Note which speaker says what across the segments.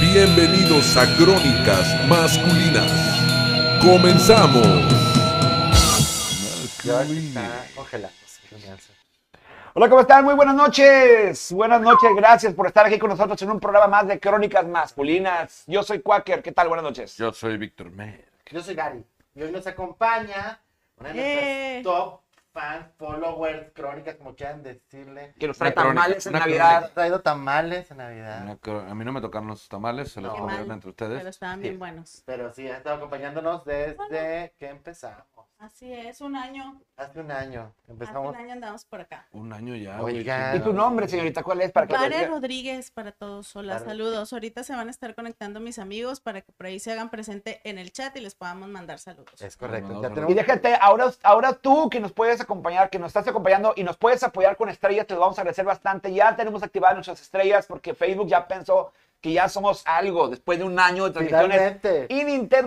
Speaker 1: Bienvenidos a Crónicas Masculinas. Comenzamos.
Speaker 2: Ah, Ojalá. Hola, ¿cómo están? Muy buenas noches. Buenas noches, gracias por estar aquí con nosotros en un programa más de Crónicas Masculinas. Yo soy Quaker, ¿qué tal? Buenas noches.
Speaker 1: Yo soy Víctor Mer.
Speaker 3: Yo soy Gary y hoy nos acompaña una de
Speaker 4: Yeah.
Speaker 3: nuestras top fans, followers, crónicas, como quieran decirle.
Speaker 2: Que nos
Speaker 1: Una
Speaker 2: trae tamales en
Speaker 1: crónica, una
Speaker 2: Navidad.
Speaker 3: Ha traído tamales en Navidad,
Speaker 1: Una cro- A mí no me tocaron los tamales, se los
Speaker 3: No. Qué
Speaker 1: comieron
Speaker 4: mal,
Speaker 1: entre
Speaker 4: Pero
Speaker 1: ustedes.
Speaker 4: estaban bien buenos.
Speaker 3: pero sí, ha estado acompañándonos desde que empezamos.
Speaker 4: Así es, un año.
Speaker 3: Hace un año
Speaker 4: Hace
Speaker 3: empezamos.
Speaker 4: un año andamos por acá.
Speaker 1: Un año ya. güey.
Speaker 3: Oigan.
Speaker 2: ¿Y tu nombre, señorita? ¿Cuál es? Para que
Speaker 4: Vare Rodríguez para todos. Hola,
Speaker 3: Vare.
Speaker 4: saludos. Ahorita se van a estar conectando mis amigos para que por ahí se hagan presente en el chat y les podamos mandar saludos.
Speaker 3: Es correcto.
Speaker 1: No,
Speaker 3: ya
Speaker 1: no,
Speaker 2: Y
Speaker 3: tenemos-
Speaker 2: déjate, ahora, ahora tú que nos puedes acompañar, que nos estás acompañando y nos puedes apoyar con estrellas, te lo vamos a agradecer bastante. Ya tenemos activadas nuestras estrellas porque Facebook ya pensó que ya somos algo después de un año de transmisiones
Speaker 3: Finalmente.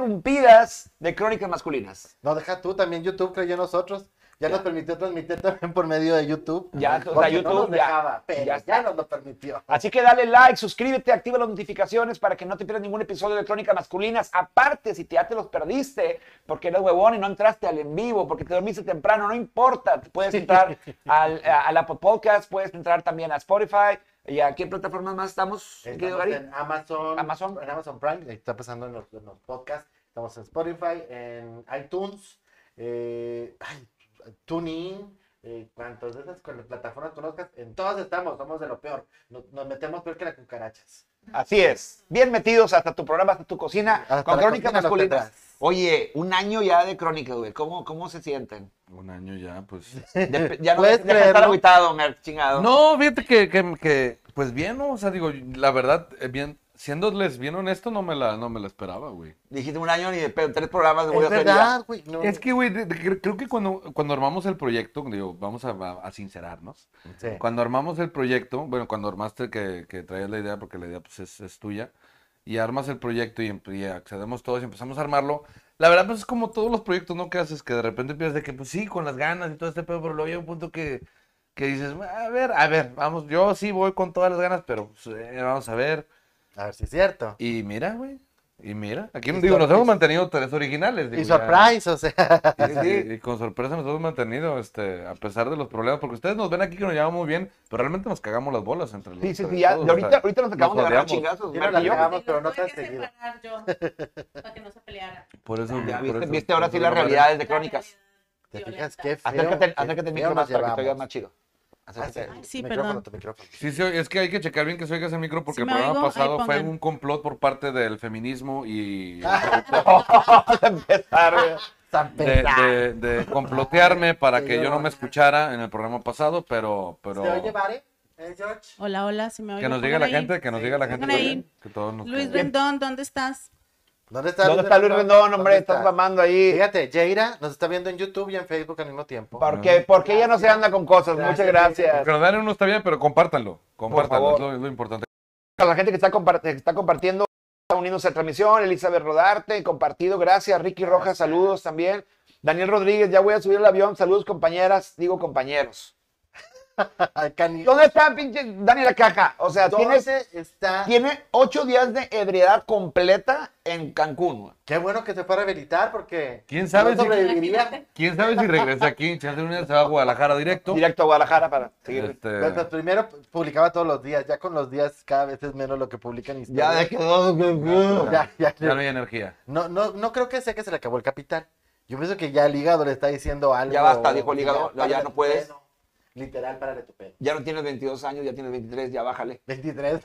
Speaker 2: ininterrumpidas de Crónicas Masculinas.
Speaker 3: No, deja tú también. YouTube creyó en nosotros. Ya nos permitió transmitir también por medio de YouTube.
Speaker 2: Ya, o sea,
Speaker 3: Porque
Speaker 2: YouTube
Speaker 3: no nos
Speaker 2: ya-
Speaker 3: dejaba, pero
Speaker 2: ya
Speaker 3: ya,
Speaker 2: está.
Speaker 3: nos lo permitió.
Speaker 2: Así que dale like, suscríbete, activa las notificaciones para que no te pierdas ningún episodio de Crónicas Masculinas. Aparte, si te- ya te los perdiste porque eres huevón y no entraste al en vivo, porque te dormiste temprano, no importa. Te Puedes entrar al, a- al Apple Podcast, puedes entrar también a Spotify. ¿Y a qué plataformas más estamos, mi querido
Speaker 3: Estamos
Speaker 2: Gary?
Speaker 3: en Amazon,
Speaker 2: Amazon.
Speaker 3: en Amazon Prime, ahí está pasando en los, en los podcasts. Estamos en Spotify, en iTunes, eh, ay, TuneIn, eh, cuantas de esas con las plataformas conozcas, en todas estamos, somos de lo peor. Nos, nos metemos peor que las cucarachas.
Speaker 2: Así es. Bien metidos hasta tu programa, hasta tu cocina,
Speaker 3: Hasta
Speaker 2: con
Speaker 3: la
Speaker 2: Crónicas
Speaker 3: cocina nos
Speaker 2: Masculinas.
Speaker 3: tendrás.
Speaker 2: Oye, un año ya de Crónicas, güey. ¿Cómo, ¿Cómo se sienten?
Speaker 1: Un año ya, pues.
Speaker 2: De- ya no
Speaker 3: Eh, ¿Puedes
Speaker 2: dejan de
Speaker 3: creerlo?
Speaker 2: estar agüitado, Mer, chingado.
Speaker 1: No, fíjate que, que, que, pues bien, ¿no? o sea, digo, la verdad, eh, bien, siéndoles bien honesto, no me la, no me la esperaba, güey.
Speaker 2: Dijiste un año ni de pedo, tres programas voy
Speaker 3: Es
Speaker 2: a hacer ya.
Speaker 3: verdad, güey. no.
Speaker 1: Es que, güey, de- de- cre- creo que cuando, cuando armamos el proyecto, digo, vamos a, a- a sincerarnos.
Speaker 3: Sí.
Speaker 1: Cuando armamos el proyecto, bueno, cuando armaste que, que traías la idea, porque la idea pues, es, es tuya, y armas el proyecto y, em- y accedemos todos y empezamos a armarlo, la verdad pues es como todos los proyectos, ¿no? Que haces, que de repente empiezas de que, pues sí, con las ganas y todo este pedo, pero luego llega un punto que, que dices, a ver, a ver, vamos, yo sí voy con todas las ganas, pero pues, eh, vamos a ver.
Speaker 3: A ver si es cierto.
Speaker 1: Y mira, güey, y mira, aquí
Speaker 3: Y
Speaker 1: digo, nos
Speaker 3: sor-
Speaker 1: hemos mantenido tres originales.
Speaker 3: Y
Speaker 1: digo, ya.
Speaker 3: surprise, o sea.
Speaker 1: Y, y- y con sorpresa nos hemos mantenido, este, a pesar de los problemas, porque ustedes nos ven aquí que nos llevamos muy bien, pero realmente nos cagamos las bolas entre los
Speaker 2: Sí, sí,
Speaker 1: entre
Speaker 2: sí, ya.
Speaker 1: todos,
Speaker 2: de
Speaker 1: o
Speaker 2: ahorita,
Speaker 1: sea,
Speaker 2: ahorita nos acabamos de agarrar
Speaker 1: odiamos.
Speaker 2: chingazos,
Speaker 3: Sí, no
Speaker 2: Mer y
Speaker 3: la
Speaker 2: yo.
Speaker 3: cagamos. Vamos,
Speaker 4: Y
Speaker 3: pero
Speaker 4: los
Speaker 3: no
Speaker 4: tuve
Speaker 3: tan
Speaker 4: que
Speaker 3: seguido.
Speaker 4: separar yo para que no se pelearan.
Speaker 1: Por eso,
Speaker 2: Ya,
Speaker 1: por
Speaker 2: viste,
Speaker 1: eso-
Speaker 2: viste ahora
Speaker 1: por
Speaker 2: sí
Speaker 1: eso
Speaker 2: las
Speaker 1: no vale.
Speaker 2: realidades de crónicas.
Speaker 3: ¿Te fijas
Speaker 4: Violenta.
Speaker 3: qué feo?
Speaker 2: Acércate,
Speaker 3: qué
Speaker 2: acércate al
Speaker 3: feo
Speaker 2: micro
Speaker 3: nos
Speaker 2: más para que te oigas
Speaker 3: llevamos?
Speaker 2: más chido.
Speaker 3: Ah, sí,
Speaker 2: Acércate.
Speaker 4: Ay, sí,
Speaker 3: micrófono,
Speaker 4: perdón.
Speaker 3: tu micrófono.
Speaker 1: Sí, sí, es que hay que checar bien que se oiga el micro, porque
Speaker 4: Sí
Speaker 1: el
Speaker 4: me
Speaker 1: programa
Speaker 4: oigo, ahí
Speaker 1: pasado fue
Speaker 4: pongan.
Speaker 1: un complot por parte del feminismo y
Speaker 2: Vamos a empezar. güey.
Speaker 3: Tan
Speaker 1: de,
Speaker 3: pesado.
Speaker 1: de- de complotearme para
Speaker 3: Sí,
Speaker 1: que yo no
Speaker 3: no.
Speaker 1: me escuchara en el programa pasado, pero, pero
Speaker 3: ¿Se oye, Vare? ¿Eh, George?
Speaker 4: Hola, hola, si me oigo.
Speaker 1: que nos diga la
Speaker 4: pongan ahí.
Speaker 1: gente, que nos
Speaker 3: Sí,
Speaker 1: diga la gente
Speaker 4: pongan
Speaker 1: también,
Speaker 4: ahí.
Speaker 1: que todos nos
Speaker 4: Luis
Speaker 1: cagamos.
Speaker 4: Rendón, ¿dónde estás?
Speaker 3: ¿Dónde está,
Speaker 2: ¿Dónde está Luis Rendón, hombre?
Speaker 3: ¿Dónde
Speaker 2: Estás
Speaker 3: está?
Speaker 2: mamando ahí.
Speaker 3: Fíjate, Jaira nos está viendo en YouTube y en Facebook al mismo tiempo.
Speaker 2: Porque, porque ella no se anda con cosas. Muchas gracias.
Speaker 1: Que nos den uno está bien, pero compártanlo, compártanlo, es
Speaker 2: favor.
Speaker 1: lo- es lo importante.
Speaker 2: A la gente que está, compart- que está compartiendo, está uniéndose a transmisión. Elizabeth Rodarte, compartido. Gracias. Ricky Rojas, saludos también. Daniel Rodríguez, ya voy a subir el avión. Saludos, compañeras. Digo, compañeros.
Speaker 3: Al canijo.
Speaker 2: ¿Dónde está pinche Dani la caja? O sea, tiene,
Speaker 3: Entonces está.
Speaker 2: tiene ocho días de ebriedad completa en Cancún. güey.
Speaker 3: Qué bueno que se fue a rehabilitar porque.
Speaker 1: ¿Quién sabe
Speaker 3: no
Speaker 1: si-
Speaker 3: sobreviviría.
Speaker 4: Imagínate.
Speaker 1: ¿Quién sabe si regresa aquí? Chance un día se va a Guadalajara directo.
Speaker 2: Directo a Guadalajara para seguir.
Speaker 1: Este,
Speaker 3: Pero, pero Pues, primero publicaba todos los días, ya con los días cada vez es menos lo que publican
Speaker 2: Ya
Speaker 3: historias.
Speaker 2: de quedó.
Speaker 3: ya, ya,
Speaker 1: ya no hay energía.
Speaker 3: No, no, no creo que sea que se le acabó el capital. Yo pienso que ya el hígado le está diciendo algo.
Speaker 2: Ya basta, dijo el hígado, no, ya
Speaker 3: párale
Speaker 2: no
Speaker 3: tu
Speaker 2: puedes.
Speaker 3: pedo. Literal, párale tu pedo.
Speaker 2: Ya no tienes 22 años, ya tienes 23, ya bájale.
Speaker 3: 23.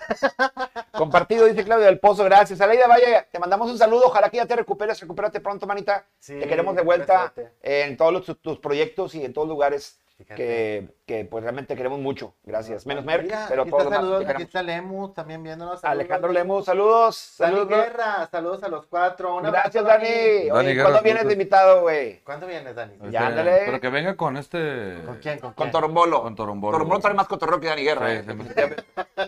Speaker 2: Compartido, dice Claudio del Pozo, gracias. Aleida Valle, te mandamos un saludo, ojalá que ya te recuperes, recupérate pronto, manita.
Speaker 3: Sí,
Speaker 2: te queremos de vuelta
Speaker 3: besote.
Speaker 2: en todos los- tus proyectos y en todos lugares
Speaker 3: Fíjate.
Speaker 2: que, que, pues realmente queremos mucho. Gracias. Menos Mer,
Speaker 3: Mira,
Speaker 2: pero
Speaker 3: aquí
Speaker 2: todos
Speaker 3: está
Speaker 2: los demás
Speaker 3: saludos,
Speaker 2: te
Speaker 3: aquí
Speaker 2: queremos.
Speaker 3: está Lemus también viéndonos. Saludos,
Speaker 2: Alejandro
Speaker 3: Dani.
Speaker 2: Lemus, saludos.
Speaker 3: Dani
Speaker 2: Saludos.
Speaker 3: Guerra, saludos a los cuatro. Un abrazo,
Speaker 2: Gracias, Dani. Oye,
Speaker 1: Dani Guerra,
Speaker 2: ¿Cuándo vienes de
Speaker 1: saludos.
Speaker 2: invitado, güey?
Speaker 3: ¿Cuándo vienes, Dani?
Speaker 1: Este,
Speaker 2: Ya, ándale.
Speaker 1: Pero que venga con este.
Speaker 3: ¿Con quién? ¿Con,
Speaker 2: Pues, Con
Speaker 3: quién?
Speaker 2: Torombolo.
Speaker 1: Con Torombolo.
Speaker 2: Torombolo trae más cotorreo que Dani Guerra.
Speaker 1: Sí,
Speaker 2: eh.
Speaker 1: se me hace que-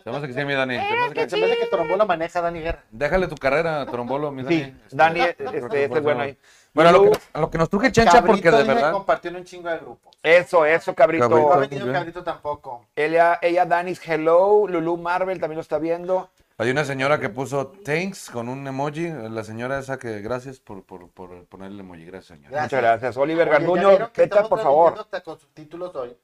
Speaker 1: se me hace que sí, mi Dani. Se me hace que-
Speaker 3: Se me hace que Torombolo maneja Dani Guerra.
Speaker 1: Déjale tu carrera, trombolo, mi
Speaker 2: Sí,
Speaker 1: Este,
Speaker 2: Dani, este,
Speaker 1: no,
Speaker 2: este
Speaker 1: no,
Speaker 2: es bueno
Speaker 1: no.
Speaker 2: ahí.
Speaker 1: Bueno, a lo,
Speaker 2: Lu-
Speaker 1: que, a lo que nos truje Chencha, porque de
Speaker 3: Cabrito, dime,
Speaker 1: verdad.
Speaker 3: compartió en un chingo de grupos.
Speaker 2: Eso, eso, cabrito.
Speaker 3: No ha
Speaker 1: Cabrito.
Speaker 3: venido
Speaker 1: bien.
Speaker 3: Cabrito tampoco.
Speaker 2: Ella, ella, Danis, hello. Lulu Marvel también lo está viendo.
Speaker 1: Hay una señora que puso thanks con un emoji. La señora esa que gracias por, por, por poner el emoji. Gracias, señora.
Speaker 3: Gracias.
Speaker 2: Muchas gracias. Oliver
Speaker 3: Oye, ¿ya
Speaker 2: Garduño,
Speaker 3: vieron que
Speaker 2: Teta,
Speaker 3: estamos
Speaker 2: por favor.
Speaker 3: transmitiendo hasta Con subtítulos hoy.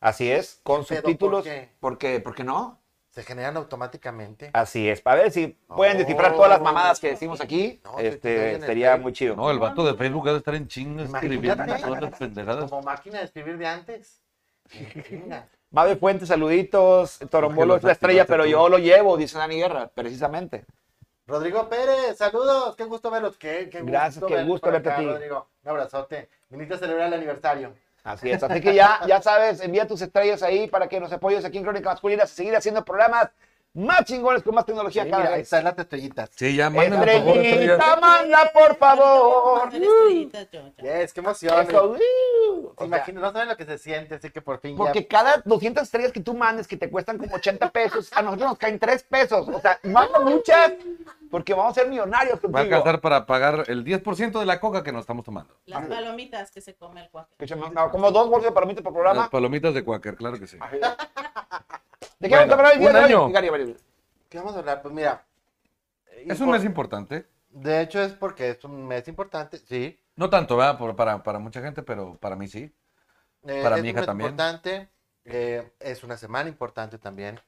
Speaker 2: Así es, con
Speaker 3: Pero,
Speaker 2: subtítulos.
Speaker 3: ¿por qué?
Speaker 2: ¿Por qué? ¿Por qué no?
Speaker 3: Se generan automáticamente.
Speaker 2: Así es, para ver si pueden
Speaker 3: Oh.
Speaker 2: descifrar todas las mamadas que decimos aquí.
Speaker 3: No, sí, sí, sí,
Speaker 2: este,
Speaker 3: en el
Speaker 2: sería
Speaker 3: Facebook.
Speaker 2: muy chido.
Speaker 1: No, el vato de Facebook debe estar en chinga escribiendo
Speaker 3: Imagínate.
Speaker 1: todas las pendejadas.
Speaker 3: Como máquina de escribir de antes. Venga.
Speaker 2: Mabe Fuentes, saluditos. Torombolo
Speaker 1: los
Speaker 2: es la estrella,
Speaker 1: activaste
Speaker 2: pero
Speaker 1: tú.
Speaker 2: yo lo llevo, dice Dani Guerra, precisamente.
Speaker 3: Rodrigo Pérez, saludos. Qué gusto verlos. Qué, qué
Speaker 2: Gracias, qué
Speaker 3: verlos
Speaker 2: gusto
Speaker 3: por
Speaker 2: verte a ti.
Speaker 3: Rodrigo, un abrazote. Viniste a celebrar el aniversario.
Speaker 2: Así es, así que ya, ya sabes, envía tus estrellas ahí para que nos apoyes aquí en Crónica Masculina a seguir haciendo programas más chingones con más tecnología
Speaker 3: Sí,
Speaker 2: cada
Speaker 3: mira, ahí
Speaker 2: vez.
Speaker 3: están las estrellitas.
Speaker 1: Sí, ya, manden por favor
Speaker 2: Estrellita,
Speaker 1: estrellas.
Speaker 2: manda, por favor.
Speaker 4: Mandar estrellitas, yo, yo.
Speaker 3: Yes, qué emoción.
Speaker 2: Eso,
Speaker 3: Se
Speaker 2: uh, o sea,
Speaker 3: imagina, no saben lo que se siente, así que por fin
Speaker 2: Porque cada 200 estrellas que tú mandes, que te cuestan como 80 pesos, a nosotros nos caen 3 pesos. O sea, manda muchas porque vamos a ser millonarios
Speaker 1: Va a
Speaker 2: contigo.
Speaker 1: alcanzar para pagar el 10% de la coca que nos estamos tomando.
Speaker 4: Las palomitas que se come el cuaje.
Speaker 2: Escúchame, no, como dos bolsas de palomitas por
Speaker 1: Las
Speaker 2: programa. Ah,
Speaker 1: palomitas de Quaker, claro que sí.
Speaker 2: ¿De qué vamos
Speaker 1: Bueno,
Speaker 2: a hablar el día
Speaker 1: un
Speaker 2: de hoy,
Speaker 1: año.
Speaker 2: Gary Abril?
Speaker 3: ya. ¿Qué vamos a hablar? Pues mira. eh,
Speaker 1: Es un
Speaker 3: impor-
Speaker 1: mes importante.
Speaker 3: De hecho, es porque es un mes importante, sí.
Speaker 1: No tanto, ¿verdad? Por- para, para mucha gente, pero para mí sí.
Speaker 3: Eh,
Speaker 1: Para
Speaker 3: es
Speaker 1: mi
Speaker 3: un
Speaker 1: hija
Speaker 3: mes
Speaker 1: también.
Speaker 3: importante, eh, es una semana importante también.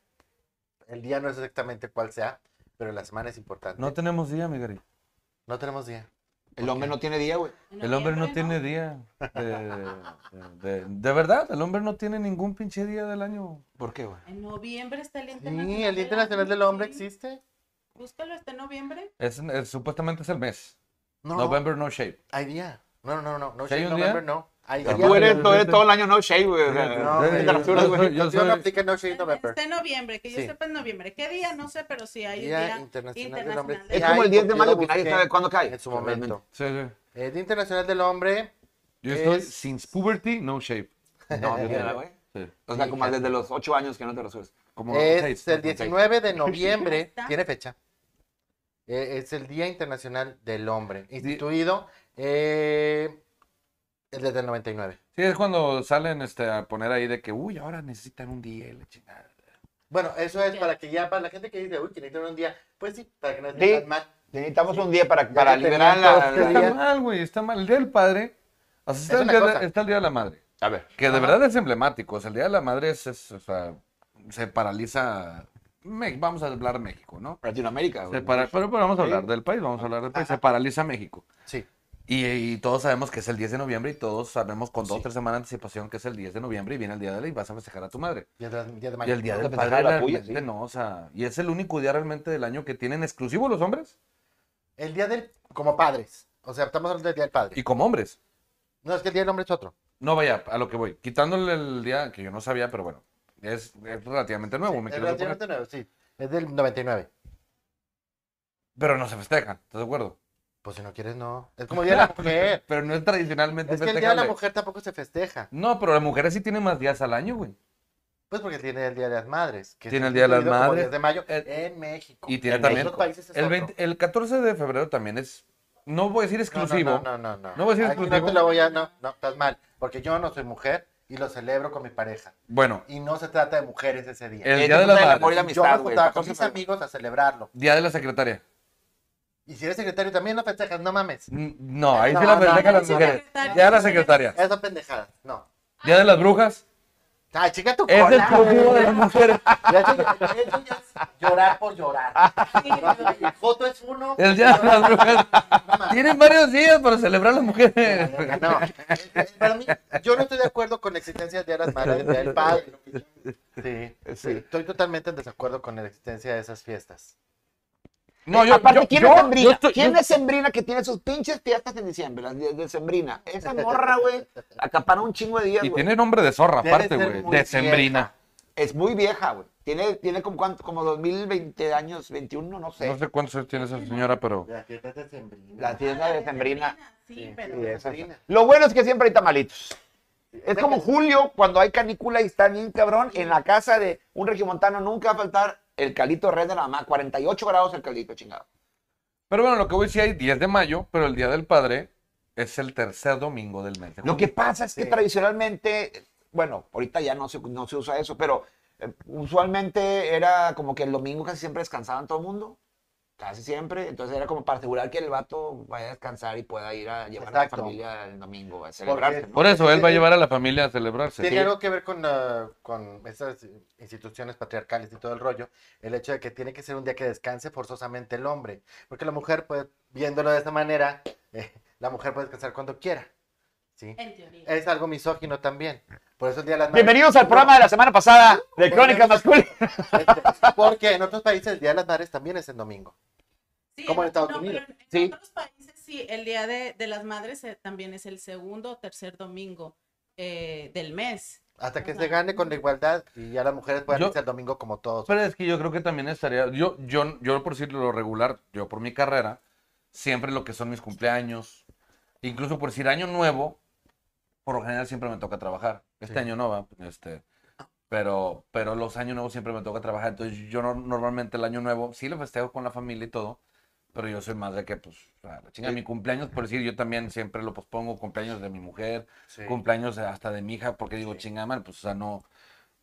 Speaker 3: El día no es exactamente cuál sea, pero la semana es importante.
Speaker 1: No
Speaker 3: No,
Speaker 1: tenemos día, mi Gary.
Speaker 3: tenemos día.
Speaker 2: El hombre no tiene día, güey.
Speaker 4: En
Speaker 1: El hombre no tiene
Speaker 4: noviembre,
Speaker 1: día. De, de- de verdad, el hombre no tiene ningún pinche día del año.
Speaker 2: ¿Por qué, güey?
Speaker 4: En noviembre está el
Speaker 3: Sí, el Día Internacional del Hombre existe.
Speaker 4: sí. Búscalo, está en noviembre.
Speaker 1: Es, es- supuestamente es el mes.
Speaker 3: No,
Speaker 1: November no shape.
Speaker 3: hay día. No, no, no, no.
Speaker 1: ¿Sí hay
Speaker 3: Shave
Speaker 1: un día?
Speaker 3: November, no. Hay
Speaker 1: Pero
Speaker 3: día.
Speaker 2: Tú eres, tú eres
Speaker 1: sí.
Speaker 2: todo el año no shave, güey. o sea,
Speaker 3: No,
Speaker 1: Sí,
Speaker 3: güey,
Speaker 2: te
Speaker 3: yo-
Speaker 2: la rasuras,
Speaker 1: yo
Speaker 2: güey.
Speaker 1: soy-
Speaker 3: Contigo
Speaker 1: soy-
Speaker 3: no aplica No Shave November.
Speaker 4: Está en noviembre, que yo
Speaker 3: Sí.
Speaker 4: sepa en noviembre. ¿Qué día? No sé, pero sí hay
Speaker 3: Día
Speaker 4: día
Speaker 3: Internacional del
Speaker 4: internacional
Speaker 3: Hombre.
Speaker 4: del
Speaker 2: Es
Speaker 3: Ya,
Speaker 2: como el 10
Speaker 3: yo
Speaker 2: de
Speaker 3: lo
Speaker 2: mayo que nadie
Speaker 3: busqué
Speaker 2: sabe cuándo cae.
Speaker 3: En su momento.
Speaker 1: Sí, sí.
Speaker 3: El Día Internacional del Hombre.
Speaker 1: Yo estoy
Speaker 3: Es-
Speaker 1: since puberty, no shape.
Speaker 2: No, yo te la, güey.
Speaker 1: Sí.
Speaker 2: O sea, como desde los 8 años que no te Eh, rasuras.
Speaker 1: Como
Speaker 3: Es
Speaker 1: seis,
Speaker 3: el
Speaker 1: ¿no? Seis.
Speaker 3: 19 de noviembre,
Speaker 4: está.
Speaker 3: tiene fecha. Eh, es el Día Internacional del Hombre,
Speaker 1: Di-
Speaker 3: instituido eh, desde el 99.
Speaker 1: Sí, es cuando salen este, a poner ahí de que, uy, ahora necesitan un día, y la chingada.
Speaker 3: Bueno, eso es
Speaker 4: Ya.
Speaker 3: para que ya, para la gente que dice, uy, que necesitan un día, pues sí, para que no se
Speaker 2: Sí.
Speaker 3: sientan mal.
Speaker 2: Necesitamos un día para,
Speaker 3: Ya
Speaker 2: para
Speaker 3: que tenían
Speaker 2: liberar la,
Speaker 3: todos que
Speaker 2: la-
Speaker 1: Está
Speaker 3: día-
Speaker 1: mal, güey, está mal. El día del padre, o sea, está,
Speaker 3: Es
Speaker 1: el
Speaker 3: una
Speaker 1: día de-
Speaker 3: cosa.
Speaker 1: está el día de la madre.
Speaker 2: A ver.
Speaker 1: Que de verdad es emblemático. O sea, el Día de la Madre es, es, o sea, se paraliza. Me- vamos a hablar México, ¿no?
Speaker 2: Latinoamérica,
Speaker 1: Se
Speaker 2: güey.
Speaker 1: para- pero, pero vamos a hablar del país, vamos a hablar del país. Se paraliza México.
Speaker 3: Sí.
Speaker 1: Y, y todos sabemos que es el 10 de noviembre y todos sabemos con dos o tres semanas de anticipación que es el 10 de noviembre y viene el Día de la Ley y vas a festejar a tu madre.
Speaker 3: Día de, día de
Speaker 1: Y el Día
Speaker 3: mañana.
Speaker 1: del
Speaker 2: festejar
Speaker 1: Padre
Speaker 2: la
Speaker 1: realmente
Speaker 2: puya, sí.
Speaker 1: no, o sea, y es el único día realmente del año que tienen exclusivo los hombres
Speaker 3: El día del, como padres. O sea, estamos hablando del Día del Padre.
Speaker 1: y como hombres.
Speaker 3: No, es que el Día del Hombre es otro.
Speaker 1: No vaya, a lo que voy, quitándole el día que yo no sabía, pero bueno, es, es relativamente nuevo. me
Speaker 3: es,
Speaker 1: quiero suponer.
Speaker 3: relativamente nuevo, sí. es del 99.
Speaker 1: Pero no se festejan, ¿estás de acuerdo?
Speaker 3: Pues si no quieres, no. Es como el Día de la Mujer.
Speaker 1: Pero no es tradicionalmente
Speaker 3: es que el Día de la
Speaker 1: festejable.
Speaker 3: Mujer tampoco se festeja.
Speaker 1: No, pero las mujeres sí tienen más días al año, güey.
Speaker 3: Pues porque tiene el Día de las Madres. Que
Speaker 1: Tiene
Speaker 3: es
Speaker 1: el Día de las
Speaker 3: instituido como
Speaker 1: Madres.
Speaker 3: 10 de mayo
Speaker 1: El-
Speaker 3: en México.
Speaker 1: Y tiene
Speaker 3: En
Speaker 1: también.
Speaker 3: otros países es
Speaker 1: el,
Speaker 3: otro.
Speaker 1: 20 el 14 de febrero también es. No voy a decir
Speaker 3: No, no,
Speaker 1: exclusivo.
Speaker 3: No, no, no, no.
Speaker 1: No voy a decir
Speaker 3: Aquí no
Speaker 1: exclusivo.
Speaker 3: te la voy a... No, no, estás mal. Porque yo no soy mujer y y lo celebro con mi pareja.
Speaker 1: Bueno,
Speaker 3: Y no se trata de mujeres ese día.
Speaker 1: El
Speaker 2: Eh,
Speaker 1: Día de las
Speaker 2: disfruta del
Speaker 1: Madres.
Speaker 2: amor y la
Speaker 3: Yo me
Speaker 2: amistad, güey.
Speaker 3: juntaba con
Speaker 2: 14
Speaker 3: mis
Speaker 2: de febrero.
Speaker 3: amigos a celebrarlo.
Speaker 1: Día de la Secretaria.
Speaker 3: Y si eres secretario también lo festejas, no mames.
Speaker 1: N- No, ahí
Speaker 3: No,
Speaker 1: se la
Speaker 3: no,
Speaker 1: festejan
Speaker 3: no,
Speaker 1: las
Speaker 3: no,
Speaker 1: mujeres.
Speaker 4: secretaria.
Speaker 1: Día de la Secretaria.
Speaker 3: Esa pendejada, no.
Speaker 1: Día de las Brujas.
Speaker 3: Ay, chica tu
Speaker 1: Es
Speaker 3: cola.
Speaker 1: exclusivo de las mujeres.
Speaker 3: Ya, chica, eso ya es llorar por llorar.
Speaker 4: Sí,
Speaker 3: El Joto es uno.
Speaker 1: El Día de las Brujas.
Speaker 3: No mames.
Speaker 1: Tienen varios días para celebrar las mujeres.
Speaker 3: No, eh, eh, para mí, yo no estoy de acuerdo con la existencia de las madres, de el padre. lo que- Sí, sí, estoy totalmente en desacuerdo con la existencia de esas fiestas.
Speaker 1: No, yo,
Speaker 2: Aparte,
Speaker 1: yo-
Speaker 2: ¿quién
Speaker 1: yo-
Speaker 2: es
Speaker 1: yo
Speaker 2: Sembrina?
Speaker 1: estoy-
Speaker 2: ¿Quién
Speaker 1: yo-
Speaker 2: es Sembrina que tiene sus pinches fiestas en diciembre? Las de, de Sembrina. Esa morra, güey, acapara un chingo de días,
Speaker 1: Y
Speaker 2: güey.
Speaker 1: tiene nombre de zorra,
Speaker 3: Debe
Speaker 1: aparte,
Speaker 3: ser
Speaker 1: güey.
Speaker 3: muy
Speaker 1: De Sembrina.
Speaker 2: Es muy vieja, güey. Tiene, tiene como cuánto, como 2020 años, 21, no sé.
Speaker 1: No sé cuántos años tiene esa señora, pero.
Speaker 3: La fiesta de sembrina.
Speaker 2: La tienda de Sembrina.
Speaker 4: Sí,
Speaker 3: Sí,
Speaker 4: pero.
Speaker 3: sí,
Speaker 2: esa-
Speaker 3: Sembrina.
Speaker 2: Lo bueno es que siempre hay tamalitos. Es como julio, cuando hay canícula y está bien cabrón, en la casa de un regiomontano nunca va a faltar el calito red de la mamá. 48 grados el calito, chingado.
Speaker 1: Pero bueno, lo que voy a decir hay 10 de mayo, pero el Día del Padre es el tercer domingo del mes. de
Speaker 2: Lo
Speaker 1: junio.
Speaker 2: que pasa es que
Speaker 3: Sí.
Speaker 2: tradicionalmente, bueno, ahorita ya no se, no se usa eso, pero eh, usualmente era como que el domingo casi siempre descansaban todo el mundo. Casi siempre. Entonces era como para asegurar que el vato vaya a descansar y pueda ir a llevar a
Speaker 3: Exacto.
Speaker 2: la familia el domingo a celebrarse. ¿no?
Speaker 1: Por eso él va a llevar a la familia a celebrarse.
Speaker 3: Tiene algo que ver con, la- con esas instituciones patriarcales y todo el rollo, el hecho de que tiene que ser un día que descanse forzosamente el hombre, porque la mujer, pues, viéndolo de esta manera, eh, la mujer puede descansar cuando quiera, ¿sí?
Speaker 2: Eh.
Speaker 4: En teoría.
Speaker 3: Es algo misógino también, por eso el Día de las Madres-
Speaker 2: Bienvenidos al programa de la semana pasada de Crónicas Masculinas.
Speaker 3: Este, Porque en otros países el Día de las Madres también es el domingo.
Speaker 4: Sí,
Speaker 3: como en Estados
Speaker 4: pero
Speaker 3: Unidos.
Speaker 4: En
Speaker 2: Sí.
Speaker 4: otros países, sí, el Día de, de las Madres eh, también es el segundo o tercer domingo eh, del mes.
Speaker 3: Hasta que se
Speaker 4: Ajá.
Speaker 3: gane con la igualdad y ya las mujeres puedan
Speaker 1: Yo-
Speaker 3: irse el domingo como todos.
Speaker 1: Pero es que yo creo que también estaría. Yo, yo, yo por decirlo lo regular, yo por mi carrera, siempre lo que son mis cumpleaños, incluso por decir año nuevo, por lo general siempre me toca trabajar. Este
Speaker 3: Sí.
Speaker 1: año no va, este. Pero, pero los años nuevos siempre me toca trabajar. Entonces yo no- normalmente el año nuevo sí lo festejo con la familia y todo. Pero yo soy más de que, pues, a la chinga, mi cumpleaños, por decir, yo también siempre lo pospongo, cumpleaños de mi mujer,
Speaker 3: Sí.
Speaker 1: cumpleaños hasta de mi hija, porque digo, chinga, man, pues, o sea, no,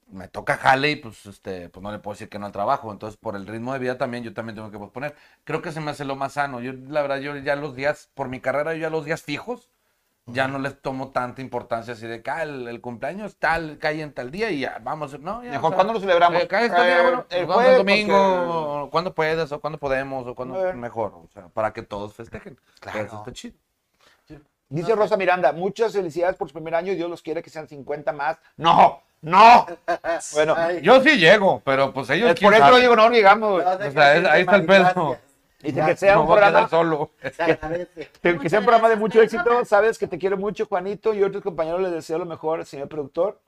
Speaker 1: me toca jale y pues, este, pues no le puedo decir que no al trabajo. Entonces, por el ritmo de vida también, yo también tengo que posponer. Creo que se me hace lo más sano. Yo, la verdad, yo ya los días, por mi carrera, yo ya los días fijos, ya no les tomo tanta importancia así de que ah, el, el cumpleaños tal, cae en tal día y ya, vamos, no, ya. o
Speaker 2: Mejor,
Speaker 1: sea,
Speaker 2: ¿cuándo lo celebramos?
Speaker 1: eh, cae este día,
Speaker 2: Eh,
Speaker 1: bueno,
Speaker 2: el
Speaker 1: nos vamos el
Speaker 2: jueves,
Speaker 1: domingo,
Speaker 2: porque-
Speaker 1: o cuando puedas, o cuando podemos, o cuando
Speaker 2: Eh.
Speaker 1: mejor, o sea, para que todos festejen.
Speaker 3: Claro.
Speaker 1: Eso está chido.
Speaker 2: Dice Rosa Miranda, muchas felicidades por su primer año, Dios los quiere que sean 50 más. ¡No! ¡No! Bueno,
Speaker 3: Ay,
Speaker 1: Yo sí llego, pero pues ellos
Speaker 2: es por eso digo, no llegamos.
Speaker 3: no
Speaker 2: güey.
Speaker 3: sé
Speaker 1: o
Speaker 3: qué
Speaker 1: sea, es-
Speaker 3: decirte,
Speaker 1: ahí está el
Speaker 3: Mari,
Speaker 1: pedo.
Speaker 3: gracias.
Speaker 2: Y
Speaker 3: Ya,
Speaker 2: que sea
Speaker 1: No
Speaker 2: un
Speaker 1: voy a quedar
Speaker 2: programa,
Speaker 1: solo.
Speaker 3: Se agradece.
Speaker 2: que sea un programa de mucho éxito. Sabes que te quiero mucho, Juanito, y otros compañeros les deseo lo mejor, señor productor.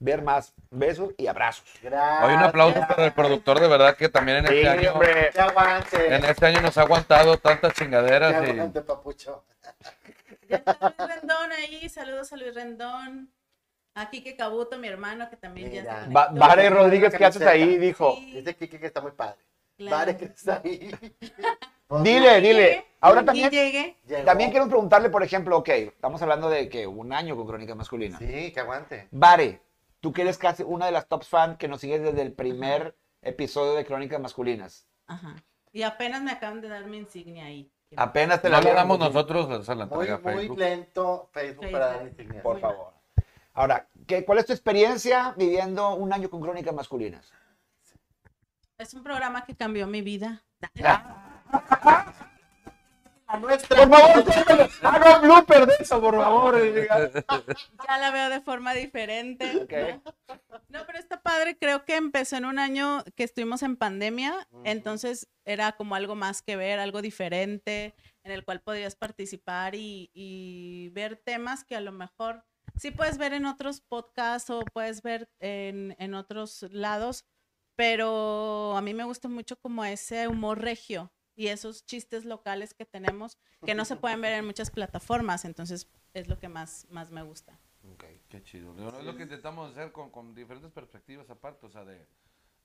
Speaker 2: Ver más. Besos y abrazos.
Speaker 3: Gracias.
Speaker 1: Hay un aplauso para el productor, de verdad, que también en este año.
Speaker 2: Ah, hombre.
Speaker 3: Que aguante.
Speaker 1: En este año nos ha aguantado tantas
Speaker 3: Que
Speaker 1: chingaderas y
Speaker 3: aguante, papucho.
Speaker 4: Ya está Luis Rendón ahí, saludos a Luis Rendón. A Quique Cabuto, mi hermano, que también ya
Speaker 3: Mira.
Speaker 4: está.
Speaker 2: Va- Vare Rodríguez, ¿qué haces ahí? Dijo.
Speaker 4: Sí,
Speaker 3: Dice Kike que está muy padre.
Speaker 4: claro.
Speaker 3: Vale, que está ahí. Pues,
Speaker 2: Dile, dile.
Speaker 4: Llegué,
Speaker 2: Ahora
Speaker 4: y
Speaker 2: también,
Speaker 4: llegué.
Speaker 3: Llegó.
Speaker 2: también quiero preguntarle, por ejemplo, ok, estamos hablando de que un año con Crónica Masculina.
Speaker 3: Sí, que aguante.
Speaker 2: Vare, tú que eres casi una de las top fan que nos sigues desde el primer episodio de Crónicas Masculinas.
Speaker 4: Ajá. Y apenas me acaban de dar mi insignia ahí.
Speaker 2: Apenas te la
Speaker 1: no le
Speaker 2: dieron,
Speaker 1: damos
Speaker 2: Joaquín,
Speaker 1: nosotros o sea, la
Speaker 3: Muy,
Speaker 1: entrega a
Speaker 3: muy
Speaker 1: Facebook.
Speaker 3: lento Facebook para dar
Speaker 4: Facebook.
Speaker 3: insignias.
Speaker 2: Por
Speaker 4: Muy
Speaker 2: favor. Ahora, ¿qué, ¿cuál es tu experiencia viviendo un año con Crónicas Masculinas?
Speaker 4: Es un programa que cambió mi vida.
Speaker 3: La nuestra.
Speaker 2: Por favor, haga un blooper de eso, por favor. eh,
Speaker 4: Ya la veo de forma diferente. No, pero está padre. Creo que empezó en un año que estuvimos en pandemia,
Speaker 3: Ujú.
Speaker 4: entonces era como algo más que ver, algo diferente, en el cual podías participar y, y ver temas que a lo mejor sí puedes ver en otros podcasts o puedes ver en, en otros lados, pero a mí me gusta mucho como ese humor regio y esos chistes locales que tenemos que no se pueden ver en muchas plataformas, entonces es lo que más, más me gusta.
Speaker 1: Qué chido. ¿no? Es lo que intentamos hacer con, con diferentes perspectivas aparte, o sea, de,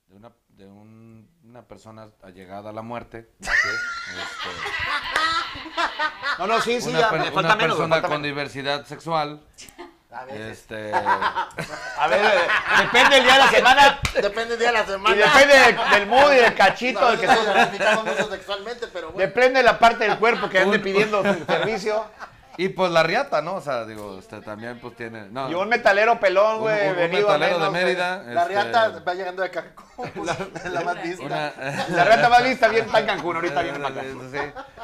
Speaker 1: de una, de un- una persona allegada a la muerte. Este,
Speaker 2: No, no, sí, sí,
Speaker 1: una
Speaker 2: ya,
Speaker 1: per-
Speaker 2: me
Speaker 1: una
Speaker 2: falta menos. me
Speaker 1: persona
Speaker 2: falta
Speaker 1: con
Speaker 2: menos.
Speaker 1: diversidad sexual.
Speaker 3: A veces.
Speaker 1: Este,
Speaker 2: A ver, eh, depende el día de la semana
Speaker 3: Depende del día de la
Speaker 2: y
Speaker 3: semana.
Speaker 2: depende de- del mood y del cachito
Speaker 3: A
Speaker 2: del que
Speaker 3: veces
Speaker 2: tú-
Speaker 3: nos identificamos mucho sexualmente, pero bueno.
Speaker 2: Depende de la parte del cuerpo que ande pidiendo servicio.
Speaker 1: y pues la riata, ¿no? O sea, digo, este, también pues tiene... No,
Speaker 2: Y un metalero pelón,
Speaker 1: un-
Speaker 2: güey,
Speaker 1: un- un
Speaker 2: venido a
Speaker 1: metalero de
Speaker 2: menos, güey.
Speaker 1: Mérida.
Speaker 3: la
Speaker 1: este,
Speaker 3: riata va llegando de Cancún. La, la más vista.
Speaker 1: una-
Speaker 2: La reta más lista bien está en Cancún, ahorita viene para acá.
Speaker 1: Sí.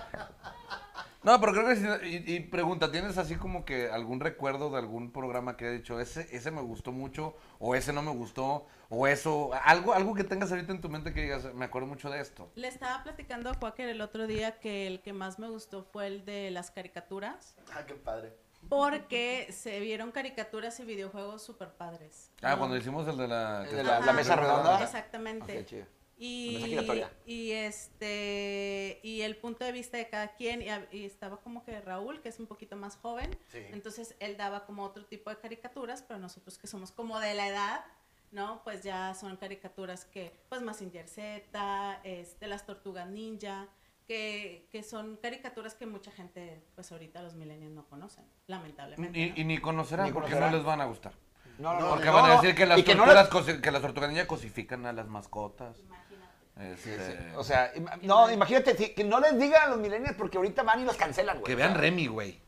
Speaker 1: No, pero creo que sí. Y, y pregunta, ¿tienes así como que algún recuerdo de algún programa que haya dicho, ese, ese me gustó mucho, o ese no me gustó, o eso, algo, algo que tengas ahorita en tu mente que digas, me acuerdo mucho de esto?
Speaker 4: Le estaba platicando a Quaker el otro día que el que más me gustó fue el de las caricaturas,
Speaker 3: Ah, qué padre.
Speaker 4: porque se vieron caricaturas y videojuegos súper padres.
Speaker 1: Ah, cuando hicimos el de la...
Speaker 3: El de la-
Speaker 4: Ajá.
Speaker 2: la mesa redonda.
Speaker 4: Exactamente.
Speaker 2: Ok, chido. Mesa
Speaker 4: Y,
Speaker 2: giratoria.
Speaker 4: y este y el punto de vista de cada quien y, hab- y estaba como que Raúl que es un poquito más joven
Speaker 3: Sí.
Speaker 4: entonces él daba como otro tipo de caricaturas pero nosotros que somos como de la edad no pues ya son caricaturas que pues Mazinger Z este las Tortugas Ninja que, que son caricaturas que mucha gente pues ahorita los millennials no conocen lamentablemente ¿no?
Speaker 1: Y, y ni conocerán,
Speaker 2: Ni
Speaker 1: porque no
Speaker 2: conocerán.
Speaker 1: les van a gustar.
Speaker 2: No, no, no.
Speaker 1: Porque
Speaker 2: no,
Speaker 1: van a
Speaker 2: no.
Speaker 1: decir que las,
Speaker 2: Y que no
Speaker 1: tortugas cosi- que las tortugas niñas cosifican a las mascotas.
Speaker 4: Imagínate.
Speaker 1: este,
Speaker 2: O sea, ima- no, imagínate, si- que no les digan a los millennials porque ahorita van y los cancelan, güey.
Speaker 1: que vean Remy, güey.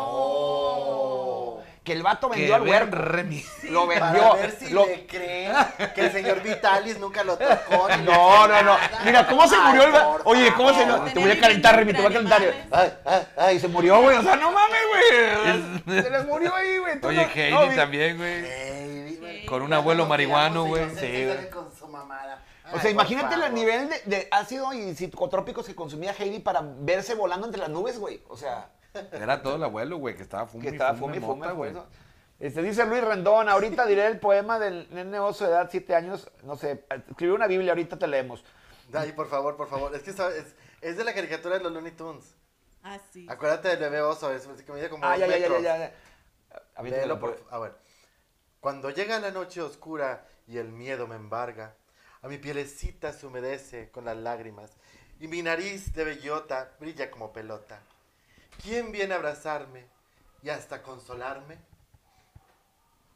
Speaker 1: Oh.
Speaker 4: no
Speaker 2: Que el vato
Speaker 1: Que
Speaker 2: vendió al
Speaker 1: vean
Speaker 2: huerco.
Speaker 1: Remy.
Speaker 2: Lo
Speaker 3: Para
Speaker 2: vendió.
Speaker 3: ver si
Speaker 2: Pues, lo-
Speaker 3: le creen que el señor Vitalis nunca lo tocó. ni le
Speaker 2: No,
Speaker 3: hizo
Speaker 2: no, no.
Speaker 3: nada.
Speaker 2: Mira, ¿cómo se
Speaker 3: Ay,
Speaker 2: murió el va-
Speaker 3: por
Speaker 2: Oye, ¿cómo se
Speaker 3: favor.
Speaker 2: Te voy a calentar, Remy, te voy a calentar. Ay, ay, ay, se murió, güey. O sea, no mames, güey. Se les murió ahí, güey. Tú
Speaker 1: Oye,
Speaker 2: no-
Speaker 1: Heidi
Speaker 2: no, vi-
Speaker 1: también, güey.
Speaker 3: Ey, dime. pues,
Speaker 1: Con un abuelo marihuano, güey.
Speaker 3: Sí,
Speaker 1: Sí,
Speaker 3: sale
Speaker 1: güey.
Speaker 3: con su mamada. Ay,
Speaker 2: O sea,
Speaker 3: por
Speaker 2: imagínate
Speaker 3: favor.
Speaker 2: el nivel de, de ácido y psicotrópicos que consumía Heidi para verse volando entre las nubes, güey. O sea,
Speaker 1: Era todo el abuelo, güey, que estaba fumando.
Speaker 2: que estaba fume, y fume, por eso. Este, dice Luis Rendón, ahorita diré el poema del nene oso de edad, siete años, no sé, escribió una Biblia, ahorita te leemos.
Speaker 3: Ay, por favor, por favor. Es que ¿sabes? es, es de la caricatura de los Looney Tunes.
Speaker 4: así
Speaker 1: Ah,
Speaker 3: Acuérdate del bebé oso, es es que mide como
Speaker 2: Ah,
Speaker 3: dos
Speaker 2: ya, ya, ya, ya,
Speaker 3: metros.
Speaker 2: ya. A ver,
Speaker 3: Léelo, por- A ver. Cuando llega la noche oscura y el miedo me embarga, a mi pielecita se humedece con las lágrimas y mi nariz de bellota brilla como pelota. ¿Quién viene a abrazarme y hasta consolarme?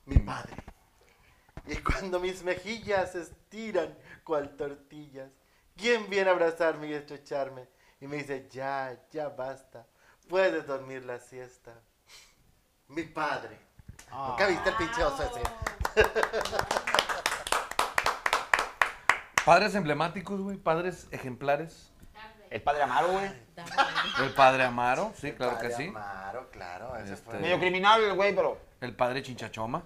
Speaker 3: Mi padre. Y cuando mis mejillas se estiran cual tortillas, ¿quién viene a abrazarme y estrecharme? Y me dice, ya, ya basta, puedes dormir la siesta. Mi padre.
Speaker 2: Ah.
Speaker 3: Nunca viste el pinche oso ese.
Speaker 1: Padres emblemáticos, güey, padres ejemplares.
Speaker 2: El padre Amaro, güey.
Speaker 1: El padre Amaro, sí, claro que
Speaker 3: Padre
Speaker 1: sí.
Speaker 3: Amaro, claro. ese
Speaker 1: Este-
Speaker 3: fue-
Speaker 2: Medio criminal, el güey, pero.
Speaker 1: El padre Chinchachoma.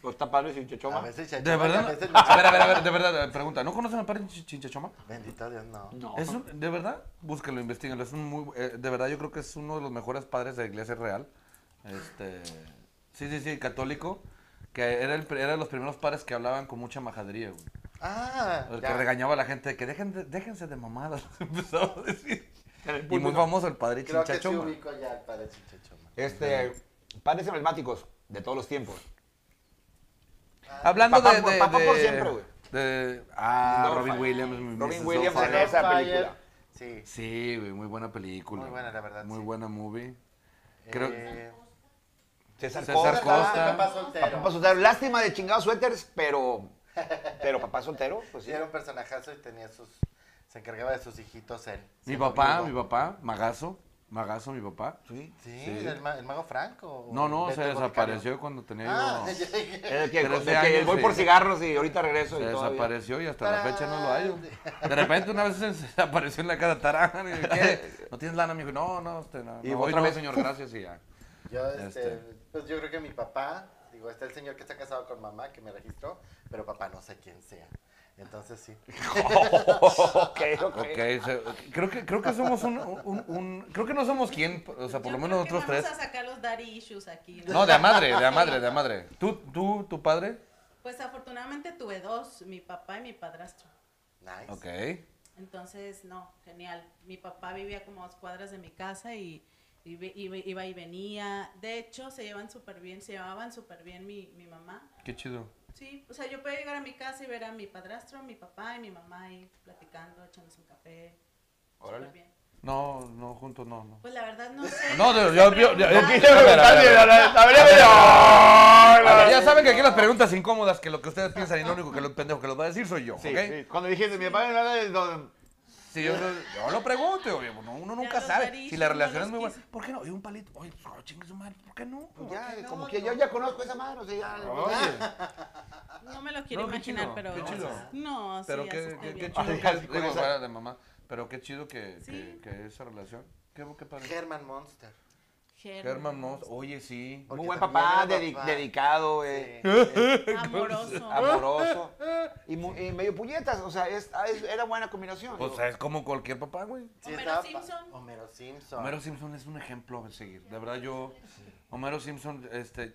Speaker 2: Pues está padre
Speaker 3: A
Speaker 2: sin chichoma.
Speaker 3: veces ya
Speaker 1: De
Speaker 3: llevan,
Speaker 1: verdad.
Speaker 3: a veces no.
Speaker 1: A ver, a ver, a ver, de verdad, pregunta. ¿No conocen al padre Chinch- Chinchachoma?
Speaker 3: Bendito Dios, no.
Speaker 2: No.
Speaker 1: Es un- de verdad, búsquenlo, investiguenlo. Es un muy, eh, de verdad, yo creo que es uno de los mejores padres de la iglesia real. Este, sí, sí, sí, católico. Que era, el, pri- era de los primeros padres que hablaban con mucha majadería, güey.
Speaker 3: Ah,
Speaker 1: El
Speaker 3: ya.
Speaker 1: que regañaba a la gente de que "Dejen de- déjense de mamadas, empezaba a decir.
Speaker 2: En el
Speaker 1: Y muy
Speaker 2: púlpito.
Speaker 1: famoso el padre
Speaker 3: Creo que sí
Speaker 1: Chinchachoma.
Speaker 3: ubico ya al padre Chinchachoma.
Speaker 2: Este, padres emblemáticos de todos los tiempos.
Speaker 1: Hablando
Speaker 2: Papá
Speaker 1: de,
Speaker 2: por-
Speaker 1: de-
Speaker 2: papá por
Speaker 1: de-
Speaker 2: siempre, güey.
Speaker 1: de- ah,
Speaker 2: No,
Speaker 1: Robin
Speaker 2: fa-
Speaker 1: Williams. mi
Speaker 2: Robin
Speaker 1: Mrs.
Speaker 2: Williams
Speaker 1: Doubtfire.
Speaker 2: en esa película.
Speaker 3: Sí.
Speaker 1: Sí, güey, muy buena película.
Speaker 3: Muy buena, la verdad,
Speaker 1: Muy
Speaker 3: sí.
Speaker 1: buena movie. Creo,
Speaker 3: Eh,
Speaker 2: César,
Speaker 1: César
Speaker 2: Costa.
Speaker 1: Costa.
Speaker 3: Papá soltero.
Speaker 2: Papá soltero. Lástima de chingados suéteres, pero. Pero papá soltero, pues
Speaker 3: Sí,
Speaker 2: sí.
Speaker 3: era un personajazo y tenía sus... Se encargaba de sus hijitos él.
Speaker 1: Mi
Speaker 3: Sí,
Speaker 1: papá, mi
Speaker 3: conmigo.
Speaker 1: papá, Magazo, Magazo, mi papá.
Speaker 3: Sí,
Speaker 1: Sí.
Speaker 3: El, ma- el mago Franco.
Speaker 1: No, no,
Speaker 3: Beto
Speaker 1: se
Speaker 3: el
Speaker 1: desapareció cuando tenía yo-
Speaker 3: boticario. Ah, ya, ya.
Speaker 2: Es el que,
Speaker 1: Trece
Speaker 2: el que
Speaker 1: años,
Speaker 2: voy
Speaker 1: sí.
Speaker 2: por cigarros y ahorita regreso.
Speaker 1: Se
Speaker 2: y todavía.
Speaker 1: desapareció y hasta la fecha no lo
Speaker 3: Tarán.
Speaker 1: hallo. De repente una vez se desapareció en la casa Tarán. y, ¿qué? ¿No tienes lana? Me dijo, no, no, este, no.
Speaker 2: Y
Speaker 1: no,
Speaker 2: otra
Speaker 1: hoy no,
Speaker 2: vez,
Speaker 1: señor, gracias y ya.
Speaker 3: Yo, este,
Speaker 1: Este.
Speaker 3: pues yo creo que mi papá, digo, está el señor que está casado con mamá, que me registró, pero papá no sé quién sea. Entonces sí.
Speaker 2: Ok, ok.
Speaker 1: Ok, se- creo, que, creo que somos un, un- un- Creo que no somos quién, o sea, por lo
Speaker 4: Yo
Speaker 1: menos
Speaker 4: creo que
Speaker 1: nosotros tres.
Speaker 4: Vamos a sacar los daddy issues aquí. ¿no?
Speaker 1: No, de a madre, de a madre, de a madre. ¿Tú, tú, tu padre?
Speaker 4: Pues afortunadamente tuve dos, mi papá y mi padrastro.
Speaker 3: Nice.
Speaker 1: Ok.
Speaker 4: Entonces, no, genial. Mi papá vivía como a dos cuadras de mi casa y, y ve- iba, iba y venía. De hecho, se llevan súper bien, se llevaban súper bien mi, mi mamá.
Speaker 1: Qué chido.
Speaker 4: Sí, o sea, yo podía llegar a mi casa y ver a mi padrastro, mi papá y mi mamá ahí platicando, echándose un café.
Speaker 2: Órale.
Speaker 4: súper bien.
Speaker 1: No, no, juntos no, no.
Speaker 4: Pues la verdad no sé.
Speaker 1: No, yo, yo, yo, yo-
Speaker 4: Preguntar.
Speaker 1: a ver, a ver, a ver. A ver,
Speaker 5: Ya
Speaker 1: ya saben que aquí las preguntas incómodas que lo que ustedes piensan y lo único que lo pendejo que lo va a decir soy yo,
Speaker 2: Sí,
Speaker 1: ¿ok?
Speaker 2: sí. Cuando dijiste, mi papá no es don-
Speaker 1: Sí, yo, yo lo pregunto, obvio, no, uno nunca
Speaker 4: los
Speaker 1: sabe.
Speaker 4: narices
Speaker 1: si la
Speaker 4: no
Speaker 1: relación
Speaker 4: los
Speaker 1: es muy buena,
Speaker 4: quise.
Speaker 1: ¿por qué no? Y un palito, oye, pues oh, chingue su madre, ¿por qué no?
Speaker 2: Ya,
Speaker 3: No,
Speaker 2: como que
Speaker 3: no.
Speaker 2: yo ya conozco esa madre, o sea, ya.
Speaker 3: Ah,
Speaker 1: Oye,
Speaker 4: No me lo quiero
Speaker 1: No, qué
Speaker 4: imaginar,
Speaker 1: chido,
Speaker 4: pero.
Speaker 1: qué chido.
Speaker 4: No, sí,
Speaker 1: pero
Speaker 4: ya se
Speaker 1: qué,
Speaker 4: está
Speaker 1: qué,
Speaker 4: bien.
Speaker 1: qué chido
Speaker 2: Ay,
Speaker 1: que,
Speaker 2: así con
Speaker 1: digo,
Speaker 2: esa-
Speaker 1: fuera de mamá, pero qué chido que,
Speaker 4: Sí.
Speaker 1: que, que esa relación, qué, qué padre.
Speaker 3: Herman Monster.
Speaker 1: Germán Moss, oye, sí.
Speaker 3: Porque
Speaker 2: Muy buen
Speaker 3: también
Speaker 2: papá,
Speaker 3: era
Speaker 2: dedi-
Speaker 3: papá.
Speaker 2: dedicado, eh,
Speaker 4: Amoroso.
Speaker 2: amoroso y, mu- y medio puñetas, o sea, es- es- era buena combinación.
Speaker 1: O sea, es como cualquier papá, güey.
Speaker 4: Homero
Speaker 3: estaba pa-
Speaker 4: Simpson.
Speaker 3: Homero Simpson.
Speaker 1: Homero Simpson es un ejemplo a seguir. De verdad, yo, Homero Simpson, este,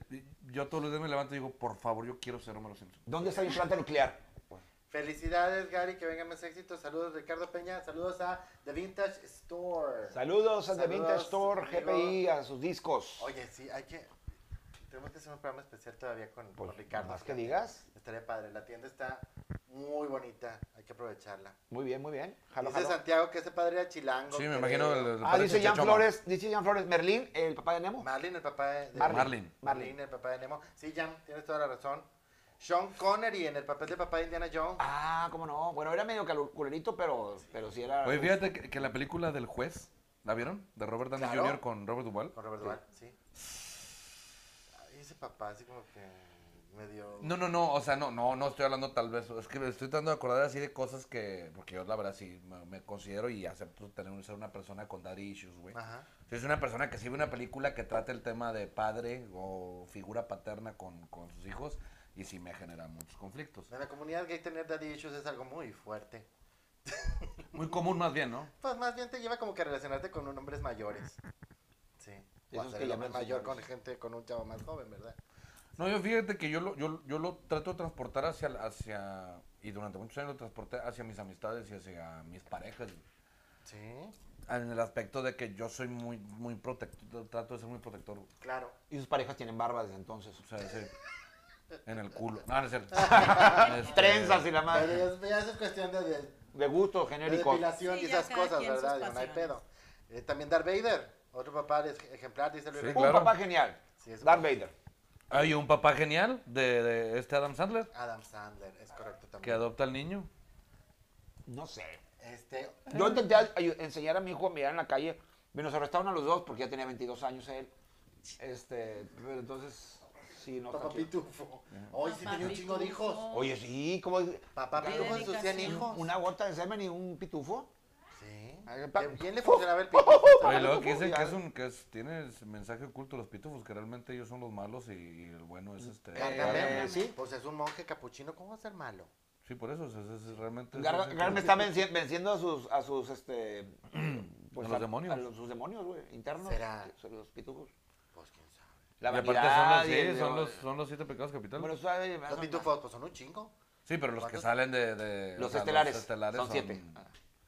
Speaker 1: yo todos los días me levanto y digo, por favor, yo quiero ser Homero Simpson.
Speaker 2: ¿Dónde está mi planta nuclear?
Speaker 3: Felicidades, Gary, que vengan más éxitos. Saludos, Ricardo Peña. Saludos a The Vintage Store.
Speaker 2: Saludos a The
Speaker 3: Saludos,
Speaker 2: Vintage Store,
Speaker 3: amigo.
Speaker 2: GPI, a sus discos.
Speaker 3: Oye, sí, hay que. Tenemos que hacer un programa especial todavía con,
Speaker 2: Pues,
Speaker 3: con Ricardo.
Speaker 2: Más que digas.
Speaker 3: Estaría padre. La tienda está muy bonita. Hay que aprovecharla.
Speaker 2: Muy bien, muy bien. Jalo,
Speaker 3: Dice
Speaker 2: jalo.
Speaker 3: Santiago que ese padre era chilango.
Speaker 1: Sí, me
Speaker 3: creo.
Speaker 1: imagino. el- el
Speaker 2: Ah,
Speaker 1: padre
Speaker 2: dice Jan
Speaker 1: Chichoma.
Speaker 2: Flores, dice Jan Flores, Merlín, el papá de Nemo.
Speaker 3: Marlin, el papá de. de-
Speaker 2: Marlin.
Speaker 1: Marlin.
Speaker 2: Marlin.
Speaker 3: Marlin, el papá de Nemo. Sí, Jam, tienes toda la razón. Sean Connery en el papel de papá de Indiana Jones.
Speaker 2: Ah, cómo no. Bueno, era medio calu- culerito, pero, pero sí era.
Speaker 1: Oye, fíjate que, que la película del juez, ¿la vieron? De Robert Downey
Speaker 3: Claro.
Speaker 1: Jr. con Robert Duvall.
Speaker 3: Con Robert Duvall, sí. Ay, ese papá, así como que medio.
Speaker 1: No, no, no, o sea, no, no, no estoy hablando tal vez, es que me estoy tratando de acordar así de cosas que, porque yo la verdad sí me, me considero y acepto tener un- ser una persona con daddy issues, güey.
Speaker 3: Ajá.
Speaker 1: Si es una persona que sí ve una película que trata el tema de padre o figura paterna con, con sus hijos y sí me genera muchos conflictos.
Speaker 3: En la comunidad gay tener daddy issues es algo muy fuerte.
Speaker 1: Muy común más bien, ¿no?
Speaker 3: Pues más bien te lleva como que a relacionarte con un hombres mayores. Sí. O
Speaker 2: Esos
Speaker 3: a ser
Speaker 2: que
Speaker 3: el hombre
Speaker 2: llaman
Speaker 3: mayor
Speaker 2: señores.
Speaker 3: con gente, con un chavo más joven, ¿verdad?
Speaker 1: No, yo fíjate que yo lo, yo, yo lo trato de transportar hacia, hacia, y durante muchos años lo transporté hacia mis amistades y hacia mis parejas. güey.
Speaker 3: Sí.
Speaker 1: En el aspecto de que yo soy muy, muy protector, trato de ser muy protector. güey.
Speaker 3: Claro.
Speaker 2: Y sus parejas tienen barba desde entonces.
Speaker 1: O sea, sí. En el culo. No, no es cierto. Este,
Speaker 2: Trenzas y la
Speaker 3: Pero
Speaker 2: madre.
Speaker 3: ya, ya eso es cuestión de, de- de
Speaker 2: De gusto genérico.
Speaker 3: depilación
Speaker 4: Sí,
Speaker 3: y
Speaker 4: ya
Speaker 3: esas
Speaker 4: cada
Speaker 3: cosas,
Speaker 4: quien sus
Speaker 3: ¿verdad? Digo, no hay pedo.
Speaker 4: pasiones.
Speaker 3: Eh, también Darth Vader, otro papá es ejemplar, dice Luis.
Speaker 1: Sí,
Speaker 3: Rey.
Speaker 2: Un
Speaker 1: claro.
Speaker 2: papá genial.
Speaker 3: Sí, es un
Speaker 2: Darth
Speaker 3: papá.
Speaker 2: Vader.
Speaker 1: Hay un papá genial de, de este Adam Sandler
Speaker 3: Adam Sandler, es correcto
Speaker 1: que
Speaker 3: también.
Speaker 1: adopta al niño.
Speaker 2: No sé.
Speaker 3: Este,
Speaker 2: Yo intenté a- ayu- enseñar a mi hijo a mirar en la calle. Me nos arrestaron a los dos porque ya tenía 22 años él. Este, pero entonces, sí, no está
Speaker 3: papá
Speaker 2: chido.
Speaker 3: Pitufo. Hoy sí
Speaker 4: Papá
Speaker 3: tenía un chingo de
Speaker 4: Pitufo.
Speaker 3: hijos.
Speaker 2: Oye, sí, como
Speaker 3: Papá
Speaker 4: Qué
Speaker 3: Pitufo ensucian
Speaker 4: dedicación.
Speaker 3: hijos.
Speaker 2: una gota de semen y un pitufo.
Speaker 3: Sí.
Speaker 2: Ay, pa-
Speaker 3: ¿Qué- ¿Quién le funcionaba el Pitufo?
Speaker 1: Oye, y luego
Speaker 2: no,
Speaker 1: que dicen
Speaker 2: ya.
Speaker 1: que es un, que es- tiene ese mensaje oculto los pitufos, que realmente ellos son los malos y, y el bueno es este.
Speaker 3: Gargamel.
Speaker 2: Eh, sí.
Speaker 3: Pues es un monje capuchino, ¿cómo va a ser malo?
Speaker 1: Sí, por eso, o sea, es- es realmente. es-
Speaker 2: Gar
Speaker 1: es-
Speaker 2: Gar me está venci- venciendo a sus, a sus, este, pues,
Speaker 1: A los demonios.
Speaker 2: a los- sus demonios, güey, internos.
Speaker 3: Será.
Speaker 2: que son los pitufos.
Speaker 3: Pues quién sabe.
Speaker 2: La
Speaker 1: y aparte son
Speaker 2: vanidad
Speaker 1: los,
Speaker 2: y
Speaker 1: sí,
Speaker 2: el-
Speaker 1: son los, son los siete pecados capitales.
Speaker 2: Bueno, suave,
Speaker 3: Los
Speaker 2: son-
Speaker 3: pitufos, pues son un chingo.
Speaker 1: sí, pero los que
Speaker 3: ¿cuántos?
Speaker 1: salen de. de- o
Speaker 2: los
Speaker 1: sea,
Speaker 2: estelares,
Speaker 1: estelares Ah.
Speaker 2: son siete.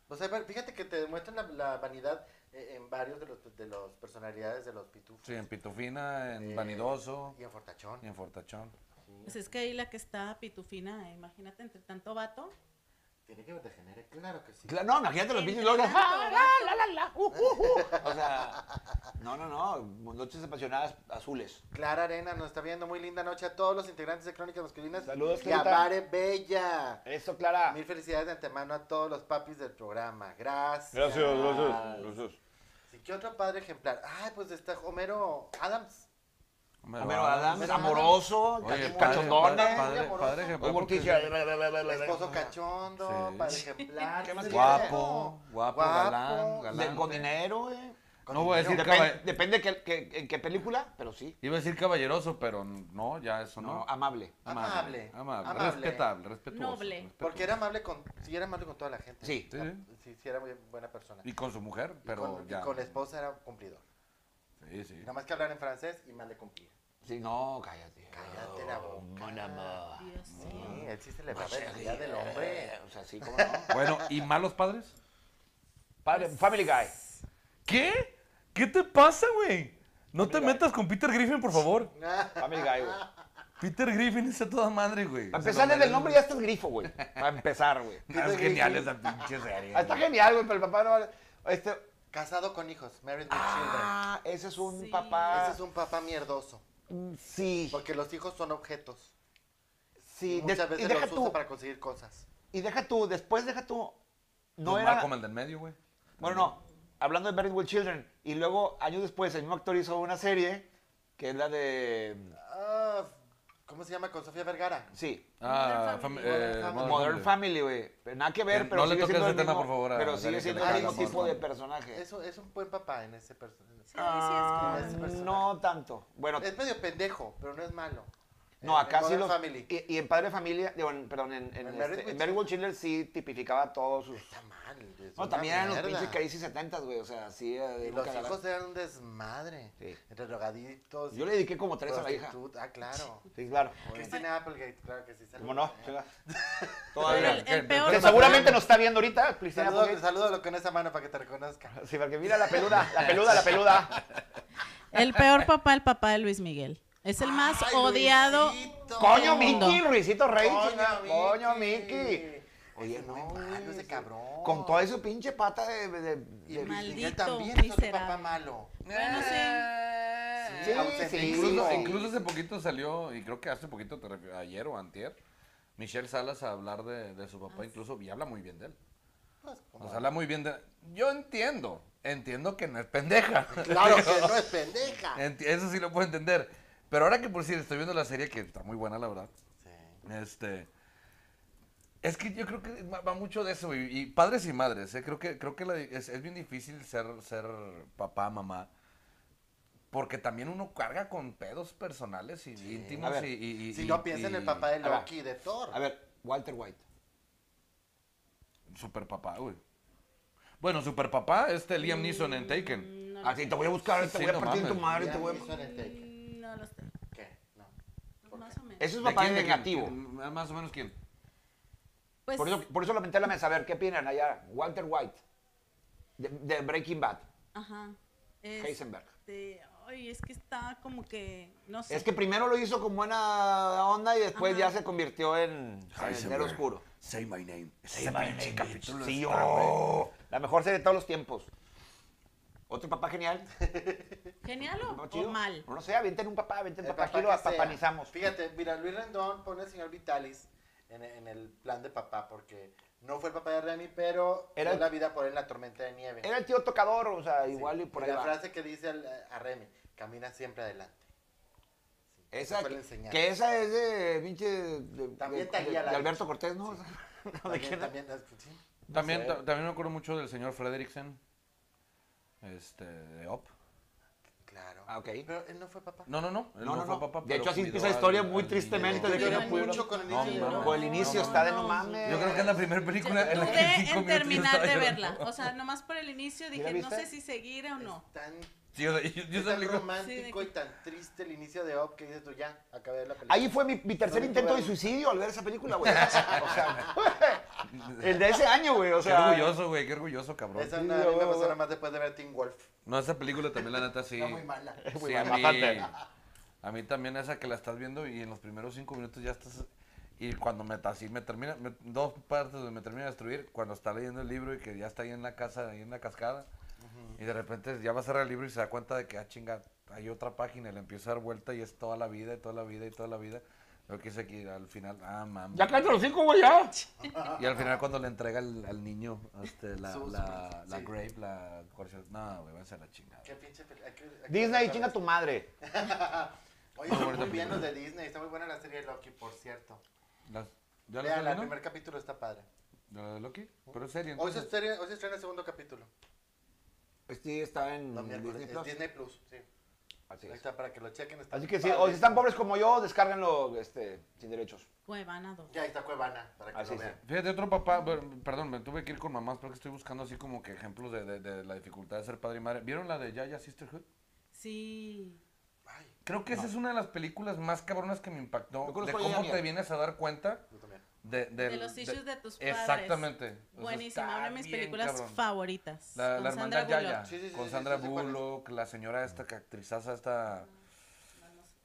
Speaker 3: O sea, pero fíjate que te demuestran la, la vanidad eh, en varios de los, de los personalidades de los pitufos.
Speaker 1: Sí, en Pitufina, en
Speaker 3: Eh,
Speaker 1: Vanidoso
Speaker 3: Y en Fortachón.
Speaker 1: y en Fortachón.
Speaker 4: Pues es que ahí la que está pitufina, eh, imagínate, entre tanto vato.
Speaker 3: Tiene que ver de
Speaker 1: eh,
Speaker 3: género, claro que sí.
Speaker 2: Claro, no, imagínate los
Speaker 4: Entre
Speaker 2: pinches logros.
Speaker 4: tanto vato.
Speaker 2: O sea, no, no, no, noches apasionadas azules.
Speaker 3: Clara Arena nos está viendo. Muy linda noche a todos los integrantes de Crónicas Masculinas.
Speaker 2: Saludos,
Speaker 3: Y a
Speaker 2: Clarita.
Speaker 3: Vare Bella.
Speaker 2: Eso, Clara.
Speaker 3: Mil felicidades de antemano a todos los papis del programa. Gracias. Sí, ¿Qué otro padre ejemplar? Ay, pues está Homero Adams.
Speaker 2: Homero Adams,
Speaker 3: Homero Adams.
Speaker 2: amoroso,
Speaker 1: Oye, padre,
Speaker 2: cachondón. cachondones.
Speaker 1: padre,
Speaker 3: muy
Speaker 1: padre,
Speaker 3: amoroso.
Speaker 1: padre ejemplar,
Speaker 2: Hugo
Speaker 1: porque-
Speaker 2: Ortiz,
Speaker 3: Esposo cachondo,
Speaker 1: Sí.
Speaker 3: padre ejemplar.
Speaker 2: ¿Qué más
Speaker 3: Sí,
Speaker 2: quieres?
Speaker 1: Guapo, guapo, galán, galán.
Speaker 2: de- con dinero, güey.
Speaker 3: Con
Speaker 1: No voy a
Speaker 3: dinero.
Speaker 1: decir
Speaker 3: eh.
Speaker 2: Depende,
Speaker 1: caball-
Speaker 2: depende que- que- en qué película, pero sí.
Speaker 1: Iba a decir caballeroso, pero no, ya eso
Speaker 2: No,
Speaker 1: no.
Speaker 2: amable.
Speaker 1: Amable,
Speaker 3: Amable,
Speaker 1: amable,
Speaker 3: amable.
Speaker 1: respetable, respetuoso.
Speaker 4: Noble.
Speaker 1: respetuoso.
Speaker 3: Porque era amable con, sí, era amable con toda la gente.
Speaker 2: Sí.
Speaker 1: Sí, sí.
Speaker 3: Sí, sí, era muy buena persona.
Speaker 1: Y con su mujer,
Speaker 3: Y
Speaker 1: pero
Speaker 3: con, y
Speaker 1: ya.
Speaker 3: con la esposa era cumplidor.
Speaker 1: Sí, sí.
Speaker 3: Nada más que hablar en francés y más le cumplía.
Speaker 2: Sí, no, cállate. Oh,
Speaker 3: Cállate la boca.
Speaker 2: mon amour.
Speaker 4: Dios mío.
Speaker 3: Sí,
Speaker 2: Ah.
Speaker 3: él sí se le va a
Speaker 2: Sí,
Speaker 3: ver del hombre.
Speaker 2: O sea, sí, cómo no.
Speaker 1: Bueno, ¿y malos padres?
Speaker 2: Padre, Family Guy.
Speaker 1: ¿Qué? ¿Qué te pasa, güey? No te
Speaker 2: Mira.
Speaker 1: metas con Peter Griffin, por favor.
Speaker 2: Family Guy, güey.
Speaker 1: Peter Griffin es a toda madre, güey.
Speaker 2: Para empezar, desde el
Speaker 1: Ah,
Speaker 2: nombre ya estás grifo, güey. Para empezar, güey.
Speaker 1: Es Ah, genial esa pinche serie.
Speaker 2: Ah, Está genial, güey, pero el papá no... Este,
Speaker 3: Casado con hijos, married with
Speaker 2: Ah, ese es un
Speaker 4: Sí.
Speaker 2: papá.
Speaker 3: children. Ese es un papá mierdoso.
Speaker 2: Sí,
Speaker 3: Porque los hijos son objetos.
Speaker 2: sí.
Speaker 3: y muchas
Speaker 2: Des- y
Speaker 3: veces
Speaker 2: deja
Speaker 3: los usa
Speaker 2: tú,
Speaker 3: para conseguir cosas.
Speaker 2: y deja tú, después deja tú. No
Speaker 1: Pues
Speaker 2: era.
Speaker 1: Malcolm, el del medio, güey.
Speaker 2: Bueno, no, hablando de Married with Children, y luego años después el mismo actor hizo una serie que es la de.
Speaker 3: Ah, ¿Cómo se llama? Con Sofía Vergara.
Speaker 2: Sí,
Speaker 1: Ah,
Speaker 4: Modern
Speaker 1: fam-
Speaker 4: Family.
Speaker 1: eh,
Speaker 3: Modern
Speaker 1: Modern
Speaker 2: Modern
Speaker 1: Family.
Speaker 2: Family, güey. Pero Nada que
Speaker 1: Eh,
Speaker 2: ver, pero
Speaker 1: no le
Speaker 2: sigue
Speaker 1: toques
Speaker 2: siendo
Speaker 1: ese
Speaker 2: el
Speaker 1: tema,
Speaker 2: mismo-
Speaker 1: por favor, a
Speaker 2: Pero
Speaker 1: Gary,
Speaker 2: sigue
Speaker 1: que
Speaker 2: siendo
Speaker 3: le
Speaker 2: el
Speaker 3: caga
Speaker 2: mismo tipo
Speaker 1: Modern
Speaker 2: de
Speaker 1: Family.
Speaker 2: personaje. Ah,
Speaker 3: Es, un- es un buen papá en ese personaje.
Speaker 4: Sí, sí, es
Speaker 3: ese
Speaker 4: como...
Speaker 3: personaje.
Speaker 2: no tanto. Bueno,
Speaker 3: Es medio pendejo, pero no es malo.
Speaker 2: no,
Speaker 3: En- en
Speaker 2: acá sí
Speaker 3: Modern
Speaker 2: los...
Speaker 3: Family.
Speaker 2: Y, y en Padre de Familia, digo, en- perdón, en, en,
Speaker 3: En Married
Speaker 2: este,
Speaker 3: with
Speaker 2: en Married with Children sí tipificaba todos sus...
Speaker 3: Está mal. es
Speaker 2: No,
Speaker 3: una
Speaker 2: también eran los
Speaker 3: mierda.
Speaker 2: pinches que y 70 güey, o sea, sí.
Speaker 3: Y
Speaker 2: eh, nunca
Speaker 3: los
Speaker 2: la-
Speaker 3: hijos eran un desmadre.
Speaker 2: Sí.
Speaker 3: Entre drogaditos.
Speaker 2: Yo le dediqué como tres a la hija.
Speaker 3: prostituta- Ah, claro.
Speaker 2: Sí, claro.
Speaker 3: Cristina Applegate, claro que sí.
Speaker 2: ¿Cómo
Speaker 3: saludos.
Speaker 2: no?
Speaker 3: Eh,
Speaker 2: Chela.
Speaker 4: Pero
Speaker 2: Todavía.
Speaker 4: el, el peor...
Speaker 2: Que seguramente nos está viendo ahorita, Cristina.
Speaker 3: Saludo,
Speaker 2: porque-
Speaker 3: salúdalo con esa mano para que te reconozca.
Speaker 2: Sí, porque mira la peluda, la peluda, la peluda.
Speaker 4: El peor papá, el papá de Luis Miguel. Es el más
Speaker 3: Ay,
Speaker 4: odiado.
Speaker 3: Luisito.
Speaker 2: Coño,
Speaker 4: mundo.
Speaker 2: Miki, Luisito Rey.
Speaker 3: Coño,
Speaker 2: chinga,
Speaker 3: Miki.
Speaker 2: Coño, Miki. Oye,
Speaker 3: Ese es
Speaker 2: no,
Speaker 3: muy malo
Speaker 2: güey,
Speaker 3: ese
Speaker 2: sí.
Speaker 3: cabrón.
Speaker 2: Con toda su pinche pata de. de-
Speaker 3: Y Luis
Speaker 2: de-
Speaker 3: Miguel
Speaker 4: Maldito,
Speaker 3: también es otro
Speaker 4: miserable.
Speaker 3: papá malo.
Speaker 4: Bueno,
Speaker 2: Ah.
Speaker 4: sí.
Speaker 2: Sí,
Speaker 3: aunque
Speaker 2: sí,
Speaker 3: se
Speaker 1: Ah, pues, e Incluso,
Speaker 3: incluso-
Speaker 2: sí.
Speaker 1: incluso hace poquito salió, y creo que hace poquito, te refiero, ayer o antier, Michelle Salas a hablar de, de su
Speaker 4: Ah,
Speaker 1: papá, incluso, y habla muy bien de él.
Speaker 3: Pues, como-
Speaker 1: O sea, habla muy bien de... Yo entiendo, entiendo que no es pendeja.
Speaker 3: Claro que no es pendeja.
Speaker 1: Enti- Eso sí lo puedo entender. Pero ahora que por si estoy viendo la serie, que está muy buena, la verdad. Este. Es que yo creo que va va mucho de eso, güey. Y padres y madres, ¿eh? Creo que, creo que la- es, es bien difícil ser, ser papá, mamá. Porque también uno carga con pedos personales y
Speaker 2: A
Speaker 1: íntimos.
Speaker 2: ver,
Speaker 1: y, y- y-
Speaker 3: Si
Speaker 1: y-
Speaker 3: no piensa en
Speaker 1: y-
Speaker 3: el papá de
Speaker 2: a ver.
Speaker 3: Loki, de Thor.
Speaker 2: A ver, Walter White.
Speaker 1: Super papá, güey. Bueno, super papá, este Liam Neeson en Taken. Ah,
Speaker 4: No,
Speaker 2: Así te voy a buscar,
Speaker 1: Sí,
Speaker 2: te voy a
Speaker 1: no
Speaker 2: partir de tu
Speaker 1: mames.
Speaker 2: madre,
Speaker 3: Ya,
Speaker 2: te voy a.
Speaker 3: eso era el take.
Speaker 4: Mm, no los tengo.
Speaker 3: ¿Qué? No.
Speaker 4: Más o menos.
Speaker 2: Eso es
Speaker 1: ¿De
Speaker 2: papá
Speaker 1: quién, de quién?
Speaker 2: negativo.
Speaker 1: ¿Quién? Más o menos quién.
Speaker 4: Pues,
Speaker 2: Por eso, por eso lo metí a la mesa. A ver, ¿qué opinan allá? Walter White. De, de Breaking Bad.
Speaker 4: ajá.
Speaker 2: Heisenberg.
Speaker 4: Este, ay, es que está como que, no sé.
Speaker 2: Es que primero lo hizo con buena onda y después
Speaker 4: Ajá.
Speaker 2: ya se convirtió en en el Cero Oscuro.
Speaker 1: Say my name. Say
Speaker 2: Ese
Speaker 1: my
Speaker 2: pinche
Speaker 1: name,
Speaker 2: capítulo
Speaker 1: bitch.
Speaker 2: sí,
Speaker 1: está, güey.
Speaker 2: oh, La mejor serie de todos los tiempos. Otro papá genial.
Speaker 4: ¿Genial o,
Speaker 2: ¿No,
Speaker 4: o
Speaker 2: chido?
Speaker 4: mal?
Speaker 2: No sé, avienten un papá, avienten
Speaker 3: El
Speaker 2: papá, aquí
Speaker 3: papá
Speaker 2: lo
Speaker 3: que sea.
Speaker 2: apapanizamos.
Speaker 3: Fíjate, mira, Luis Rendón pone al señor Vitalis en, en el plan de papá porque no fue el papá de Remy, pero
Speaker 2: Era
Speaker 3: era
Speaker 2: el-
Speaker 3: la vida por él en la tormenta de nieve.
Speaker 2: Era el tío tocador, o sea,
Speaker 3: Sí.
Speaker 2: Ah, igual y por
Speaker 3: Y
Speaker 2: ahí
Speaker 3: La
Speaker 2: va.
Speaker 3: frase que dice al- a Remy, camina siempre adelante. Sí,
Speaker 2: Esa,
Speaker 3: fue la
Speaker 2: que,
Speaker 3: enseñanza.
Speaker 2: que esa es de pinche de, de-
Speaker 3: También
Speaker 2: de-
Speaker 3: Talía
Speaker 2: de
Speaker 3: la
Speaker 2: Alberto
Speaker 3: hizo.
Speaker 2: Cortés, ¿no?
Speaker 3: Sí.
Speaker 2: ¿De
Speaker 3: También,
Speaker 2: quién era?
Speaker 3: también, sí.
Speaker 1: También,
Speaker 2: sé.
Speaker 1: ta- también me acuerdo mucho del señor Frederiksen. Este, de OP.
Speaker 3: Claro.
Speaker 2: Ah, ok.
Speaker 3: Pero él no fue papá.
Speaker 1: No, no, no. él
Speaker 2: No, no,
Speaker 1: fue
Speaker 2: no.
Speaker 1: papá,
Speaker 2: De
Speaker 1: pero
Speaker 2: hecho, así
Speaker 1: cuidó
Speaker 2: empieza la
Speaker 1: al-
Speaker 2: historia
Speaker 1: al
Speaker 2: muy
Speaker 1: niño.
Speaker 2: tristemente
Speaker 3: de que
Speaker 4: Lloré
Speaker 3: no pudieron- mucho con el
Speaker 1: No,
Speaker 3: inicio.
Speaker 1: mames.
Speaker 2: O el inicio
Speaker 4: No,
Speaker 2: está de
Speaker 4: no,
Speaker 2: no mames.
Speaker 1: Yo creo que es la primera
Speaker 4: Yo
Speaker 1: película en la que en
Speaker 4: dudé
Speaker 1: cinco
Speaker 4: en
Speaker 1: minutos yo
Speaker 4: terminar
Speaker 1: estaba
Speaker 4: de
Speaker 1: llorando.
Speaker 4: verla. O sea, nomás por el inicio dije, no sé si seguir o no.
Speaker 3: Es tan,
Speaker 1: Sí, o sea, yo, yo
Speaker 3: es
Speaker 1: esa
Speaker 3: tan
Speaker 1: película-
Speaker 3: romántico
Speaker 4: Sí, de
Speaker 3: y tan triste el inicio de Op que dices tú ya, acabé de ver la película.
Speaker 2: Ahí fue mi, mi tercer
Speaker 3: No,
Speaker 2: intento de
Speaker 3: claro.
Speaker 2: suicidio al ver esa película, güey. O sea, el de ese año, güey. O
Speaker 1: Qué
Speaker 2: sea,
Speaker 1: orgulloso, güey, qué orgulloso, cabrón.
Speaker 3: Esa una, a mí me pasó nada más después de ver Teen Wolf.
Speaker 1: No, esa película también, la neta, sí.
Speaker 3: Está muy mala.
Speaker 1: Sí, a mí, a mí también esa que la estás viendo y en los primeros cinco minutos ya estás... Y cuando me, así me termina, me- dos partes donde me termina de destruir, cuando está leyendo el libro y que ya está ahí en la casa, ahí en la cascada, y de repente ya va a cerrar el libro y se da cuenta de que, ah, chinga, hay otra página, y le empieza a dar vuelta y es toda la vida, y toda la vida, y toda la vida. Lo que hice aquí al final, ah, mami.
Speaker 2: ya cállate los cinco, güey, ya.
Speaker 1: Y al final cuando le entrega al, al niño este, la,
Speaker 3: Su- su-
Speaker 1: la, la
Speaker 3: sí.
Speaker 1: grape, la corcho- no, güey, va a ser la chingada.
Speaker 3: Qué pinche peli- hay que- hay que
Speaker 2: Disney,
Speaker 3: ver
Speaker 2: chinga tu madre.
Speaker 3: otra vez. Oye,
Speaker 1: Muy bonita
Speaker 3: está muy
Speaker 1: película.
Speaker 3: bien los de Disney. Está muy buena la serie de Loki, por cierto.
Speaker 1: Las- ¿Ya la
Speaker 3: Vean, el
Speaker 1: estás
Speaker 3: primer
Speaker 1: viendo?
Speaker 3: capítulo está padre.
Speaker 1: ¿La de Loki?
Speaker 2: Oh.
Speaker 1: Pero es serie,
Speaker 3: Hoy se,
Speaker 1: entonces.
Speaker 3: estrena, hoy se estrena el segundo capítulo.
Speaker 2: Sí, está Este en
Speaker 3: No, miércoles.
Speaker 2: Mm, Disney
Speaker 3: es
Speaker 2: Plus.
Speaker 3: Disney Plus, sí.
Speaker 2: Así
Speaker 3: Ahí
Speaker 2: es.
Speaker 3: está, para que lo chequen. está
Speaker 2: Así que si,
Speaker 3: padre.
Speaker 2: o si están pobres como yo, descárguenlo este, sin derechos.
Speaker 4: Cuevana dos.
Speaker 3: Ya ahí está Cuevana, para que
Speaker 2: Así
Speaker 3: lo
Speaker 2: es.
Speaker 3: vean.
Speaker 1: Fíjate, otro papá, bueno, perdón, me tuve que ir con mamás porque estoy buscando así como que ejemplos de, de- de la dificultad de ser padre y madre. ¿Vieron la de Yaya Sisterhood?
Speaker 4: Sí.
Speaker 3: Ay,
Speaker 1: Creo que esa es una de las películas más cabronas que me impactó.
Speaker 2: Yo conozco
Speaker 1: De
Speaker 2: a Yaya
Speaker 1: cómo te
Speaker 2: Mía.
Speaker 1: vienes a dar cuenta
Speaker 3: yo también.
Speaker 1: de,
Speaker 4: De los issues de tus padres.
Speaker 1: Exactamente. O sea,
Speaker 4: Buenísima,
Speaker 1: está
Speaker 4: una de mis
Speaker 1: bien
Speaker 4: películas
Speaker 1: cabrón.
Speaker 4: favoritas.
Speaker 1: La,
Speaker 4: con
Speaker 1: la
Speaker 4: Sandra
Speaker 1: hermandad Yaya,
Speaker 4: Bullock.
Speaker 3: Sí, sí, sí,
Speaker 1: con
Speaker 3: sí,
Speaker 1: Sandra
Speaker 3: sí sé cuál es.
Speaker 1: Bullock, la señora esta que actrizaza esta...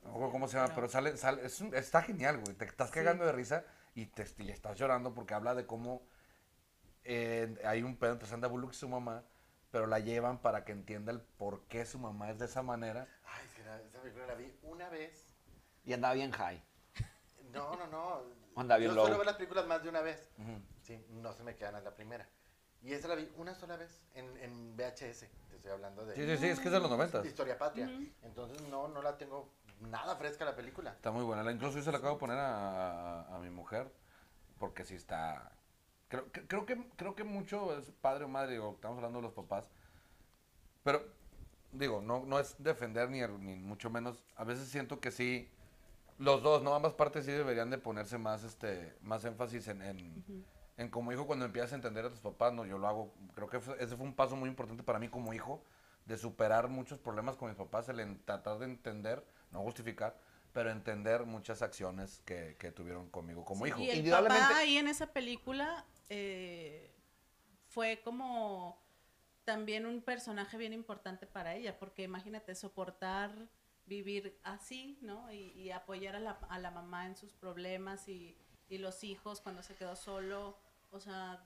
Speaker 1: No recuerdo cómo se llama, pero sale, sale es un- está genial, güey. Te estás cagando de risa y te y estás llorando porque habla de cómo eh, hay un pedo entre Sandra Bullock y su mamá, pero la llevan para que entienda el por qué su mamá es de esa manera.
Speaker 3: Ay, es que la- esa película la vi una vez.
Speaker 6: Y andaba bien high.
Speaker 3: No, no, no.
Speaker 6: Anda bien
Speaker 3: Yo
Speaker 6: low.
Speaker 3: suelo ver las películas más de una vez. Sí, no se me quedan a la primera. Y esa la vi una sola vez en, en VHS. Te estoy hablando de
Speaker 1: Sí, sí, sí, es que es de los noventas.
Speaker 3: Historia Patria. Entonces no, no la tengo nada fresca la película.
Speaker 1: Está muy buena. La- Incluso yo se la acabo de poner a, a- a mi mujer, porque sí está... Creo, cre- creo, que, creo que mucho es padre o madre, digo, estamos hablando de los papás, pero digo, no, no es defender ni, ni mucho menos. A veces siento que sí, los dos, ¿no? Ambas partes sí deberían de ponerse más, este, más énfasis en, en, en como hijo cuando empiezas a entender a tus papás, ¿no? Yo lo hago, creo que fue- ese fue un paso muy importante para mí como hijo, de superar muchos problemas con mis papás, el en- tratar de entender, no justificar, pero entender muchas acciones que, que tuvieron conmigo como hijo.
Speaker 4: Y el
Speaker 2: Indudablemente-
Speaker 4: papá ahí en esa película eh, fue como también un personaje bien importante para ella, porque imagínate soportar vivir así, ¿no? Y, y apoyar a la, a la mamá en sus problemas y, y los hijos cuando se quedó solo, o sea,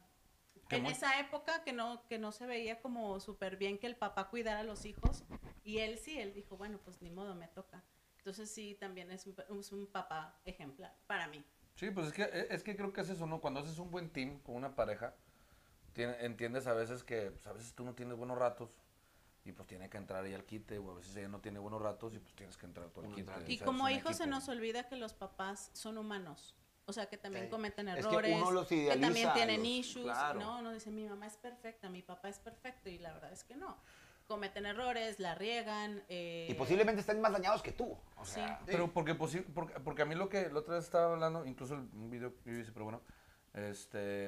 Speaker 1: Qué
Speaker 4: en
Speaker 1: muy-
Speaker 4: esa época que no que no se veía como súper bien que el papá cuidara a los hijos y él sí, él dijo, bueno, pues ni modo, me toca. Entonces sí, también es un- es un papá ejemplar para mí.
Speaker 1: Sí, pues es que, e- es que creo que es eso, ¿no? Cuando haces un buen team con una pareja, tiene- entiendes a veces que pues, a veces tú no tienes buenos ratos y pues tiene que entrar ella al quite, o a veces ella no tiene buenos ratos y pues tienes que entrar tú al quite. o sea,
Speaker 4: Y
Speaker 1: es
Speaker 4: como
Speaker 1: un
Speaker 4: hijos se
Speaker 1: equipo.
Speaker 4: nos olvida que los papás son humanos. O sea, que también
Speaker 3: Sí.
Speaker 4: cometen
Speaker 6: Es que
Speaker 4: errores,
Speaker 6: uno los
Speaker 4: que también
Speaker 6: idealiza,
Speaker 4: tienen
Speaker 6: los-
Speaker 4: issues,
Speaker 6: claro.
Speaker 4: ¿no? Uno dice, mi mamá es perfecta, mi papá es perfecto, y la verdad es que no. Cometen errores, la riegan. eh,
Speaker 2: Y
Speaker 6: pues
Speaker 2: posiblemente estén más dañados que tú. O
Speaker 4: sí.
Speaker 3: Ah.
Speaker 2: sea,
Speaker 1: Pero porque, posi- porque, porque a mí lo que la otra vez estaba hablando, incluso el- un video que yo hice, pero bueno, este,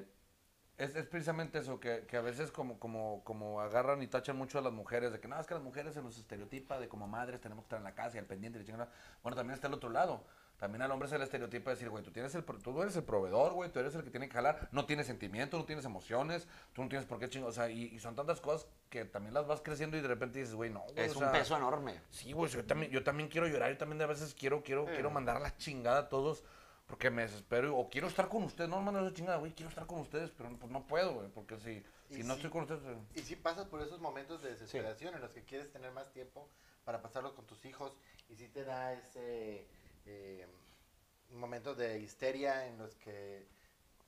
Speaker 1: es, es precisamente eso, que, que a veces como, como, como agarran y tachan mucho a las mujeres, de que no, es que las mujeres se nos estereotipa de como madres tenemos que estar en la casa y al pendiente y la chingada. Bueno, también está el otro lado. También al hombre se le estereotipa de decir, güey, tú, tienes el, pro- tú eres el proveedor, güey, tú eres el que tiene que jalar, no tienes sentimientos, no tienes emociones, tú no tienes por qué chingar, o sea, y, y son tantas cosas que también las vas creciendo y de repente dices, güey, no, güey,
Speaker 6: Es
Speaker 1: o
Speaker 6: un
Speaker 1: sea,
Speaker 6: peso enorme.
Speaker 1: Sí, güey, yo también, yo también quiero llorar, yo también a veces quiero, quiero, quiero mandar la chingada a todos porque me desespero o quiero estar con ustedes, no mandar la chingada, güey, quiero estar con ustedes, pero no- pues no puedo, güey, porque si,
Speaker 3: Y
Speaker 1: si no
Speaker 3: sí.
Speaker 1: estoy con ustedes, eh,
Speaker 3: Y si pasas por esos momentos de desesperación en los que quieres tener más tiempo para pasarlo con tus hijos y si te da ese eh, momento de histeria en los que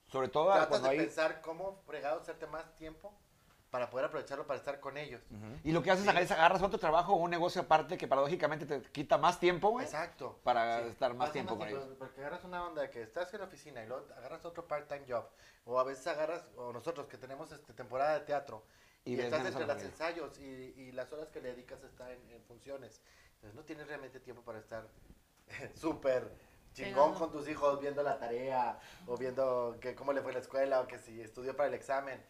Speaker 2: sobre todo
Speaker 3: tratas
Speaker 2: cuando
Speaker 3: de
Speaker 2: hay...
Speaker 3: pensar cómo fregado hacerte más tiempo para poder aprovecharlo para estar con ellos.
Speaker 2: Y lo que haces es agarras otro trabajo o un negocio aparte que paradójicamente te quita más tiempo, güey.
Speaker 3: Exacto.
Speaker 2: Para estar más
Speaker 3: Pasa
Speaker 2: tiempo con ellos.
Speaker 3: Porque agarras una onda que estás en la oficina y luego agarras otro part-time job. O a veces agarras, o nosotros que tenemos este, temporada de teatro.
Speaker 2: Y
Speaker 3: Y,
Speaker 2: ves
Speaker 3: estás
Speaker 2: menos a
Speaker 3: entre
Speaker 2: la
Speaker 3: los
Speaker 2: familia.
Speaker 3: ensayos y, y las horas que le dedicas están en, en funciones. Entonces no tienes realmente tiempo para estar súper chingón
Speaker 4: Pegado.
Speaker 3: con tus hijos viendo la tarea o viendo que, cómo le fue en la escuela o que si estudió para el examen.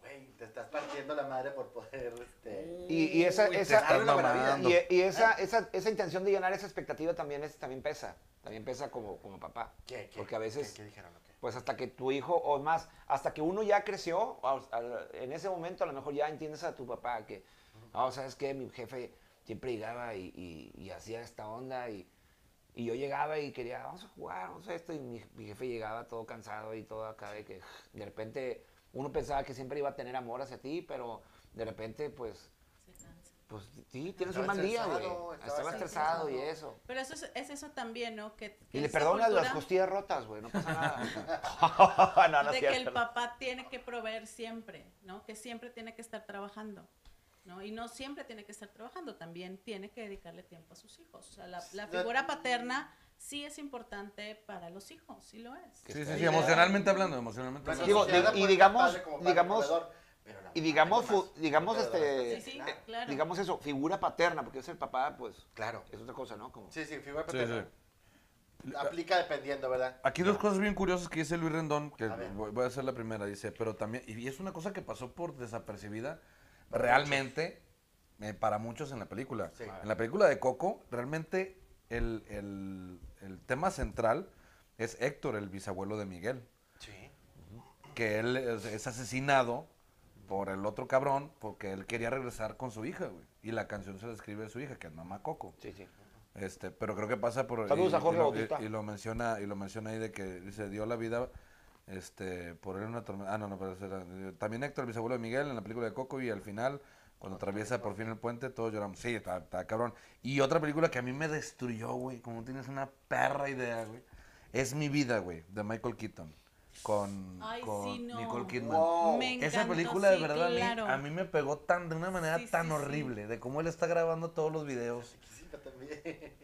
Speaker 3: Güey, te estás partiendo la madre por poder... Este,
Speaker 2: Y, y esa,
Speaker 1: Uy, te
Speaker 2: esa,
Speaker 1: estás
Speaker 2: darle la buena vida.
Speaker 1: mamando.
Speaker 2: Y- y esa, esa, esa intención de llenar esa expectativa también, es, también pesa. También pesa como, como papá.
Speaker 3: ¿qué, qué,
Speaker 2: Porque a veces...
Speaker 3: ¿Qué, qué dijeron? o qué?
Speaker 2: Pues hasta que tu hijo, o más, hasta que uno ya creció, a- a- en ese momento a lo mejor ya entiendes a tu papá que, ah, ¿sabes qué? Mi jefe siempre llegaba y, y- y hacía esta onda y, y yo llegaba y quería, vamos a jugar, vamos a esto, y mi, mi jefe llegaba todo cansado y todo acá de que de repente uno pensaba que siempre iba a tener amor hacia ti, pero de repente pues,
Speaker 4: Se cansa.
Speaker 2: pues sí, tienes
Speaker 3: Estaba
Speaker 2: un mal día, güey.
Speaker 3: estresado, estaba
Speaker 2: Estaba estresado y
Speaker 3: estresado.
Speaker 2: eso.
Speaker 4: Pero eso es, es eso también, ¿no? Que, que
Speaker 2: Y le
Speaker 4: esa
Speaker 2: perdonas las
Speaker 4: cultura
Speaker 2: costillas rotas, güey, no pasa nada. no, no es
Speaker 4: de que
Speaker 2: cierto.
Speaker 4: el papá tiene que proveer siempre, ¿no? Que siempre tiene que estar trabajando, ¿no? Y no siempre tiene que estar trabajando, también tiene que dedicarle tiempo a sus hijos. O sea, la, la
Speaker 3: No-
Speaker 4: figura paterna sí es importante para los hijos, sí lo es.
Speaker 1: Sí, sí, sí, emocionalmente hablando, emocionalmente
Speaker 3: Pues
Speaker 1: hablando.
Speaker 2: Digo,
Speaker 3: sociedad
Speaker 2: di- y
Speaker 3: puede ser
Speaker 2: digamos-
Speaker 3: padre como padre
Speaker 2: digamos-
Speaker 3: proveedor, pero la
Speaker 2: Y
Speaker 3: mamá
Speaker 2: digamos,
Speaker 3: no más.
Speaker 2: fu- digamos,
Speaker 3: Pero la verdad
Speaker 2: este,
Speaker 3: es que
Speaker 4: Sí, sí,
Speaker 3: claro.
Speaker 4: claro.
Speaker 2: digamos eso, figura paterna, porque es el papá, pues,
Speaker 3: Claro.
Speaker 2: es otra cosa, ¿no? Como,
Speaker 3: Sí, sí, figura
Speaker 1: Sí,
Speaker 3: paterna. Aplica dependiendo, ¿verdad?
Speaker 1: Aquí dos cosas bien curiosas que dice Luis Rendón, que
Speaker 3: A ver.
Speaker 1: voy, voy a hacer la primera, dice, pero también, y es una cosa que pasó por desapercibida realmente eh, para muchos en la película.
Speaker 3: Sí.
Speaker 1: En la película de Coco, realmente el, el- el tema central es Héctor, el bisabuelo de Miguel,
Speaker 3: Sí.
Speaker 1: que él es, es asesinado por el otro cabrón porque él quería regresar con su hija, güey. Y la canción se la escribe a su hija, que es Mamá Coco.
Speaker 2: sí, sí.
Speaker 1: Este, pero creo que pasa por
Speaker 2: Saludos
Speaker 1: y-
Speaker 2: a Jorge
Speaker 1: y lo-
Speaker 2: Bautista.
Speaker 1: y, y lo menciona y lo menciona ahí de que dice dio la vida eh, este por él una tormenta. Ah, no, no, pero eso era- también Héctor, el bisabuelo de Miguel en la película de Coco y al final Cuando atraviesa por fin el puente, todos lloramos. Sí, está, está cabrón. Y otra película que a mí me destruyó, güey. Como no tienes una perra idea, güey. Es Mi Vida, güey, de Michael Keaton. Con,
Speaker 4: Ay,
Speaker 1: con
Speaker 4: sí, no.
Speaker 1: Nicole Kidman.
Speaker 4: Me
Speaker 1: Esa
Speaker 4: encantó,
Speaker 1: película, de
Speaker 4: sí,
Speaker 1: verdad, a mí-
Speaker 4: claro.
Speaker 1: a, mí, me pegó tan de una manera
Speaker 4: Sí, sí,
Speaker 1: tan
Speaker 4: sí.
Speaker 1: horrible. De cómo él está grabando todos los videos.
Speaker 3: también.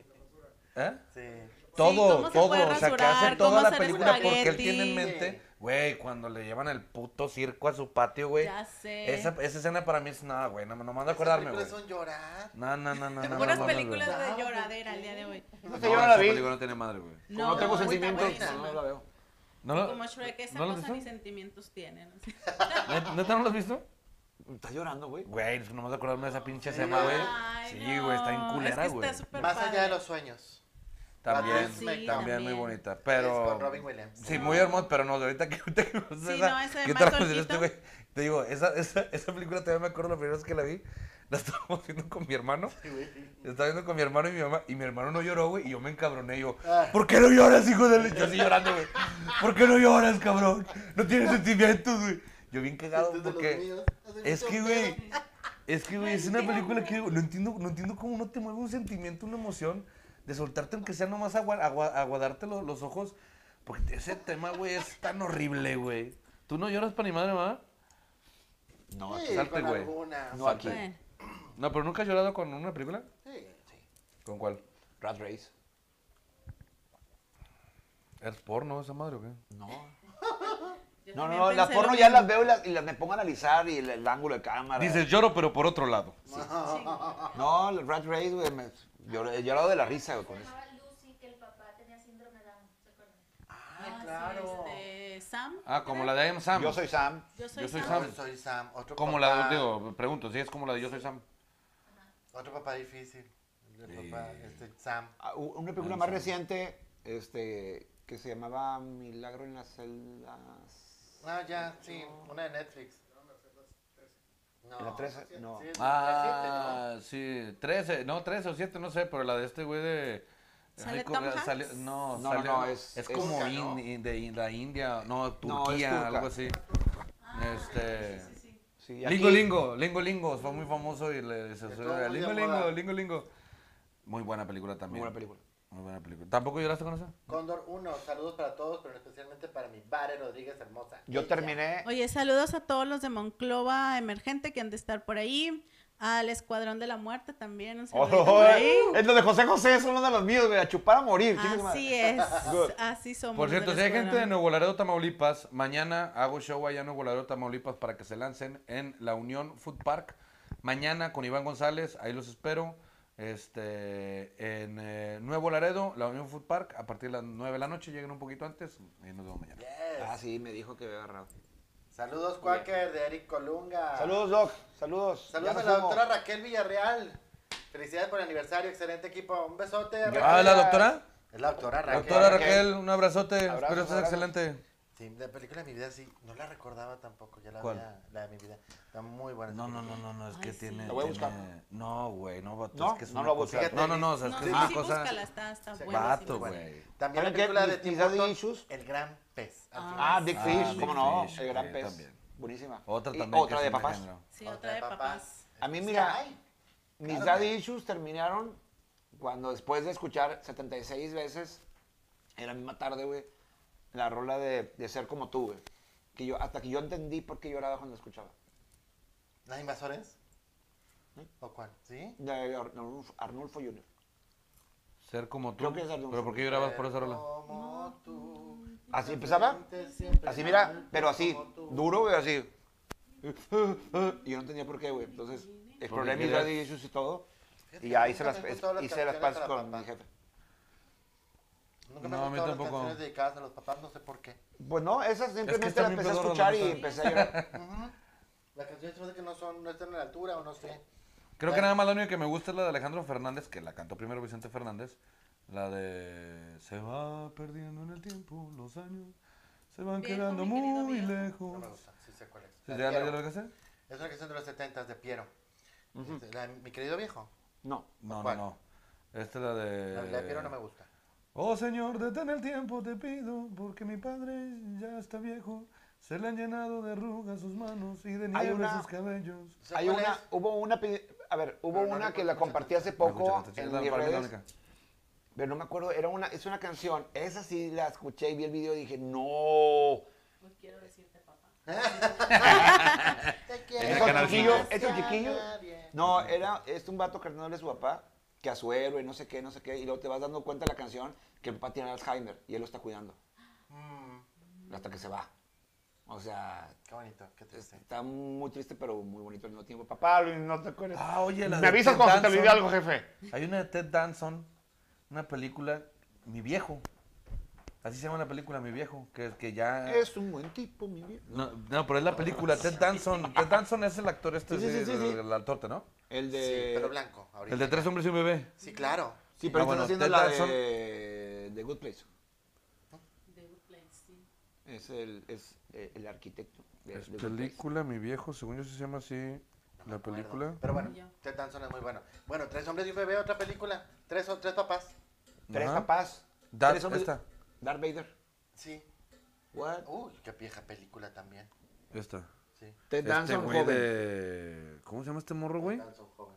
Speaker 1: ¿Eh?
Speaker 3: Sí.
Speaker 1: Todo,
Speaker 4: cómo se
Speaker 1: todo,
Speaker 4: puede
Speaker 1: o sea, que
Speaker 4: rasurar,
Speaker 1: hace toda
Speaker 4: cómo
Speaker 1: la
Speaker 4: hacer
Speaker 1: película porque él
Speaker 4: espagueti.
Speaker 1: tiene en mente, güey, cuando le llevan el puto circo a su patio, güey.
Speaker 4: Ya sé.
Speaker 1: Esa, esa escena para mí es nada, güey, no, no me mando a
Speaker 3: Esas
Speaker 1: acordarme, güey.
Speaker 3: películas son llorar.
Speaker 1: No, no, no, no, no. no,
Speaker 4: Puras
Speaker 1: no, no,
Speaker 4: películas
Speaker 1: güey.
Speaker 4: de lloradera el día de hoy.
Speaker 1: No,
Speaker 2: yo no la
Speaker 1: esa
Speaker 2: vi.
Speaker 1: película no tiene madre, güey.
Speaker 4: No,
Speaker 6: no tengo
Speaker 4: está
Speaker 6: sentimientos,
Speaker 4: buenísima.
Speaker 6: no, no la veo.
Speaker 1: ¿No lo,
Speaker 4: Como Shrek, esa
Speaker 1: ¿no lo has
Speaker 4: cosa ni
Speaker 1: visto?
Speaker 4: sentimientos tiene. no sé.
Speaker 1: ¿Neta- ¿Neta no lo has visto?
Speaker 6: Estás llorando, güey.
Speaker 1: Güey, no me acordarme de esa pinche escena, güey.
Speaker 4: Ay,
Speaker 1: Sí, güey, está en
Speaker 4: no,
Speaker 1: culera,
Speaker 4: es que
Speaker 1: güey.
Speaker 4: está súper
Speaker 3: Más allá de
Speaker 4: padre.
Speaker 3: los sueños.
Speaker 1: También,
Speaker 3: Ah, sí,
Speaker 1: también,
Speaker 4: también.
Speaker 1: muy bonita,
Speaker 3: Es
Speaker 1: pero...
Speaker 3: con Robin Williams.
Speaker 1: Sí, muy hermoso, pero no, de ahorita que ahorita que no
Speaker 4: Sí, no, ese de
Speaker 1: ¿qué
Speaker 4: Michael
Speaker 1: tal consideraste,
Speaker 4: Keaton?
Speaker 1: este güey? Te digo, esa, esa, esa película todavía me acuerdo la primera vez que la vi. La estábamos viendo con mi hermano. La estaba viendo con mi hermano y mi mamá. Y mi hermano no lloró, güey. Y yo me encabroné. y Yo,
Speaker 3: Ah.
Speaker 1: ¿por qué no lloras, hijo de la-?" Yo así llorando, güey. ¿Por qué no lloras, cabrón? No tienes sentimientos, güey. Yo bien cagado
Speaker 3: Este es de los
Speaker 1: porque.
Speaker 3: míos. Hace
Speaker 1: Es
Speaker 3: mucho
Speaker 1: que,
Speaker 3: pedo.
Speaker 1: güey. Es que, güey, es una película que no entiendo, no entiendo cómo no te mueve un sentimiento, una emoción de soltarte, aunque sea nomás agua- agua- aguadarte lo- los ojos. Porque ese tema, güey, es tan horrible, güey. ¿Tú no lloras para ni madre, mamá?
Speaker 6: No,
Speaker 3: Sí,
Speaker 6: aquí-
Speaker 1: salte,
Speaker 3: con
Speaker 1: güey.
Speaker 3: algunas.
Speaker 6: no aquí.
Speaker 4: Bueno,
Speaker 1: No, pero nunca has llorado con una película.
Speaker 3: Sí.
Speaker 1: ¿Con cuál?
Speaker 6: Rat Race.
Speaker 1: ¿Es porno esa madre o qué?
Speaker 6: No.
Speaker 4: yo
Speaker 2: No, no,
Speaker 4: también
Speaker 2: no, las
Speaker 4: pensé lo
Speaker 2: porno ya
Speaker 4: mismo.
Speaker 2: las veo y, las, y las me pongo a analizar y el, el ángulo de cámara.
Speaker 1: Dices lloro, pero por otro lado.
Speaker 6: No, el Rat Race, güey. Me... Yo he llorado de la risa, güey, con eso.
Speaker 7: llamaba Lucy que el papá tenía síndrome de Down, ¿se acuerdan?
Speaker 4: Ah, sí,
Speaker 3: claro.
Speaker 4: este, Sam.
Speaker 1: Ah, como la de I Am Sam.
Speaker 2: Yo soy Sam. Ah.
Speaker 4: Yo soy,
Speaker 1: Yo soy
Speaker 4: Sam.
Speaker 1: Sam.
Speaker 3: Yo soy Sam. Otro
Speaker 1: Ah, Como la
Speaker 3: papá,
Speaker 1: de, digo, pregunto, si es como la de Yo soy Sam.
Speaker 3: Otro papá difícil. El de papá, este, Sam.
Speaker 6: Ah, u- Una película más reciente, este, que se llamaba Milagro en las celdas.
Speaker 3: Ah, ya, sí. Una de Netflix. No.
Speaker 6: La tres,
Speaker 3: sí,
Speaker 6: no.
Speaker 3: sí, es
Speaker 1: Ah,
Speaker 3: la siete,
Speaker 1: sí, 13, no, 13 o 7, no sé, pero la de este güey de...
Speaker 4: ¿Sale
Speaker 1: co-
Speaker 4: Tom Hanks?
Speaker 1: salió- no,
Speaker 6: No, no,
Speaker 1: salió-
Speaker 6: no, es- es
Speaker 1: como
Speaker 3: turca, ¿no?
Speaker 1: in- in- de in- la India, no,
Speaker 6: No, es
Speaker 1: Turquía,
Speaker 6: turca.
Speaker 1: algo así. Este...
Speaker 6: Ah, Sí, aquí-
Speaker 1: Lingo Lingo, Lingo Lingo, fue muy famoso y le se
Speaker 3: todo
Speaker 1: suena
Speaker 3: muy de
Speaker 1: Lingo Lingo,
Speaker 3: moda.
Speaker 1: Lingo Lingo. Muy buena película también.
Speaker 6: Muy buena película.
Speaker 1: Muy buena película. ¿Tampoco lloraste con esa?
Speaker 3: Cóndor 1, saludos para todos, pero especialmente para mi Vare Rodríguez hermosa.
Speaker 6: Yo
Speaker 3: Ella.
Speaker 6: terminé.
Speaker 4: Oye, saludos a todos los de Monclova Emergente que han de estar por ahí. Al Escuadrón de la Muerte también. Un
Speaker 6: Oh,
Speaker 4: saludito
Speaker 2: Oh,
Speaker 4: por ahí.
Speaker 6: eh.
Speaker 2: Es lo de José José, es uno de los míos, güey, a chupar a morir. chingue su madre.
Speaker 4: ¿eh? Así es.
Speaker 2: Good.
Speaker 4: Así somos.
Speaker 1: Por cierto,
Speaker 4: del
Speaker 1: si hay gente de
Speaker 4: Escuadrón.
Speaker 1: Nuevo Laredo, Tamaulipas, mañana hago show allá en Nuevo Laredo, Tamaulipas, para que se lancen en la Unión Food Park. Mañana con Iván González, ahí los espero. Este, en eh, Nuevo Laredo, la Unión Food Park, a partir de las 9 de la noche, lleguen un poquito antes y nos vemos mañana.
Speaker 3: Yes.
Speaker 6: Ah, sí, me dijo que había agarrado.
Speaker 3: Saludos, Quaker, de Eric
Speaker 6: Ah.
Speaker 3: Colunga.
Speaker 2: Saludos, Doc. Saludos.
Speaker 3: Saludos
Speaker 2: Ya
Speaker 3: a
Speaker 2: nos
Speaker 3: la
Speaker 2: fuimos.
Speaker 3: doctora Raquel Villarreal. Felicidades por el aniversario, excelente equipo. Un besote.
Speaker 1: Ah,
Speaker 3: Raquel.
Speaker 1: la doctora.
Speaker 3: Es la doctora Raquel.
Speaker 1: Doctora Raquel, un abrazote.
Speaker 2: Abrazos,
Speaker 1: Espero estés
Speaker 2: abrazos.
Speaker 1: excelente.
Speaker 3: Sí, la película de mi vida sí, no la recordaba tampoco, ya la
Speaker 1: ¿Cuál?
Speaker 3: había, la de mi vida. Está muy buena. esa
Speaker 1: No, no, no,
Speaker 3: película.
Speaker 1: no, no, es
Speaker 4: Ay,
Speaker 1: que
Speaker 4: sí.
Speaker 1: tiene.
Speaker 4: La
Speaker 6: voy a buscar.
Speaker 1: tiene- No, güey, no, vato,
Speaker 6: No,
Speaker 1: es que es
Speaker 6: no
Speaker 1: una
Speaker 6: la
Speaker 1: cosa-
Speaker 3: busques.
Speaker 1: No, no, no, o sea, es que
Speaker 4: No,
Speaker 1: es
Speaker 4: sí,
Speaker 1: una
Speaker 4: sí,
Speaker 1: cosa.
Speaker 4: búscala, está, está
Speaker 3: Sí.
Speaker 4: buenísima.
Speaker 1: Vato, güey.
Speaker 3: También la
Speaker 6: ¿Saben qué?
Speaker 3: película de
Speaker 6: Mis-
Speaker 3: Tim
Speaker 6: mis daddy
Speaker 3: Burton,
Speaker 6: issues.
Speaker 3: El Gran Pez. al final.
Speaker 6: Ah, Big
Speaker 1: Ah,
Speaker 6: Fish,
Speaker 1: Big
Speaker 6: cómo no,
Speaker 1: Fish,
Speaker 6: el gran
Speaker 1: sí,
Speaker 6: pez.
Speaker 1: también.
Speaker 6: Buenísima.
Speaker 1: Otra
Speaker 6: Y
Speaker 1: también.
Speaker 6: otra
Speaker 1: que
Speaker 6: de
Speaker 1: es un
Speaker 6: papás.
Speaker 1: género.
Speaker 4: Sí, otra de papás.
Speaker 6: A mí, mira,
Speaker 3: Ay,
Speaker 6: mis
Speaker 3: claro.
Speaker 6: daddy issues terminaron cuando después de escuchar 76 veces en la misma tarde, güey, la rola de, de ser como tú, güey. Que yo, hasta que yo entendí por qué lloraba cuando escuchaba.
Speaker 3: ¿Las invasores? ¿O cuál? ¿Sí?
Speaker 6: De Arnulfo, Arnulfo Jr.
Speaker 1: Ser como tú.
Speaker 6: Creo que es algo-
Speaker 1: Pero ¿por qué llorabas por esa rola?
Speaker 3: Como tú.
Speaker 6: Así empezaba,
Speaker 3: siempre
Speaker 6: así mira,
Speaker 3: amante
Speaker 6: pero así,
Speaker 3: como tú.
Speaker 6: duro, güey, así. Y yo no entendía por qué, güey. Entonces, exploré mis
Speaker 1: querías-
Speaker 6: daddy issues y todo.
Speaker 3: Fíjate
Speaker 6: Y
Speaker 3: que
Speaker 6: ya
Speaker 3: nunca
Speaker 6: hice
Speaker 3: me
Speaker 6: las,
Speaker 3: han gustado las
Speaker 6: hice las
Speaker 3: canciones
Speaker 6: paces
Speaker 3: para
Speaker 6: con mi
Speaker 3: papá.
Speaker 6: jefe.
Speaker 3: Nunca me
Speaker 1: No, a
Speaker 3: han
Speaker 1: mí
Speaker 3: gustado las
Speaker 1: tampoco.
Speaker 3: canciones dedicadas a los papás, no sé por qué.
Speaker 6: Pues no, esas simplemente
Speaker 1: están
Speaker 6: las
Speaker 1: bien
Speaker 6: empecé a
Speaker 1: pedorras, la
Speaker 6: escuchar y
Speaker 1: neta.
Speaker 6: empecé a llorar.
Speaker 3: Las canciones se me hace que no son, no están a la altura o no sé.
Speaker 1: Creo que nada más la única que me gusta es la de Alejandro Fernández, que la cantó primero Vicente Fernández. La de Se va perdiendo en el tiempo, los años se van
Speaker 4: Viejo,
Speaker 1: quedando
Speaker 4: mi querido
Speaker 1: muy
Speaker 4: viejo.
Speaker 1: lejos.
Speaker 3: No me gusta, sí sé cuál es.
Speaker 1: ¿Sí, ¿Ya,
Speaker 3: La de
Speaker 1: la- ya
Speaker 3: Piero.
Speaker 1: la alcancé?
Speaker 3: Es una canción de los 70 de Piero. Este, la de mi querido viejo.
Speaker 6: No.
Speaker 1: No, no,
Speaker 3: ¿Cuál?
Speaker 1: no. Esta es la
Speaker 3: La, la de Piero no me
Speaker 1: de...
Speaker 3: gusta.
Speaker 1: Oh Señor, detén el tiempo, te pido, porque mi padre ya está viejo. Se le han llenado de arrugas sus manos y de
Speaker 2: Hay
Speaker 1: nieve
Speaker 2: una-
Speaker 1: sus cabellos.
Speaker 3: O sea,
Speaker 2: Hay
Speaker 3: ¿cuál
Speaker 2: una,
Speaker 3: es?
Speaker 2: hubo una, pe- a ver, hubo
Speaker 3: Pero no
Speaker 2: una
Speaker 3: recuerdo
Speaker 2: que la
Speaker 3: mucho.
Speaker 2: compartí hace
Speaker 1: Escucha,
Speaker 2: poco
Speaker 1: escucha,
Speaker 2: en
Speaker 1: la-
Speaker 2: mis
Speaker 1: para mí la
Speaker 2: redes,
Speaker 1: única.
Speaker 2: pero no me acuerdo, era una, es una canción, esa sí la escuché y vi el video y dije, no,
Speaker 4: Hoy quiero decirte, papá.
Speaker 3: Te
Speaker 1: En
Speaker 3: quiero.
Speaker 1: el canal
Speaker 8: chiquillo,
Speaker 1: cinco.
Speaker 8: ¿es un chiquillo?
Speaker 2: No, era es un vato carnal de su papá, que a su héroe, no sé qué, no sé qué, y luego te vas dando cuenta de la canción que el papá tiene Alzheimer y él lo está cuidando. Hasta que se va. O sea,
Speaker 3: Mm, Qué bonito, qué triste.
Speaker 2: está muy triste, pero muy bonito al mismo tiempo. Papá, Luis, no te acuerdas.
Speaker 1: Ah, oye, la
Speaker 2: Me
Speaker 1: de
Speaker 2: avisas
Speaker 1: Ted
Speaker 2: cuando se te olvide
Speaker 1: Danson.
Speaker 2: algo, jefe.
Speaker 1: Hay una de Ted Danson, una película, Mi Viejo. Así se llama la película, Mi Viejo, que es que ya...
Speaker 2: Es un buen tipo, mi viejo.
Speaker 1: No, no, pero es la película, Ted Danson. Ted Danson es el actor este,
Speaker 2: Sí, sí,
Speaker 1: de-
Speaker 2: sí, sí, sí.
Speaker 1: el actorte, ¿no?
Speaker 2: El de.
Speaker 3: Sí, pero blanco. Ahorita.
Speaker 1: El de Tres Hombres y un Bebé.
Speaker 3: Sí, claro.
Speaker 2: Sí, pero
Speaker 1: Ah, bueno,
Speaker 2: están haciendo
Speaker 1: Ted
Speaker 2: la
Speaker 1: Danson.
Speaker 2: de. The Good Place.
Speaker 4: The Good Place, sí.
Speaker 2: Es el, es eh, el arquitecto. de
Speaker 1: Es
Speaker 2: The Good Place.
Speaker 1: película, Mi Viejo, según yo se llama así la película.
Speaker 3: Pero bueno,
Speaker 4: Ya.
Speaker 3: Ted Danson es muy bueno. Bueno, Tres Hombres y un Bebé, otra película. Tres, tres papás.
Speaker 2: Tres
Speaker 1: Ajá.
Speaker 2: papás.
Speaker 1: Dar-
Speaker 2: tres hombres-
Speaker 1: esta.
Speaker 2: Darth Vader.
Speaker 3: Sí.
Speaker 2: What?
Speaker 3: Uy, qué vieja película también.
Speaker 1: Esta.
Speaker 3: Sí.
Speaker 2: Ted
Speaker 1: Este
Speaker 2: Danson,
Speaker 1: güey
Speaker 2: joven.
Speaker 1: de... ¿Cómo se llama este morro, güey?
Speaker 3: Danson joven.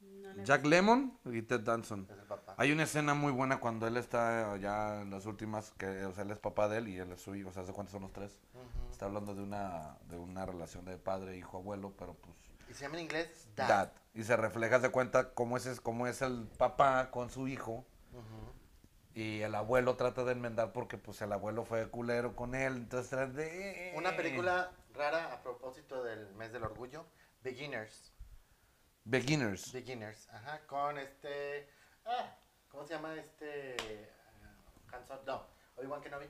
Speaker 4: No le-
Speaker 1: Jack Lemon y Ted Danson.
Speaker 3: Es el papá.
Speaker 1: Hay una escena muy buena cuando él está ya en las últimas, que, o sea, él es papá de él y él es su hijo, o sea, ¿hace cuántos son los tres? Está hablando de una, de una relación de padre, hijo, abuelo, pero pues...
Speaker 3: Y se llama en inglés
Speaker 1: Dad.
Speaker 3: Dad.
Speaker 1: Y se refleja, se cuenta cómo es, cómo es el papá con su hijo. Y el abuelo trata de enmendar porque pues el abuelo fue culero con él, entonces tra- de...
Speaker 3: Una película rara a propósito del mes del orgullo. Beginners.
Speaker 1: Beginners.
Speaker 3: Beginners. Ajá, con este. Ah, ¿cómo se llama este. ah, Hanson? No, Obi-Wan Kenobi.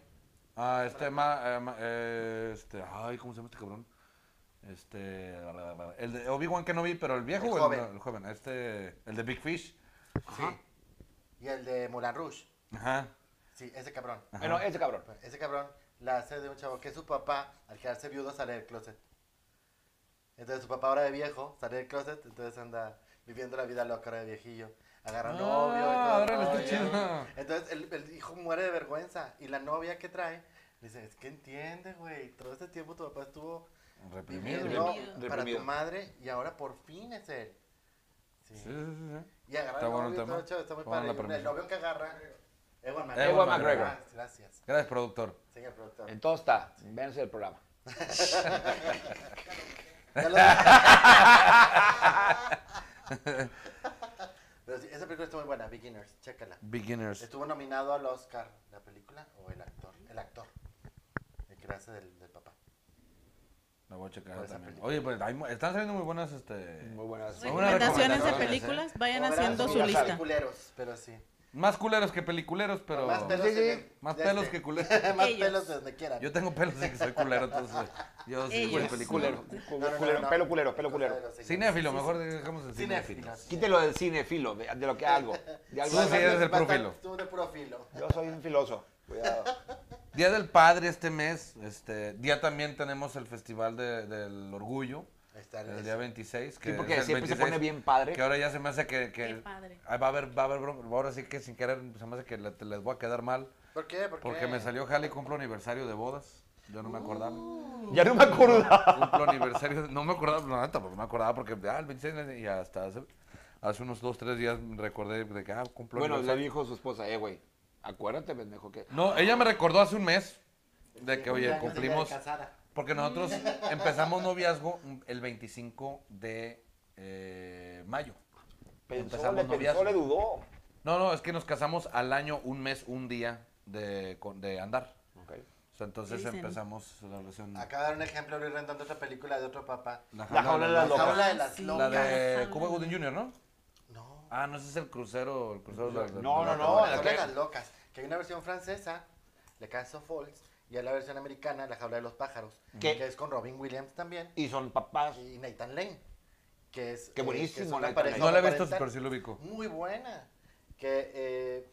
Speaker 1: Ah, este, ma- eh, ma- eh, este, ay, ¿cómo se llama este cabrón? Este, la, la, la, el de Obi-Wan que no vi, pero el viejo
Speaker 3: El
Speaker 1: o el-
Speaker 3: joven.
Speaker 1: el, joven, este, el de Big Fish.
Speaker 3: Sí. Y el de Moulin Rouge.
Speaker 1: Ajá.
Speaker 3: Sí, ese cabrón.
Speaker 1: Ah.
Speaker 2: Bueno, ese cabrón.
Speaker 3: Ese cabrón la hace de un chavo que su papá, al quedarse viudo, sale del closet. Entonces su papá ahora de viejo sale del closet, entonces anda viviendo la vida loca ahora de viejillo. Agarra
Speaker 1: Ah,
Speaker 3: novio y todo.
Speaker 1: ahora
Speaker 3: el
Speaker 1: le está
Speaker 3: rollo.
Speaker 1: chido.
Speaker 3: Entonces el, el hijo muere de vergüenza y la novia que trae dice, es que entiende, güey, todo este tiempo tu papá estuvo
Speaker 1: Reprimido.
Speaker 3: viviendo
Speaker 2: Reprimido.
Speaker 3: para tu
Speaker 2: Reprimido.
Speaker 3: madre y ahora por fin es él. Sí.
Speaker 1: Sí, sí, sí, sí.
Speaker 3: Y agarra
Speaker 1: Está
Speaker 3: el
Speaker 1: bueno
Speaker 3: novio,
Speaker 1: el
Speaker 3: todo
Speaker 1: tema.
Speaker 3: chido, está muy
Speaker 1: Pongan la
Speaker 3: padre. Y un- El
Speaker 1: premisa.
Speaker 3: novio que agarra, Ewan McGregor.
Speaker 1: Ewan
Speaker 2: McGregor.
Speaker 3: Ah, Gracias.
Speaker 1: Gracias, productor.
Speaker 3: Señor productor.
Speaker 2: En todo está. Véanse el programa.
Speaker 3: Ya lo- Pero sí, esa película está muy buena, Beginners, chécala.
Speaker 1: Beginners.
Speaker 3: Estuvo nominado al Oscar la película o el actor, el actor, el que la hace del, del papá.
Speaker 1: La voy a checar
Speaker 3: Por esa
Speaker 1: también.
Speaker 3: película.
Speaker 1: Oye, pues hay mu- están saliendo muy buenas, este...
Speaker 2: Muy buenas.
Speaker 1: Muy buenas
Speaker 4: Recomendaciones de
Speaker 1: recomendaciones, ¿eh?
Speaker 4: películas, vayan
Speaker 3: Podrán
Speaker 4: haciendo
Speaker 3: ser
Speaker 4: su lista.
Speaker 3: culeros, pero sí.
Speaker 1: Más culeros que peliculeros, pero...
Speaker 3: Más pelos,
Speaker 2: Sí, sí.
Speaker 3: en el-
Speaker 1: Más
Speaker 3: de
Speaker 1: pelos
Speaker 3: este.
Speaker 1: que culeros.
Speaker 3: Más
Speaker 4: Ellos.
Speaker 3: pelos de donde quieran.
Speaker 1: Yo tengo pelos de que soy culero, entonces yo soy
Speaker 4: Ellos.
Speaker 1: peliculero.
Speaker 2: Culero,
Speaker 3: No, no, no,
Speaker 2: culero,
Speaker 3: no.
Speaker 2: pelo culero, pelo
Speaker 3: Cosa
Speaker 2: culero.
Speaker 3: de los señores.
Speaker 1: Cinéfilo, mejor dejamos el cinéfilo.
Speaker 3: Cinéfilo. sí.
Speaker 2: Quítelo del cine, filo, de, de lo que algo. De algo
Speaker 1: Tú sí eres el puro
Speaker 3: Bastante-
Speaker 1: filo.
Speaker 3: Tú de puro filo.
Speaker 2: Yo soy un filoso. Cuidado.
Speaker 1: Día del Padre este mes, este día también tenemos el Festival de- del Orgullo,
Speaker 3: Ahí está,
Speaker 1: el
Speaker 3: es-
Speaker 1: día 26. Que
Speaker 2: Sí, porque
Speaker 1: es el
Speaker 2: siempre se pone bien padre.
Speaker 1: Que ahora ya se me hace que... que
Speaker 4: Qué padre.
Speaker 1: ah, Va a haber, va a haber bronca, ahora sí que sin querer se me hace que le- te- les voy a quedar mal.
Speaker 3: ¿Por qué? ¿Por qué?
Speaker 1: Porque me salió jale y cumplo aniversario de bodas. Yo no me acordaba.
Speaker 2: Ya no me acordaba.
Speaker 1: Cumplo aniversario, no me acordaba, no, neta, no me acordaba porque ah, el 26 y hasta hace, hace unos 2, 3 días recordé de que ah, cumplo
Speaker 2: Bueno, le
Speaker 1: aniversario.
Speaker 2: dijo su esposa, eh, güey. Acuérdate, pendejo, que.
Speaker 1: No, ella me recordó hace un mes de que, oye,
Speaker 3: Cumpleaños de ella de
Speaker 1: cumplimos...
Speaker 3: casada.
Speaker 1: Porque nosotros empezamos noviazgo el 25 de eh, mayo.
Speaker 2: Pensó,
Speaker 1: Empezamos
Speaker 2: le pensó,
Speaker 1: noviazgo.
Speaker 2: le dudó.
Speaker 1: No, no, es que nos casamos al año, un mes, un día de, con- de andar. O sea, entonces
Speaker 4: ¿Qué dicen?
Speaker 1: empezamos la relación.
Speaker 3: Acaba de dar un ejemplo, Luis Rendón, de otra película de otro papá.
Speaker 1: La
Speaker 2: jaula de
Speaker 1: la-
Speaker 2: las
Speaker 3: La
Speaker 2: locas.
Speaker 3: jaula de las
Speaker 4: Sí.
Speaker 1: La
Speaker 3: locas.
Speaker 1: de
Speaker 4: Locas.
Speaker 1: Cuba Gooding Jr., ¿no?
Speaker 3: No.
Speaker 1: Ah, no, ese es el crucero. El crucero de la-
Speaker 2: No,
Speaker 1: de la-
Speaker 2: no, no,
Speaker 3: la
Speaker 2: la
Speaker 3: jaula
Speaker 2: que-
Speaker 3: de las locas. Que hay una versión francesa, Le Caso Falls, y hay la versión americana, La jaula de los pájaros,
Speaker 2: ¿Qué?
Speaker 3: que es con Robin Williams también
Speaker 2: Y son papás.
Speaker 3: y Nathan Lane, que es
Speaker 2: Qué
Speaker 3: eh,
Speaker 2: buenísimo,
Speaker 3: que es una
Speaker 2: Nathan
Speaker 3: pareja
Speaker 1: No la he visto,
Speaker 3: parental
Speaker 1: pero sí lo ubico.
Speaker 3: Muy buena. Que eh,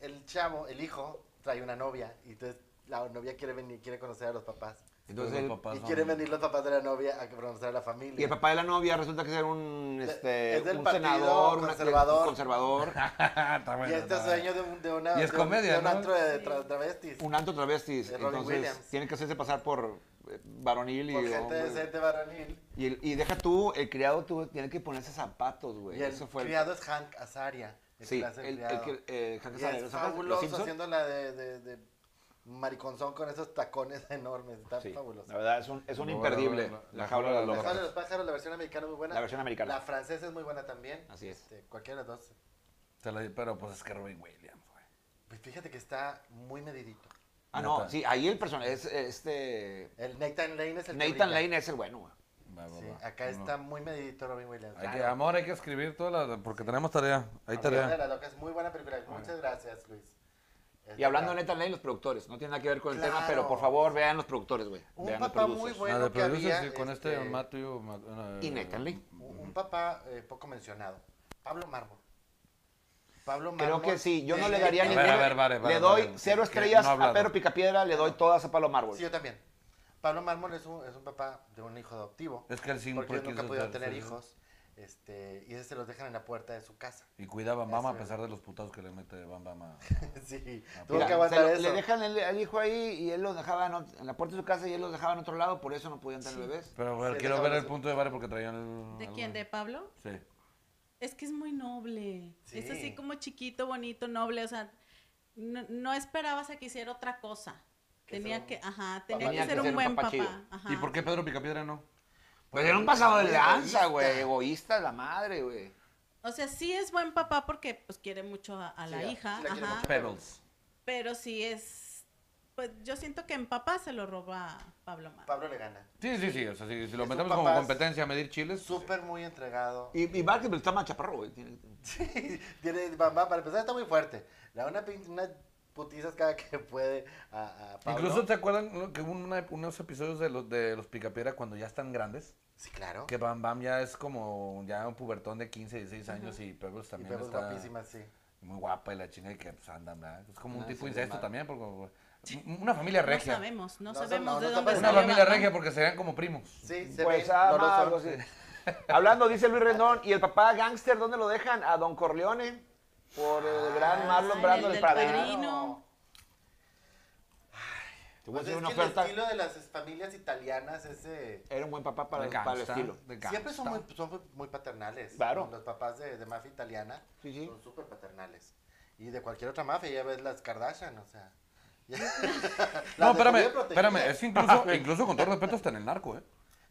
Speaker 3: el chavo, el hijo trae una novia y entonces la novia quiere venir, quiere conocer a los papás.
Speaker 2: Entonces,
Speaker 1: Los
Speaker 2: el-
Speaker 1: papás
Speaker 3: Y
Speaker 1: son-
Speaker 3: quieren venir los papás de la novia a que pronunciar a la
Speaker 2: y
Speaker 3: familia.
Speaker 2: el papá de la novia resulta que era un, este,
Speaker 3: es del
Speaker 2: un
Speaker 3: partido
Speaker 2: senador, un
Speaker 3: conservador.
Speaker 2: conservador,
Speaker 1: Ah, está
Speaker 3: Y
Speaker 1: bueno,
Speaker 3: este
Speaker 1: está
Speaker 3: sueño
Speaker 1: bueno.
Speaker 3: de, un- de una.
Speaker 1: Y es
Speaker 3: de un-
Speaker 1: comedia,
Speaker 3: de un
Speaker 1: ¿no?
Speaker 3: antro de tra- travestis.
Speaker 2: un alto travestis.
Speaker 3: De Robin
Speaker 2: Entonces,
Speaker 3: Williams.
Speaker 2: tiene que hacerse pasar por eh, varonil y
Speaker 3: Por gente
Speaker 2: hombre.
Speaker 3: decente varonil.
Speaker 2: Y, el- y deja tú, el criado tú tiene que ponerse zapatos, güey.
Speaker 3: Y el
Speaker 2: Eso fue. el-
Speaker 3: criado es Hank Azaria. El
Speaker 2: sí,
Speaker 3: que hace el,
Speaker 2: el, el,
Speaker 3: criado.
Speaker 2: que- eh, Hank
Speaker 3: Y
Speaker 2: Azaria,
Speaker 3: es
Speaker 2: ¿los Hank- los
Speaker 3: fabuloso
Speaker 2: Simpson?
Speaker 3: haciendo la de, de, de mariconzón con esos tacones enormes. Está
Speaker 2: Sí,
Speaker 3: fabuloso.
Speaker 2: La verdad, es un, es un
Speaker 1: No,
Speaker 2: imperdible.
Speaker 1: no, no, no, no.
Speaker 2: La jaula de las
Speaker 1: La
Speaker 3: La
Speaker 2: locas.
Speaker 3: Jaula de los pájaros, la versión americana es muy buena.
Speaker 2: La versión americana.
Speaker 3: La francesa es muy buena también.
Speaker 2: Así es.
Speaker 3: Este, cualquiera de las dos.
Speaker 1: Se la- Pero pues es que Robin Williams, güey.
Speaker 3: Pues fíjate que está muy medidito.
Speaker 2: Ah, no,
Speaker 1: Neta.
Speaker 2: sí, ahí el personaje es este.
Speaker 3: El Nathan Lane es el que
Speaker 2: Nathan
Speaker 3: brilla.
Speaker 2: Lane es el bueno, güey.
Speaker 1: Va, va,
Speaker 3: Sí,
Speaker 1: va.
Speaker 3: acá
Speaker 1: No.
Speaker 3: está muy medidito Robin Williams.
Speaker 1: Hay que, amor, hay que escribir todas las. Porque tenemos tarea. Hay
Speaker 3: Claro.
Speaker 1: tarea.
Speaker 3: Mira, la loca es muy buena película. Muchas gracias, Luis.
Speaker 2: Y hablando de Nathan Lane, los productores. No tiene nada que ver con el tema,
Speaker 3: Claro.
Speaker 2: pero por favor, vean los productores, güey.
Speaker 3: Un
Speaker 2: Vean los
Speaker 3: papá
Speaker 2: producers.
Speaker 3: muy bueno.
Speaker 1: La de
Speaker 3: que había,
Speaker 1: producers sí, con este,
Speaker 3: este,
Speaker 1: Matthew. Ma- eh,
Speaker 2: Y Nathan Lane.
Speaker 3: Un, un papá eh, poco mencionado. Pablo Mármol. Pablo
Speaker 2: Creo
Speaker 3: Mármol.
Speaker 2: que sí, yo no
Speaker 3: Eh,
Speaker 2: le daría
Speaker 1: A
Speaker 2: ninguna.
Speaker 1: ver, a ver, vale, vale,
Speaker 2: le doy
Speaker 1: vale.
Speaker 2: cero
Speaker 1: Que- que
Speaker 2: estrellas
Speaker 1: no ha
Speaker 2: a
Speaker 1: hablado.
Speaker 2: Pedro Picapiedra, le doy todas a Palo Mármol.
Speaker 3: Sí, yo también. Pablo Mármol es un, es un papá de un hijo adoptivo.
Speaker 1: Es que él sí
Speaker 3: Porque
Speaker 1: siempre
Speaker 3: ellos nunca
Speaker 1: quiso ser
Speaker 3: pudieron tener
Speaker 1: feliz.
Speaker 3: hijos. Este, y ese se los dejan en la puerta de su casa.
Speaker 1: Y cuidaba a Mama a
Speaker 3: Eso.
Speaker 1: pesar de los putados que le mete Bam Bam a-
Speaker 3: sí, tuvo que
Speaker 2: Ah, Mira, se
Speaker 3: aguantar
Speaker 2: lo-
Speaker 3: eso.
Speaker 2: le dejan el, al hijo ahí y él los dejaba en, ot- en la puerta de su casa y él los dejaba en otro lado, por eso no podían tener bebés.
Speaker 1: Pero a ver,
Speaker 3: Sí,
Speaker 1: quiero
Speaker 3: déjame
Speaker 1: ver el
Speaker 3: eso.
Speaker 1: punto de Vare porque traían el.
Speaker 4: ¿De
Speaker 1: algo
Speaker 4: quién? ¿De Pablo?
Speaker 1: Sí.
Speaker 4: Es que es muy noble. Es
Speaker 3: Sí.
Speaker 4: así como chiquito, bonito, noble. O sea, no, no esperabas a que hiciera otra cosa.
Speaker 3: Que
Speaker 4: Tenía
Speaker 3: ser
Speaker 4: que, ajá,
Speaker 2: papá.
Speaker 4: tenía
Speaker 2: Tenía
Speaker 4: que ser un buen
Speaker 2: papá
Speaker 4: papá.
Speaker 2: chido.
Speaker 4: Ajá.
Speaker 1: ¿Y por qué Pedro Picapiedra no?
Speaker 2: Pues era un pasado de
Speaker 3: Muy
Speaker 2: lanza, güey.
Speaker 3: egoísta.
Speaker 2: Egoísta la madre, güey.
Speaker 4: O sea, sí es buen papá porque pues quiere mucho a, a la
Speaker 3: Sí,
Speaker 4: hija,
Speaker 3: sí la quiere
Speaker 4: ajá,
Speaker 3: mucho.
Speaker 1: Pebbles.
Speaker 4: pero sí es, pues yo siento que en papá se lo roba Pablo Mar.
Speaker 3: Pablo le gana.
Speaker 1: Sí, sí, sí. O sea, si, si lo
Speaker 3: Esos
Speaker 1: metemos como
Speaker 3: papás-
Speaker 1: competencia a medir chiles.
Speaker 3: Súper muy entregado.
Speaker 2: Y, y Barker pero está más chaparro, güey. Tiene-
Speaker 3: Sí, tiene, mamá, para empezar está muy fuerte. Le da una, pin- unas putizas cada que puede a, a Pablo.
Speaker 1: Incluso te acuerdan no? que hubo una- unos episodios de los de los Picapiedra cuando ya están grandes.
Speaker 3: Sí, claro.
Speaker 1: Que Bam Bam ya es como ya un pubertón de 15, 16 años y Pebbles
Speaker 3: y
Speaker 1: también
Speaker 3: vemos
Speaker 1: está
Speaker 3: guapísimas, sí.
Speaker 1: muy guapa y la chinga y que pues andan, ¿verdad? Es como
Speaker 2: Ah,
Speaker 1: un tipo
Speaker 2: sí,
Speaker 1: incesto
Speaker 2: mal.
Speaker 1: también, porque pues, una familia
Speaker 4: No
Speaker 1: regia.
Speaker 4: sabemos, no,
Speaker 3: No, no,
Speaker 4: sabemos
Speaker 3: no,
Speaker 4: de
Speaker 3: no
Speaker 4: dónde
Speaker 3: sabemos.
Speaker 1: una
Speaker 4: salió
Speaker 1: familia
Speaker 4: Batman.
Speaker 1: regia porque serían como primos.
Speaker 3: Sí, se
Speaker 2: Pues,
Speaker 3: ve,
Speaker 2: ah,
Speaker 3: no lo
Speaker 2: más,
Speaker 3: son.
Speaker 2: algo así. Hablando, dice Luis Rendón, y el papá gángster, ¿dónde lo dejan? A Don Corleone, por el gran Marlon
Speaker 4: Ah,
Speaker 2: Brando
Speaker 4: el
Speaker 2: del
Speaker 4: del
Speaker 2: Padrino.
Speaker 4: Padrino.
Speaker 2: Te voy a
Speaker 3: Pues
Speaker 2: hacer
Speaker 3: es
Speaker 2: una
Speaker 3: que el
Speaker 2: oferta.
Speaker 3: estilo de las familias italianas ese
Speaker 2: Era un buen papá
Speaker 1: De
Speaker 2: para, para el
Speaker 1: gangsta,
Speaker 2: estilo.
Speaker 1: de gangsta.
Speaker 3: siempre son muy, son muy- muy paternales.
Speaker 2: Claro.
Speaker 3: Los papás de, de mafia italiana
Speaker 2: Sí, sí.
Speaker 3: son súper paternales. Y de cualquier otra mafia, ya ves las Kardashian, o sea. ya-
Speaker 1: No,
Speaker 3: las
Speaker 1: espérame,
Speaker 3: descubrió protegidas.
Speaker 1: espérame, es incluso, incluso con todo respeto hasta en el narco, ¿eh?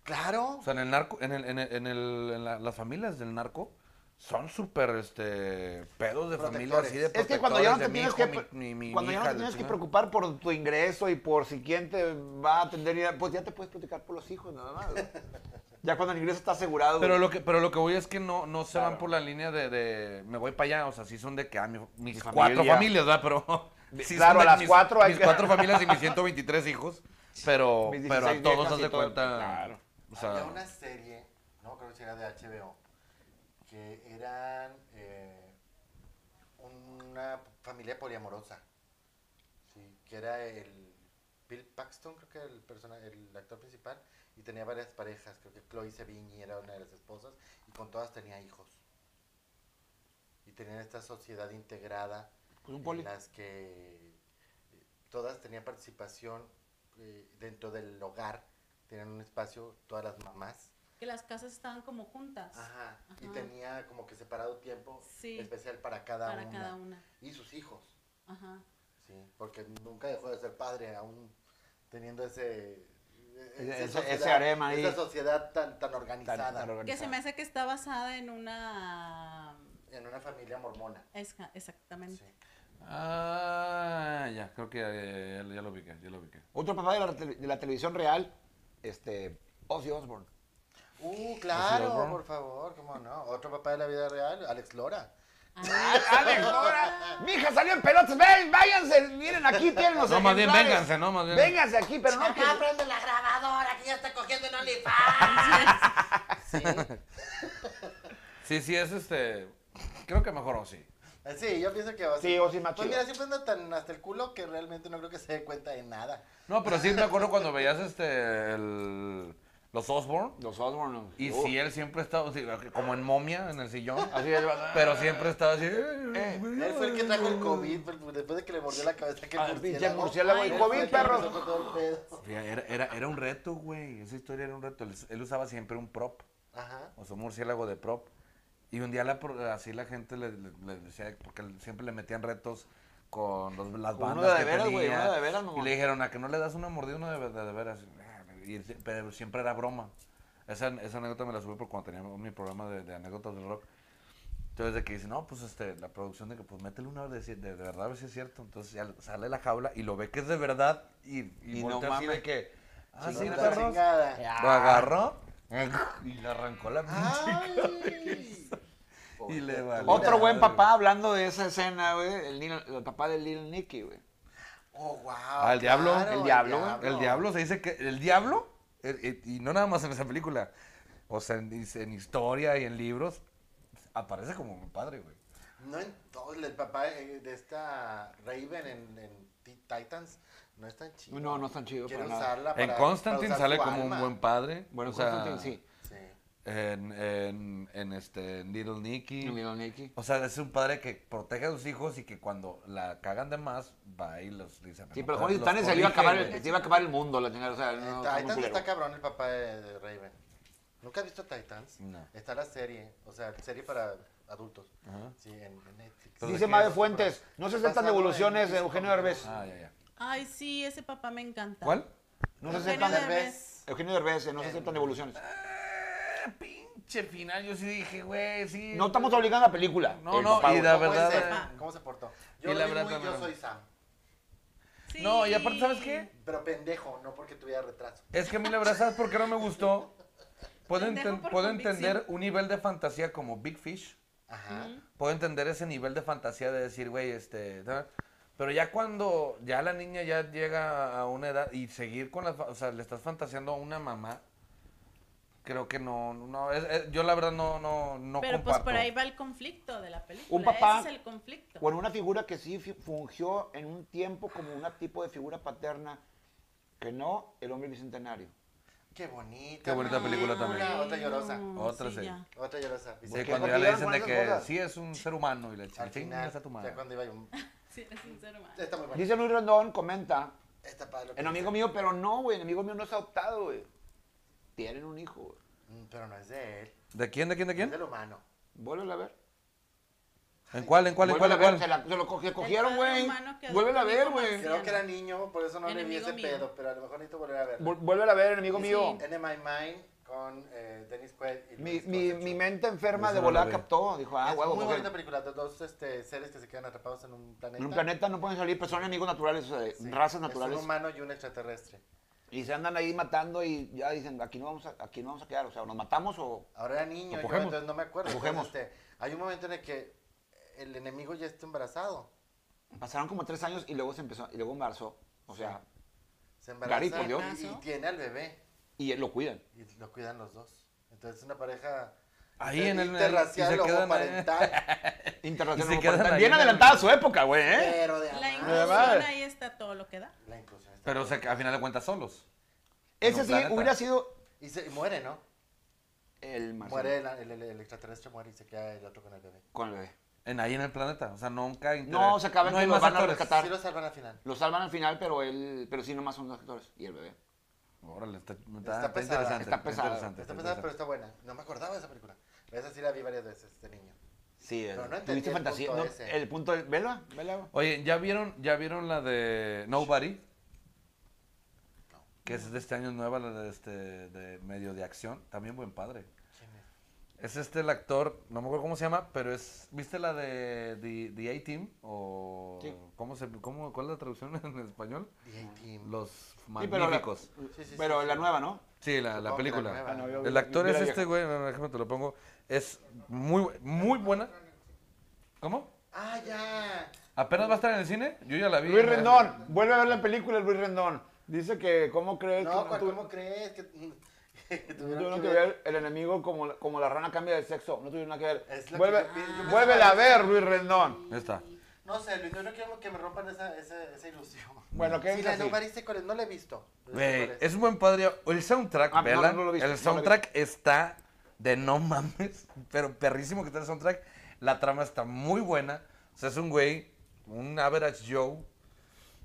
Speaker 3: Claro.
Speaker 1: O sea, en el narco, en, el, en, el- en, el- en la- las familias del narco son súper este, pedos de familia así de
Speaker 2: Es que cuando ya no te tienes
Speaker 1: protectores,
Speaker 2: que,
Speaker 1: de mi hijo, mi- mi- mi
Speaker 2: cuando ya no
Speaker 1: hija,
Speaker 2: te
Speaker 1: la
Speaker 2: tienes que
Speaker 1: chingada.
Speaker 2: preocupar por tu ingreso y por si quién te va a atender, pues ya te puedes preocupar por los hijos nada más. güey. ya cuando el ingreso está asegurado.
Speaker 1: Pero
Speaker 2: güey.
Speaker 1: lo que, pero lo que voy es que no, no se
Speaker 2: Claro.
Speaker 1: van por la línea de, de me voy para allá, o sea, sí son de que ah, mi- mis
Speaker 2: familia.
Speaker 1: cuatro familias, ¿verdad? Pero sí son
Speaker 2: Claro,
Speaker 1: de
Speaker 2: a las
Speaker 1: mis-
Speaker 2: cuatro hay
Speaker 1: mis
Speaker 2: que-
Speaker 1: cuatro familias y mis 123 hijos, pero,
Speaker 2: Mis
Speaker 1: pero
Speaker 2: 16
Speaker 1: a todos
Speaker 2: viejas
Speaker 1: haz
Speaker 2: y
Speaker 1: de
Speaker 2: todo.
Speaker 1: cuenta.
Speaker 2: Claro.
Speaker 1: O sea,
Speaker 3: Había una serie, no creo que si era de HBO, que eran eh, una familia poliamorosa. Sí, que era el Bill Paxton, creo que era el, persona, el actor principal, y tenía varias parejas. Creo que Chloe Sevigny era una de las esposas, y con todas tenía hijos. Y tenían esta sociedad integrada
Speaker 2: Pues un poli.
Speaker 3: en las que eh, todas tenían participación eh, dentro del hogar, tenían un espacio, todas las mamás.
Speaker 4: Que las casas estaban como juntas
Speaker 3: Ajá. Y
Speaker 4: Ajá.
Speaker 3: tenía como que separado tiempo
Speaker 4: Sí.
Speaker 3: especial para cada
Speaker 4: para
Speaker 3: una.
Speaker 4: cada una.
Speaker 3: Y sus hijos,
Speaker 4: Ajá.
Speaker 3: sí, porque nunca dejó de ser padre, aún teniendo ese... eh,
Speaker 2: Ese-
Speaker 3: esa
Speaker 2: ese-
Speaker 3: sociedad-
Speaker 2: ese harema ahí.
Speaker 3: Esa sociedad tan, tan
Speaker 2: Tan-
Speaker 3: organizada.
Speaker 2: tan
Speaker 4: Que se
Speaker 2: organizado.
Speaker 4: me hace que está basada en una...
Speaker 3: En una familia mormona.
Speaker 4: esca- exactamente.
Speaker 3: Sí.
Speaker 1: Ah, ya, creo que ya, ya- ya- ya lo vi, ya lo vi.
Speaker 2: Otro papá de la, tele- de la televisión real, este, Ozzy Osbourne.
Speaker 3: Uh, claro,
Speaker 1: Osborne.
Speaker 3: por favor, cómo no. Otro papá de la vida real, Alex Lora.
Speaker 2: ¡Alex Lora! ¡Mija, salió en pelotas! ¡Ven, váyanse! ¡Miren, aquí tienen los
Speaker 1: No, más bien
Speaker 2: ejemplares.
Speaker 1: vénganse, no, más bien.
Speaker 2: Vénganse aquí, pero no... que-
Speaker 3: prende la grabadora que ya está cogiendo en OnlyFans. Sí.
Speaker 1: Sí, sí, es este. Creo que mejor Ozzy.
Speaker 3: Eh, Sí, yo pienso que va a
Speaker 6: Sí, o sí, más
Speaker 3: Pues
Speaker 6: chido.
Speaker 3: mira, siempre anda tan hasta el culo que realmente no creo que se dé cuenta de nada.
Speaker 1: No, pero sí me acuerdo cuando veías este el- los Osborne.
Speaker 2: Los Osborne.
Speaker 1: Y
Speaker 2: uh,
Speaker 1: sí, él siempre estaba así, como en momia, en el sillón.
Speaker 2: Así es,
Speaker 1: Pero siempre estaba así. "Eh,
Speaker 3: Él fue Eh, el que trajo el COVID fue el- después de que le mordió la cabeza que
Speaker 6: Ah,
Speaker 3: el
Speaker 6: el pinche
Speaker 3: murciélago.
Speaker 6: murciélago
Speaker 4: y
Speaker 3: Él
Speaker 6: COVID,
Speaker 3: fue el que
Speaker 6: perros.
Speaker 3: empezó con todo el pedo.
Speaker 1: Fía, Era, era, era un reto, güey. Esa historia era un reto. Él, él usaba siempre un prop,
Speaker 3: Ajá.
Speaker 1: o su murciélago de prop. Y un día la pro- así la gente le, le- le decía, porque siempre le metían retos con los- las
Speaker 2: Con uno
Speaker 1: bandas
Speaker 2: de
Speaker 1: que
Speaker 2: veras, güey,
Speaker 1: tenía.
Speaker 2: uno de veras, mamá.
Speaker 1: Y le dijeron, a que no le das una mordida, uno de, ver- de, de veras. Y él sie- pero siempre era broma. Esa, esa anécdota me la subí por cuando tenía mi programa de, de anécdotas del rock. Entonces, de que dice, no, pues este, la producción de que, pues métele una vez, de, de verdad, a ver si es cierto. Entonces ya sale la jaula y lo ve que es de verdad y, y,
Speaker 2: Y no
Speaker 1: voltea así
Speaker 2: mames.
Speaker 1: de que, ah, sí,
Speaker 3: Chingada,
Speaker 1: perros.
Speaker 3: chingada.
Speaker 1: Lo agarró
Speaker 3: Ah.
Speaker 1: y le arrancó la pinche
Speaker 3: Ay.
Speaker 1: y le valió.
Speaker 2: Otro buen
Speaker 1: madre.
Speaker 2: papá hablando de esa escena, güey. El, Lil- el papá de Lil Nicky, güey.
Speaker 3: Oh, wow.
Speaker 1: Ah, el diablo.
Speaker 3: claro,
Speaker 1: el diablo, güey. El diablo se dice que. El diablo. eh, eh, y no nada más en esa película. O sea, en, dice, en historia y en libros. Aparece como mi padre, güey.
Speaker 3: No en todos, el papá eh, de esta Raven en, en Teen Titans no es tan chido.
Speaker 2: No, no es tan chido
Speaker 3: Quiero
Speaker 2: para nada.
Speaker 3: usarla para-
Speaker 1: En
Speaker 3: para
Speaker 1: Constantine
Speaker 3: usar
Speaker 1: sale
Speaker 3: su
Speaker 1: como
Speaker 3: alma.
Speaker 1: un buen padre.
Speaker 2: Bueno,
Speaker 1: o sea,
Speaker 2: Constantine, sí.
Speaker 3: Sí.
Speaker 1: En, en, en este, en Little Nicky.
Speaker 2: El Lil Nicky.
Speaker 1: O sea, es un padre que protege a sus hijos y que cuando la cagan de más, va y los dice.
Speaker 2: Sí,
Speaker 1: "No,
Speaker 2: pero
Speaker 1: los
Speaker 2: Juan Titanes se le iba a
Speaker 1: corrige,
Speaker 2: acabar, el-
Speaker 1: güey".
Speaker 2: se iba a acabar el mundo, la chingada. O sea,
Speaker 3: En
Speaker 2: no, está muy
Speaker 3: Titans
Speaker 2: culero.
Speaker 3: está cabrón el papá de, de Raven. ¿Nunca has visto Titans?
Speaker 1: No.
Speaker 3: Está la serie, o sea, serie para adultos. Sí, en, en Netflix.
Speaker 1: Pero
Speaker 6: Dice
Speaker 1: qué
Speaker 6: Mabe
Speaker 1: es?
Speaker 6: Fuentes, no se aceptan
Speaker 3: Basado en
Speaker 6: devoluciones de
Speaker 3: físico,
Speaker 6: Eugenio
Speaker 3: ¿no?
Speaker 6: Derbez.
Speaker 1: Ah, ya, ya.
Speaker 4: Ay, sí, ese papá me encanta.
Speaker 1: ¿Cuál?
Speaker 6: No se
Speaker 4: Eugenio
Speaker 6: aceptan
Speaker 3: Derbez.
Speaker 4: Derbez.
Speaker 2: Eugenio Derbez, no se aceptan evoluciones.
Speaker 1: Eh, Pinche final, yo sí dije, güey, sí.
Speaker 2: No estamos obligando a la película.
Speaker 1: No,
Speaker 2: El
Speaker 1: no,
Speaker 2: papá,
Speaker 1: y
Speaker 2: güey.
Speaker 1: la
Speaker 3: ¿Cómo
Speaker 1: verdad.
Speaker 3: es él?
Speaker 1: eh,
Speaker 3: ¿Cómo se portó?
Speaker 1: Y
Speaker 3: Yo,
Speaker 1: la
Speaker 3: vi
Speaker 1: verdad
Speaker 3: muy
Speaker 1: también
Speaker 3: yo
Speaker 1: no.
Speaker 3: soy Sam,
Speaker 4: Sí.
Speaker 1: No, y aparte, ¿sabes qué?
Speaker 3: pero pendejo, no porque tuviera retraso.
Speaker 1: Es que a mí la verdad, ¿sabes por qué no me gustó? Puedo,
Speaker 4: Pendejo
Speaker 1: enten-
Speaker 4: por
Speaker 1: puedo
Speaker 4: convicción.
Speaker 1: entender un nivel de fantasía como Big Fish.
Speaker 3: Ajá.
Speaker 1: Puedo entender ese nivel de fantasía de decir, güey, este. ¿no? Pero ya cuando ya la niña ya llega a una edad y seguir con la. fa- O sea, le estás fantaseando a una mamá. Creo que no. no es- es- yo la verdad no, no, no
Speaker 4: Pero pues
Speaker 1: comparto.
Speaker 4: por ahí va el conflicto de la película.
Speaker 2: Un papá-
Speaker 4: Ese es el conflicto.
Speaker 2: Bueno, una figura que sí fi- fungió en un tiempo como un tipo de figura paterna, que no el hombre bicentenario.
Speaker 3: Qué bonita.
Speaker 1: Qué bonita película también.
Speaker 3: Otra llorosa.
Speaker 1: Otra sí.
Speaker 4: ya.
Speaker 3: Otra llorosa.
Speaker 1: Sí,
Speaker 3: Porque
Speaker 1: cuando
Speaker 2: porque
Speaker 1: ya le
Speaker 2: llegan
Speaker 1: dicen
Speaker 2: con
Speaker 1: de
Speaker 2: esas
Speaker 1: que
Speaker 2: cosas.
Speaker 1: sí es un ser humano y le
Speaker 3: al
Speaker 1: dicen,
Speaker 3: final,
Speaker 1: chingas a tu madre.
Speaker 3: ya cuando iba yo, "Mm,
Speaker 4: Sí, es un ser humano.
Speaker 3: Está muy buena.
Speaker 2: Dice Luis Rendón, comenta,
Speaker 3: Está padre. lo que
Speaker 2: en amigo
Speaker 3: dice.
Speaker 2: mío, pero no, güey, enemigo mío no es adoptado, güey. Tienen un hijo, güey.
Speaker 3: Mm, Pero no es de él.
Speaker 1: ¿De quién, de quién, de
Speaker 3: Es
Speaker 1: quién?
Speaker 3: del humano.
Speaker 2: Vuélvela a ver.
Speaker 1: ¿En cuál, en cuál, en cuál, en
Speaker 2: Vuélvela a ver,
Speaker 1: cuál?
Speaker 2: Se, la- se lo cogi- cogieron,
Speaker 4: padre
Speaker 2: güey.
Speaker 4: humano que
Speaker 2: Vuélvela a
Speaker 4: adoptó
Speaker 2: ver,
Speaker 4: mi hijo
Speaker 2: güey.
Speaker 4: más.
Speaker 3: Creo que era niño, por eso no le vi
Speaker 4: Enemigo
Speaker 3: ese
Speaker 4: mío.
Speaker 3: pedo, pero a lo mejor necesito volver a verlo.
Speaker 2: Vu- Vuélvela a ver, enemigo mío.
Speaker 3: En My Mind con eh, Dennis Quaid y
Speaker 2: Mi,
Speaker 3: Luis
Speaker 2: mi,
Speaker 3: Cosecho.
Speaker 2: mi mente enferma
Speaker 1: Esa no
Speaker 2: de
Speaker 1: la
Speaker 2: volada
Speaker 1: vi.
Speaker 2: captó. Dijo, ah,
Speaker 3: es
Speaker 2: huevo,
Speaker 3: muy
Speaker 2: porque
Speaker 3: bonita película, de dos este, seres que se quedan atrapados en un planeta.
Speaker 2: En un planeta no pueden salir, pero son enemigos naturales, o sea,
Speaker 3: Sí.
Speaker 2: eh, razas
Speaker 3: Es
Speaker 2: naturales.
Speaker 3: un humano y un extraterrestre.
Speaker 2: Y se andan ahí matando y ya dicen, aquí no vamos a, aquí no vamos a quedar, o sea, nos matamos o...
Speaker 3: Ahora era niño,
Speaker 1: Lo
Speaker 3: yo,
Speaker 1: cogemos.
Speaker 3: entonces no me acuerdo.
Speaker 2: Lo cogemos.
Speaker 3: Entonces, este, hay un momento en el que el enemigo ya está embarazado.
Speaker 2: Pasaron como tres años y luego se empezó, y luego embarazó, o sea,
Speaker 3: Se embaraza
Speaker 2: Gary, por Dios.
Speaker 3: y, y tiene al bebé
Speaker 2: y él lo cuidan.
Speaker 3: y lo cuidan los dos. Entonces una pareja
Speaker 1: Ahí
Speaker 3: inter-
Speaker 1: en el- y
Speaker 3: interracial
Speaker 1: se quedan,
Speaker 3: o parental,
Speaker 2: Internacional.
Speaker 1: Y se quedan
Speaker 2: Bien
Speaker 1: ahí en el-
Speaker 2: adelantada su época, güey, ¿eh?
Speaker 3: pero de
Speaker 4: La
Speaker 3: amar.
Speaker 4: inclusión
Speaker 2: madre.
Speaker 4: ahí está todo lo que da.
Speaker 3: La inclusión. está
Speaker 1: Pero o
Speaker 3: bien.
Speaker 1: sea, que a final de cuentas solos. en
Speaker 2: Ese
Speaker 1: un
Speaker 2: sí
Speaker 1: planeta.
Speaker 2: hubiera sido
Speaker 3: Y se y muere, ¿no?
Speaker 2: el Marcelo
Speaker 3: Muere el, el- el- el extraterrestre, muere y se queda el otro con el bebé.
Speaker 2: con el bebé.
Speaker 1: En ahí en el planeta. O sea, nunca inter-
Speaker 2: No, se acaba en que
Speaker 1: hay
Speaker 2: los
Speaker 1: más
Speaker 2: van a
Speaker 1: actores.
Speaker 2: rescatar. Tar-
Speaker 3: Sí lo salvan al final.
Speaker 2: Lo salvan al final, pero él, pero sí nomás son dos actores y el bebé.
Speaker 1: Órale, está, está-
Speaker 3: pesada,
Speaker 1: está interesante.
Speaker 2: está pesada.
Speaker 1: interesante,
Speaker 3: Está
Speaker 1: está
Speaker 3: pesada,
Speaker 1: interesante.
Speaker 3: pero está buena. No me acordaba de esa película. Esa sí la vi varias veces de niño.
Speaker 2: Sí,
Speaker 3: Pero
Speaker 2: el-
Speaker 3: no entendí
Speaker 2: tuviste
Speaker 3: el
Speaker 2: fantasía.
Speaker 3: punto
Speaker 2: no,
Speaker 3: ese.
Speaker 2: el punto del... ¿Vela? ¿Vela?
Speaker 1: Oye, ¿ya vieron, ¿ya vieron la de Nobody? Que es de este año nueva, la de, este, de medio de acción. También buen padre. Es este el actor, no me acuerdo cómo se llama, pero es. ¿Viste la de The, The A-Team? ¿O
Speaker 2: Sí.
Speaker 1: ¿cómo se, cómo, ¿Cuál es la traducción en español?
Speaker 3: The A-Team.
Speaker 1: Los
Speaker 2: Sí, pero la,
Speaker 1: magníficos.
Speaker 3: Sí, sí,
Speaker 2: pero
Speaker 3: sí,
Speaker 2: la
Speaker 3: sí.
Speaker 2: nueva, ¿no?
Speaker 1: Sí, la, la
Speaker 3: Supongo que la
Speaker 1: película.
Speaker 3: nueva. Ah, no,
Speaker 2: yo-
Speaker 1: el actor
Speaker 2: yo
Speaker 1: es
Speaker 2: vi la
Speaker 1: este
Speaker 2: vieja.
Speaker 1: güey, no, no, déjame te lo pongo. Es muy, bu- muy buena. ¿Cómo?
Speaker 3: Ah, ya.
Speaker 1: ¿Apenas va a estar en el cine? Yo ya la vi.
Speaker 6: Luis
Speaker 1: Me-
Speaker 6: Rendón, vuelve a ver la película Luis Rendón. Dice que, ¿cómo crees
Speaker 3: No,
Speaker 6: que
Speaker 3: Juan,
Speaker 6: tú-
Speaker 3: ¿cómo crees? Que,
Speaker 6: No tuvieron que ver el enemigo como, la- como la rana cambia de sexo. No tuvieron nada que ver.
Speaker 3: Es lo
Speaker 6: Vuelve,
Speaker 3: que yo pienso.
Speaker 6: vuélvela a ver, Luis Rendón.
Speaker 1: Ahí está.
Speaker 3: No sé, Luis, yo no quiero que me rompan esa, esa, esa ilusión.
Speaker 6: Bueno, ¿qué
Speaker 3: Sí,
Speaker 6: dice
Speaker 3: la
Speaker 6: así?
Speaker 3: de Nobody Secret, no la he visto.
Speaker 1: Güey, es un buen padre. El soundtrack,
Speaker 6: Ah, no,
Speaker 1: vela,
Speaker 6: no lo he visto, no
Speaker 1: el
Speaker 6: lo he
Speaker 1: soundtrack está de no mames, pero perrísimo que está el soundtrack. La trama está muy buena. O sea, es un güey, un average Joe,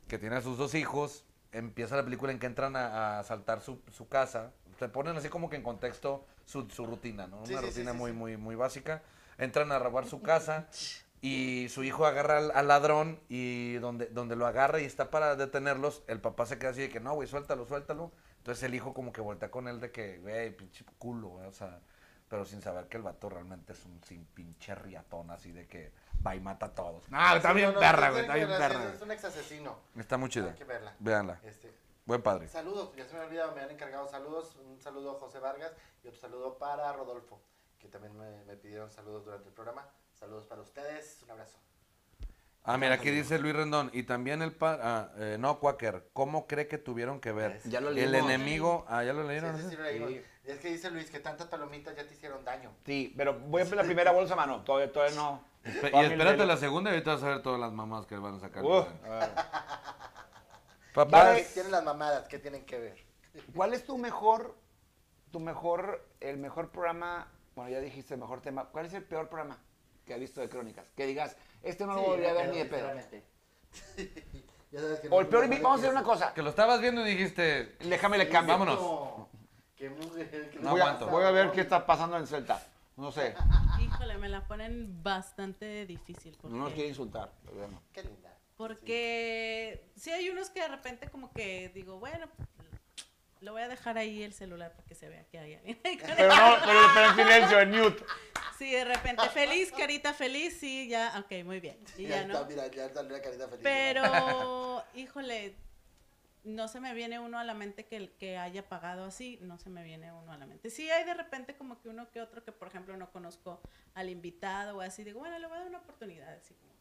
Speaker 1: que tiene a sus dos hijos. Empieza la película en que entran a, a asaltar su, su casa. Te ponen así como que en contexto su, su rutina, ¿no?
Speaker 3: Sí,
Speaker 1: Una
Speaker 3: sí, sí,
Speaker 1: rutina
Speaker 3: sí,
Speaker 1: muy,
Speaker 3: sí.
Speaker 1: muy, muy básica. Entran a robar su casa y su hijo agarra al, al ladrón y donde, donde lo agarra y está para detenerlos, el papá se queda así de que no, güey, suéltalo, suéltalo. Entonces el hijo como que voltea con él de que, güey, pinche culo, güey", o sea, pero sin saber que el vato realmente es un sin pinche riatón así de que va y mata a todos. No, ah, está bien perra, güey, está bien perra. güey.
Speaker 3: Es un ex asesino.
Speaker 1: Está muy chida.
Speaker 3: Hay que verla.
Speaker 1: Véanla.
Speaker 3: Este,
Speaker 1: Buen padre.
Speaker 3: Saludos, ya se me ha olvidado, me han encargado saludos. Un saludo a José Vargas y otro saludo para Rodolfo, que también me, me pidieron saludos durante el programa. Saludos para ustedes, un abrazo.
Speaker 1: Ah, mira, aquí dice Luis Rendón. Y también el pa ah, eh, no, Quaker, ¿cómo cree que tuvieron que ver?
Speaker 6: Ya lo
Speaker 1: El
Speaker 6: leímos.
Speaker 1: enemigo. Ah, ya lo
Speaker 3: Sí,
Speaker 1: leyeron.
Speaker 3: sí, sí,
Speaker 1: ¿sí?
Speaker 3: lo digo.
Speaker 6: Sí.
Speaker 3: Y es que dice Luis que tantas palomitas ya te hicieron daño.
Speaker 6: Sí, pero voy a la primera bolsa, mano. Todavía, todavía no.
Speaker 1: Espe-
Speaker 6: Todavía
Speaker 1: Y espérate
Speaker 6: no.
Speaker 1: la segunda y ahorita vas a ver todas las mamás que van a sacar. Ah.
Speaker 6: Uf, a ver.
Speaker 1: Papás.
Speaker 6: Vale.
Speaker 3: Tienen las mamadas, ¿qué tienen que ver?
Speaker 6: ¿Cuál es tu mejor, tu mejor, el mejor programa? Bueno, ya dijiste el mejor tema. ¿Cuál es el peor programa que has visto de Crónicas? Que digas, este no lo
Speaker 3: Sí,
Speaker 6: volvería a ver
Speaker 3: pero
Speaker 6: ni de pedo.
Speaker 3: sinceramente. Ya sabes que
Speaker 6: O
Speaker 3: no-
Speaker 6: el peor,
Speaker 3: no
Speaker 6: invi- vamos a hacer
Speaker 3: quieres.
Speaker 6: una cosa.
Speaker 1: Que lo estabas viendo y dijiste.
Speaker 6: Déjame le cambio.
Speaker 1: Vámonos.
Speaker 3: No, Qué mujer. qué
Speaker 1: No
Speaker 6: voy, a,
Speaker 1: aguanto.
Speaker 6: voy a ver qué está pasando en Celta. No sé,
Speaker 4: Híjole, me la ponen bastante difícil.
Speaker 6: no nos
Speaker 4: porque-
Speaker 6: quiere insultar. pero bueno.
Speaker 3: Qué linda.
Speaker 4: Porque sí hay unos que de repente como que digo, bueno, lo voy a dejar ahí el celular para que se vea que hay alguien. ahí con él.
Speaker 6: Pero no, pero, pero en silencio, en mute.
Speaker 4: Sí, de repente feliz, carita feliz, sí, ya, ok, muy bien. Y ya
Speaker 3: está,
Speaker 4: no.
Speaker 3: mira, ya salió la carita feliz.
Speaker 4: Pero, híjole, no se me viene uno a la mente que, el que haya pagado así, no se me viene uno a la mente. Sí hay de repente como que uno que otro que, por ejemplo, no conozco al invitado o así, digo, bueno, le voy a dar una oportunidad, así como,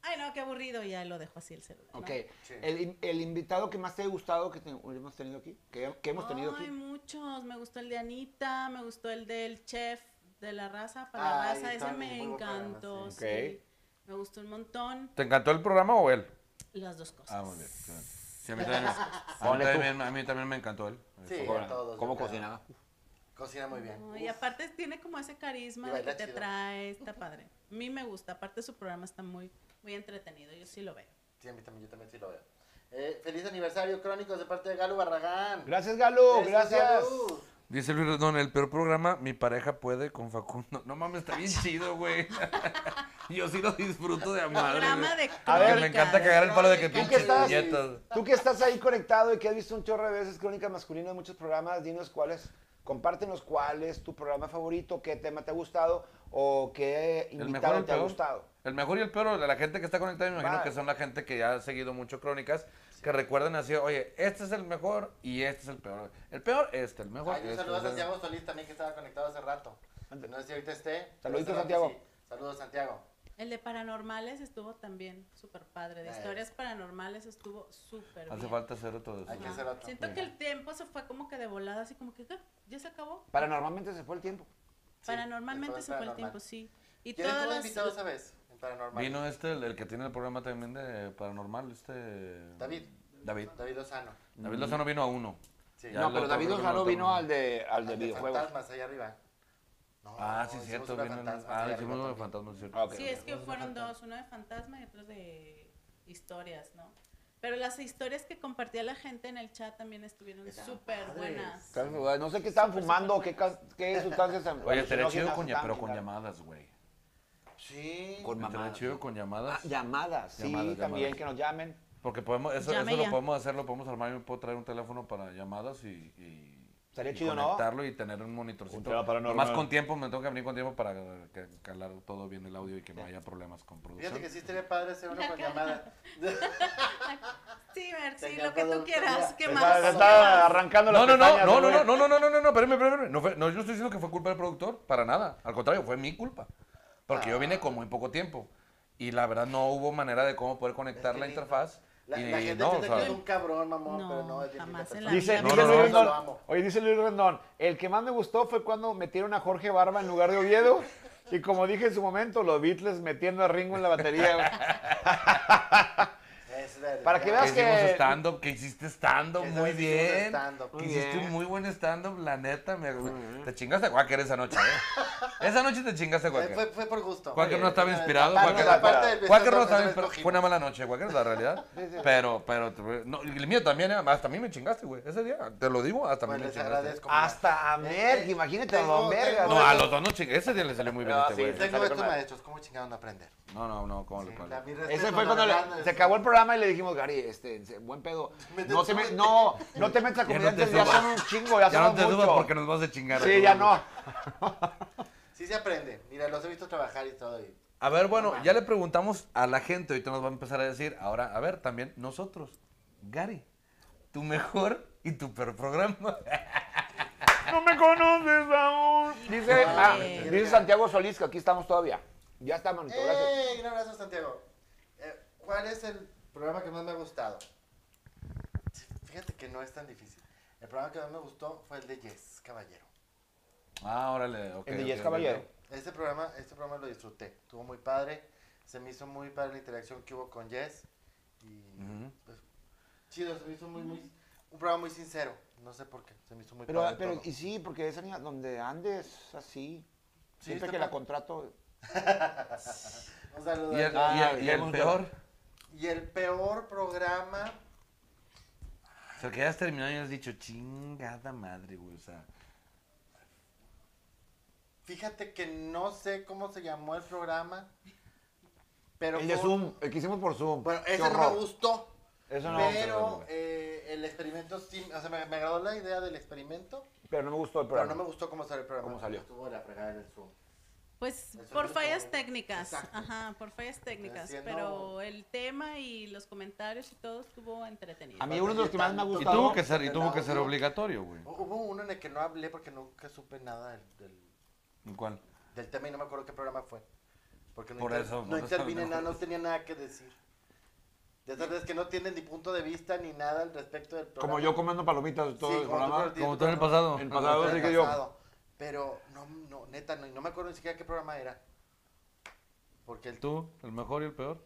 Speaker 4: ay, no, qué aburrido, y ya lo dejo así el celular. ¿no?
Speaker 6: Ok,
Speaker 3: Sí.
Speaker 6: el, in- el invitado que más te ha gustado que te- hemos tenido aquí, que, que hemos tenido
Speaker 4: Ay,
Speaker 6: aquí.
Speaker 4: muchos. Me gustó el de Anita, me gustó el del chef de la raza, para
Speaker 6: Ah,
Speaker 4: la
Speaker 3: Ay,
Speaker 4: raza. Ese
Speaker 3: también,
Speaker 4: me
Speaker 3: muy buen programa,
Speaker 4: encantó.
Speaker 6: sí.
Speaker 4: sí.
Speaker 6: Ok.
Speaker 4: Me gustó un montón.
Speaker 1: ¿Te encantó el programa o él?
Speaker 4: Las dos cosas.
Speaker 1: Ah, muy bien. claro. Sí, a mí también, me- a mí
Speaker 6: Ponle tú.
Speaker 1: también- a mí también me encantó él.
Speaker 3: Sí,
Speaker 6: Cómo-
Speaker 3: a todos,
Speaker 6: ¿Cómo
Speaker 3: yo creo.
Speaker 6: cocinaba?
Speaker 3: Cocina muy bien.
Speaker 4: No, y
Speaker 3: Uf.
Speaker 4: aparte tiene como ese
Speaker 3: Y
Speaker 4: carisma de que
Speaker 3: baila
Speaker 4: te
Speaker 3: chido.
Speaker 4: trae. Está padre. A mí me gusta. Aparte su programa está muy, muy entretenido. Yo sí lo veo.
Speaker 3: Sí, a mí también, yo también sí lo veo. Eh, feliz aniversario, Crónicos, de parte de Galo Barragán.
Speaker 6: Gracias, Galo, gracias.
Speaker 3: Galo.
Speaker 1: Dice Luis Rendón, el peor programa, mi pareja puede con Facundo. No mames, está bien chido, güey. Yo sí lo disfruto de a madre.
Speaker 4: Programa
Speaker 1: güey.
Speaker 4: de
Speaker 6: A ver,
Speaker 1: Porque me encanta cagar el palo de que
Speaker 3: ¿Tú qué
Speaker 1: pinches
Speaker 6: estás?
Speaker 1: puñetas.
Speaker 6: Tú que estás ahí conectado y que has visto un chorro de veces crónicas masculinas en muchos programas, dinos cuáles, compártenos cuál es tu programa favorito, qué tema te ha gustado o qué
Speaker 1: El mejor y
Speaker 6: invitado
Speaker 1: el
Speaker 6: te ha
Speaker 1: peor.
Speaker 6: gustado.
Speaker 1: El mejor y el peor, la gente que está conectada, me imagino
Speaker 6: Vale.
Speaker 1: que son la gente que ya ha seguido mucho crónicas, que recuerdan así, oye, este es el mejor y este es el peor. El peor, este, el mejor.
Speaker 3: Ay, un
Speaker 1: este,
Speaker 3: saludo a
Speaker 1: este.
Speaker 3: Santiago Solís también que estaba conectado hace rato. No sé si ahorita esté. pero
Speaker 6: Saludito,
Speaker 3: hace rato
Speaker 6: Santiago.
Speaker 3: sí. Saludos, Santiago.
Speaker 4: El de paranormales estuvo también súper padre. De
Speaker 3: Eh.
Speaker 4: historias paranormales estuvo súper
Speaker 1: Hace
Speaker 4: bien.
Speaker 1: falta hacer otro de
Speaker 3: Hay que
Speaker 1: esos.
Speaker 3: hacer otro.
Speaker 4: Siento que el tiempo se fue como que de volada, así como que "Ah, ya se acabó.
Speaker 6: Paranormalmente se fue el tiempo.
Speaker 3: Sí,
Speaker 4: Paranormalmente
Speaker 3: el
Speaker 4: se fue el
Speaker 3: paranormal.
Speaker 4: tiempo, sí. Y
Speaker 3: ¿Quién estuvo
Speaker 4: todas
Speaker 3: invitado
Speaker 4: las...
Speaker 3: esa vez? En Paranormal.
Speaker 1: Vino este, el, el que tiene el programa también de Paranormal, este...
Speaker 3: David.
Speaker 1: David.
Speaker 3: David Lozano.
Speaker 1: David Lozano vino a uno.
Speaker 3: Sí.
Speaker 1: Ya, No, pero David Lozano vino al
Speaker 6: de, al
Speaker 3: Al de fantasmas allá arriba. No,
Speaker 1: ah, sí,
Speaker 3: hicimos
Speaker 1: cierto.
Speaker 3: una
Speaker 1: Vino el-
Speaker 3: fantasmas
Speaker 1: ah,
Speaker 3: allá
Speaker 1: hicimos
Speaker 3: arriba
Speaker 1: uno de
Speaker 3: también.
Speaker 1: fantasmas, es cierto.
Speaker 6: Ah, ok.
Speaker 4: Sí, es que fueron dos, uno de fantasma y otro de historias, ¿no? Pero las historias que compartía la gente en el chat también estuvieron
Speaker 3: Estaban
Speaker 4: súper
Speaker 3: padres.
Speaker 4: buenas.
Speaker 6: No sé qué estaban fumando o qué, cas-
Speaker 1: Eh.
Speaker 6: qué sustancias.
Speaker 1: Oye, estaría chido
Speaker 6: alucinógenas
Speaker 1: con, ya-
Speaker 6: estaban
Speaker 1: pero con
Speaker 6: chingando.
Speaker 1: llamadas, güey.
Speaker 3: Sí.
Speaker 6: Con
Speaker 1: Estaría
Speaker 6: mamadas.
Speaker 1: chido con llamadas.
Speaker 6: Ah, llamadas, sí,
Speaker 1: Llamadas,
Speaker 6: también
Speaker 1: llamadas.
Speaker 6: que nos llamen.
Speaker 1: Porque podemos, eso,
Speaker 4: Llame
Speaker 1: eso lo
Speaker 4: ya.
Speaker 1: podemos hacer, lo podemos armar. Yo puedo traer un teléfono para llamadas y. y
Speaker 6: Estaría
Speaker 1: y
Speaker 6: chido, ¿no?
Speaker 1: conectarlo y tener un
Speaker 6: Un
Speaker 1: monitorcito.
Speaker 6: tema paranormal.
Speaker 1: Más con tiempo, me tengo que venir con tiempo para que- calar todo bien el audio y que no haya problemas con
Speaker 3: Fíjate que
Speaker 1: producción.
Speaker 3: sí estaría padre hacer uno
Speaker 4: La
Speaker 3: con
Speaker 4: cara.
Speaker 3: llamada.
Speaker 4: Sí, Mer, sí,
Speaker 3: Tenía
Speaker 4: lo que tú
Speaker 3: productora.
Speaker 4: quieras. ¿Qué
Speaker 3: Se
Speaker 4: más?
Speaker 6: Se
Speaker 4: ¿Qué
Speaker 6: está
Speaker 4: más?
Speaker 6: arrancando las
Speaker 1: No, no, no,
Speaker 6: pestañas,
Speaker 1: no,
Speaker 6: el
Speaker 1: no,
Speaker 6: güey.
Speaker 1: no, no, no, no, no, no, no, espérame, espérame, espérame. No, fue- no, yo no estoy diciendo que fue culpa del productor, para nada. Al contrario, fue mi culpa. Porque yo vine con muy poco tiempo. Y la verdad no hubo manera de cómo poder conectar
Speaker 3: Es que
Speaker 1: la
Speaker 3: lindo.
Speaker 1: interfaz.
Speaker 3: La,
Speaker 1: Y
Speaker 3: la gente
Speaker 1: no,
Speaker 3: piensa
Speaker 1: o sea-
Speaker 3: que es un cabrón, mamón,
Speaker 4: No,
Speaker 3: pero no es Jessica
Speaker 4: jamás en
Speaker 3: Simpson.
Speaker 4: la
Speaker 2: Dice,
Speaker 4: vida.
Speaker 1: No,
Speaker 2: dice
Speaker 1: no,
Speaker 2: Luis
Speaker 1: no,
Speaker 2: Rendón,
Speaker 3: lo amo.
Speaker 2: oye, dice Luis Rendón, el que más me gustó fue cuando metieron a Jorge Barba en lugar de Oviedo. Y como dije en su momento, los Beatles metiendo a Ringo en la batería. güey.
Speaker 3: Es verdad.
Speaker 2: Para que veas
Speaker 1: Que
Speaker 2: que-
Speaker 1: hicimos stand-up, que hiciste stand-up
Speaker 3: Esa
Speaker 1: muy
Speaker 3: vez hicimos
Speaker 1: bien.
Speaker 3: stand-up.
Speaker 1: que
Speaker 3: Muy
Speaker 1: hiciste
Speaker 6: bien.
Speaker 1: un muy buen stand-up, la neta. me- Te chingaste a Quaker esa noche, ¿eh? esa noche te chingaste a
Speaker 3: Fue,
Speaker 1: Quaker.
Speaker 3: fue- fue por gusto. Eh,
Speaker 1: Quaker no estaba inspirado.
Speaker 3: Aparte-
Speaker 1: Quaker,
Speaker 3: aparte del
Speaker 1: Quaker
Speaker 3: beso,
Speaker 1: no estaba
Speaker 3: no
Speaker 1: inspirado.
Speaker 3: escogimos.
Speaker 1: Fue una mala noche, Quaker, es la realidad. Pero, pero, no, y el mío también, ¿eh? hasta a mí me chingaste, güey. Ese día, te lo digo, hasta a mí
Speaker 3: Pues
Speaker 1: me
Speaker 3: les
Speaker 1: chingaste.
Speaker 3: agradezco.
Speaker 2: Hasta a Merck,
Speaker 3: Eh,
Speaker 2: imagínate a
Speaker 3: tengo-
Speaker 2: los vergas.
Speaker 3: tengo-
Speaker 1: No, a los dos no chingaste. Ese día le salió muy bien
Speaker 6: No,
Speaker 1: a este
Speaker 6: sí,
Speaker 1: güey.
Speaker 6: sale
Speaker 3: Tengo estos
Speaker 6: con madre.
Speaker 3: maestros, ¿cómo chingaron aprender?
Speaker 1: No, no, no, ¿cómo le cuál?
Speaker 2: Ese fue cuando le- se acabó el programa y le dijimos, Gary, este, este, buen pedo. No te, me- no, no te metas a
Speaker 1: Ya no te
Speaker 2: comediantes, ya
Speaker 1: subas.
Speaker 2: son un chingo, ya,
Speaker 1: Ya no
Speaker 2: son
Speaker 1: te subas
Speaker 2: mucho.
Speaker 1: porque nos vas a chingar.
Speaker 2: Sí, ya no.
Speaker 3: Sí se aprende. Mira, los he visto trabajar y todo. y-
Speaker 1: A ver, bueno, ya le preguntamos a la gente, ahorita nos va a empezar a decir, ahora, a ver, también nosotros, Gary, tu mejor y tu peor programa.
Speaker 2: No me conoces aún. Dice, ah,
Speaker 4: Ay.
Speaker 2: dice Santiago Solís que aquí estamos todavía. Ya está, manito, gracias.
Speaker 3: ¡Ey! Un abrazo, Santiago. Eh, ¿Cuál es el programa que más me ha gustado? Fíjate que no es tan difícil. El programa que más me gustó fue el de Yes, Caballero.
Speaker 1: Ah, órale, ok.
Speaker 2: El de
Speaker 1: ok,
Speaker 2: Yes
Speaker 1: ok.
Speaker 2: Caballero.
Speaker 3: Este programa, este programa lo disfruté. Estuvo muy padre. Se me hizo muy padre la interacción que hubo con Jess. Y
Speaker 1: Ujú.
Speaker 3: pues, chido, se me hizo muy, muy. Un programa muy sincero. No sé por qué. Se me hizo muy
Speaker 6: Pero,
Speaker 3: padre.
Speaker 6: pero,
Speaker 3: todo.
Speaker 6: y sí, porque esa niña donde andes así,
Speaker 3: Sí,
Speaker 6: siempre
Speaker 3: está
Speaker 6: que la
Speaker 3: padre.
Speaker 6: contrato,
Speaker 3: Un saludo
Speaker 1: ¿Y
Speaker 3: a
Speaker 1: el,
Speaker 3: Jess.
Speaker 1: y el- y el peor?
Speaker 3: Y el peor programa.
Speaker 1: O sea, que ya has terminado y has dicho, chingada madre, güey, o sea.
Speaker 3: Fíjate que no sé cómo se llamó el programa. Pero
Speaker 2: El de
Speaker 3: fue-
Speaker 2: Zoom, el que hicimos por Zoom.
Speaker 3: Bueno,
Speaker 2: Qué
Speaker 3: ese no me
Speaker 2: horror.
Speaker 3: gustó.
Speaker 2: Eso no,
Speaker 3: pero eh, el experimento sí. O sea, me, me agradó la idea del experimento.
Speaker 2: Pero no me gustó el
Speaker 3: Pero
Speaker 2: programa.
Speaker 3: no me gustó cómo salió el programa.
Speaker 2: ¿Cómo salió?
Speaker 3: Estuvo de la fregada en el Zoom.
Speaker 4: Pues
Speaker 3: Eso
Speaker 4: por
Speaker 3: es lo que-
Speaker 4: fallas técnicas,
Speaker 3: Exacto.
Speaker 4: ajá, por fallas técnicas,
Speaker 3: Haciendo-
Speaker 4: pero el tema y los comentarios y todo estuvo entretenido.
Speaker 6: a mí uno de los que más me ha
Speaker 3: Y
Speaker 1: Y
Speaker 6: gustado.
Speaker 1: tuvo que ser, y tuvo que ser
Speaker 3: Hubo-
Speaker 1: obligatorio, güey.
Speaker 3: Hubo uno en el que no hablé porque nunca supe nada del, del,
Speaker 1: ¿Y ¿Cuál?
Speaker 3: del tema y no me acuerdo qué programa fue. Porque no,
Speaker 1: Por
Speaker 3: inter-
Speaker 1: eso,
Speaker 3: no
Speaker 1: por eso
Speaker 3: intervine
Speaker 1: no.
Speaker 3: nada, no tenía nada que decir. De esas veces que no tienen ni punto de vista ni nada al respecto del programa.
Speaker 6: Como yo comiendo palomitas todo
Speaker 3: Sí,
Speaker 6: el
Speaker 3: como tú
Speaker 6: programa.
Speaker 3: comes-
Speaker 1: Como tú en el pasado.
Speaker 6: En
Speaker 3: Como
Speaker 6: pasado.
Speaker 3: el
Speaker 6: sí que yo.
Speaker 3: pasado. Pero, no, no, neta, no, y no me acuerdo ni siquiera qué programa era. Porque el
Speaker 1: ¿Tú? ¿El mejor y el peor?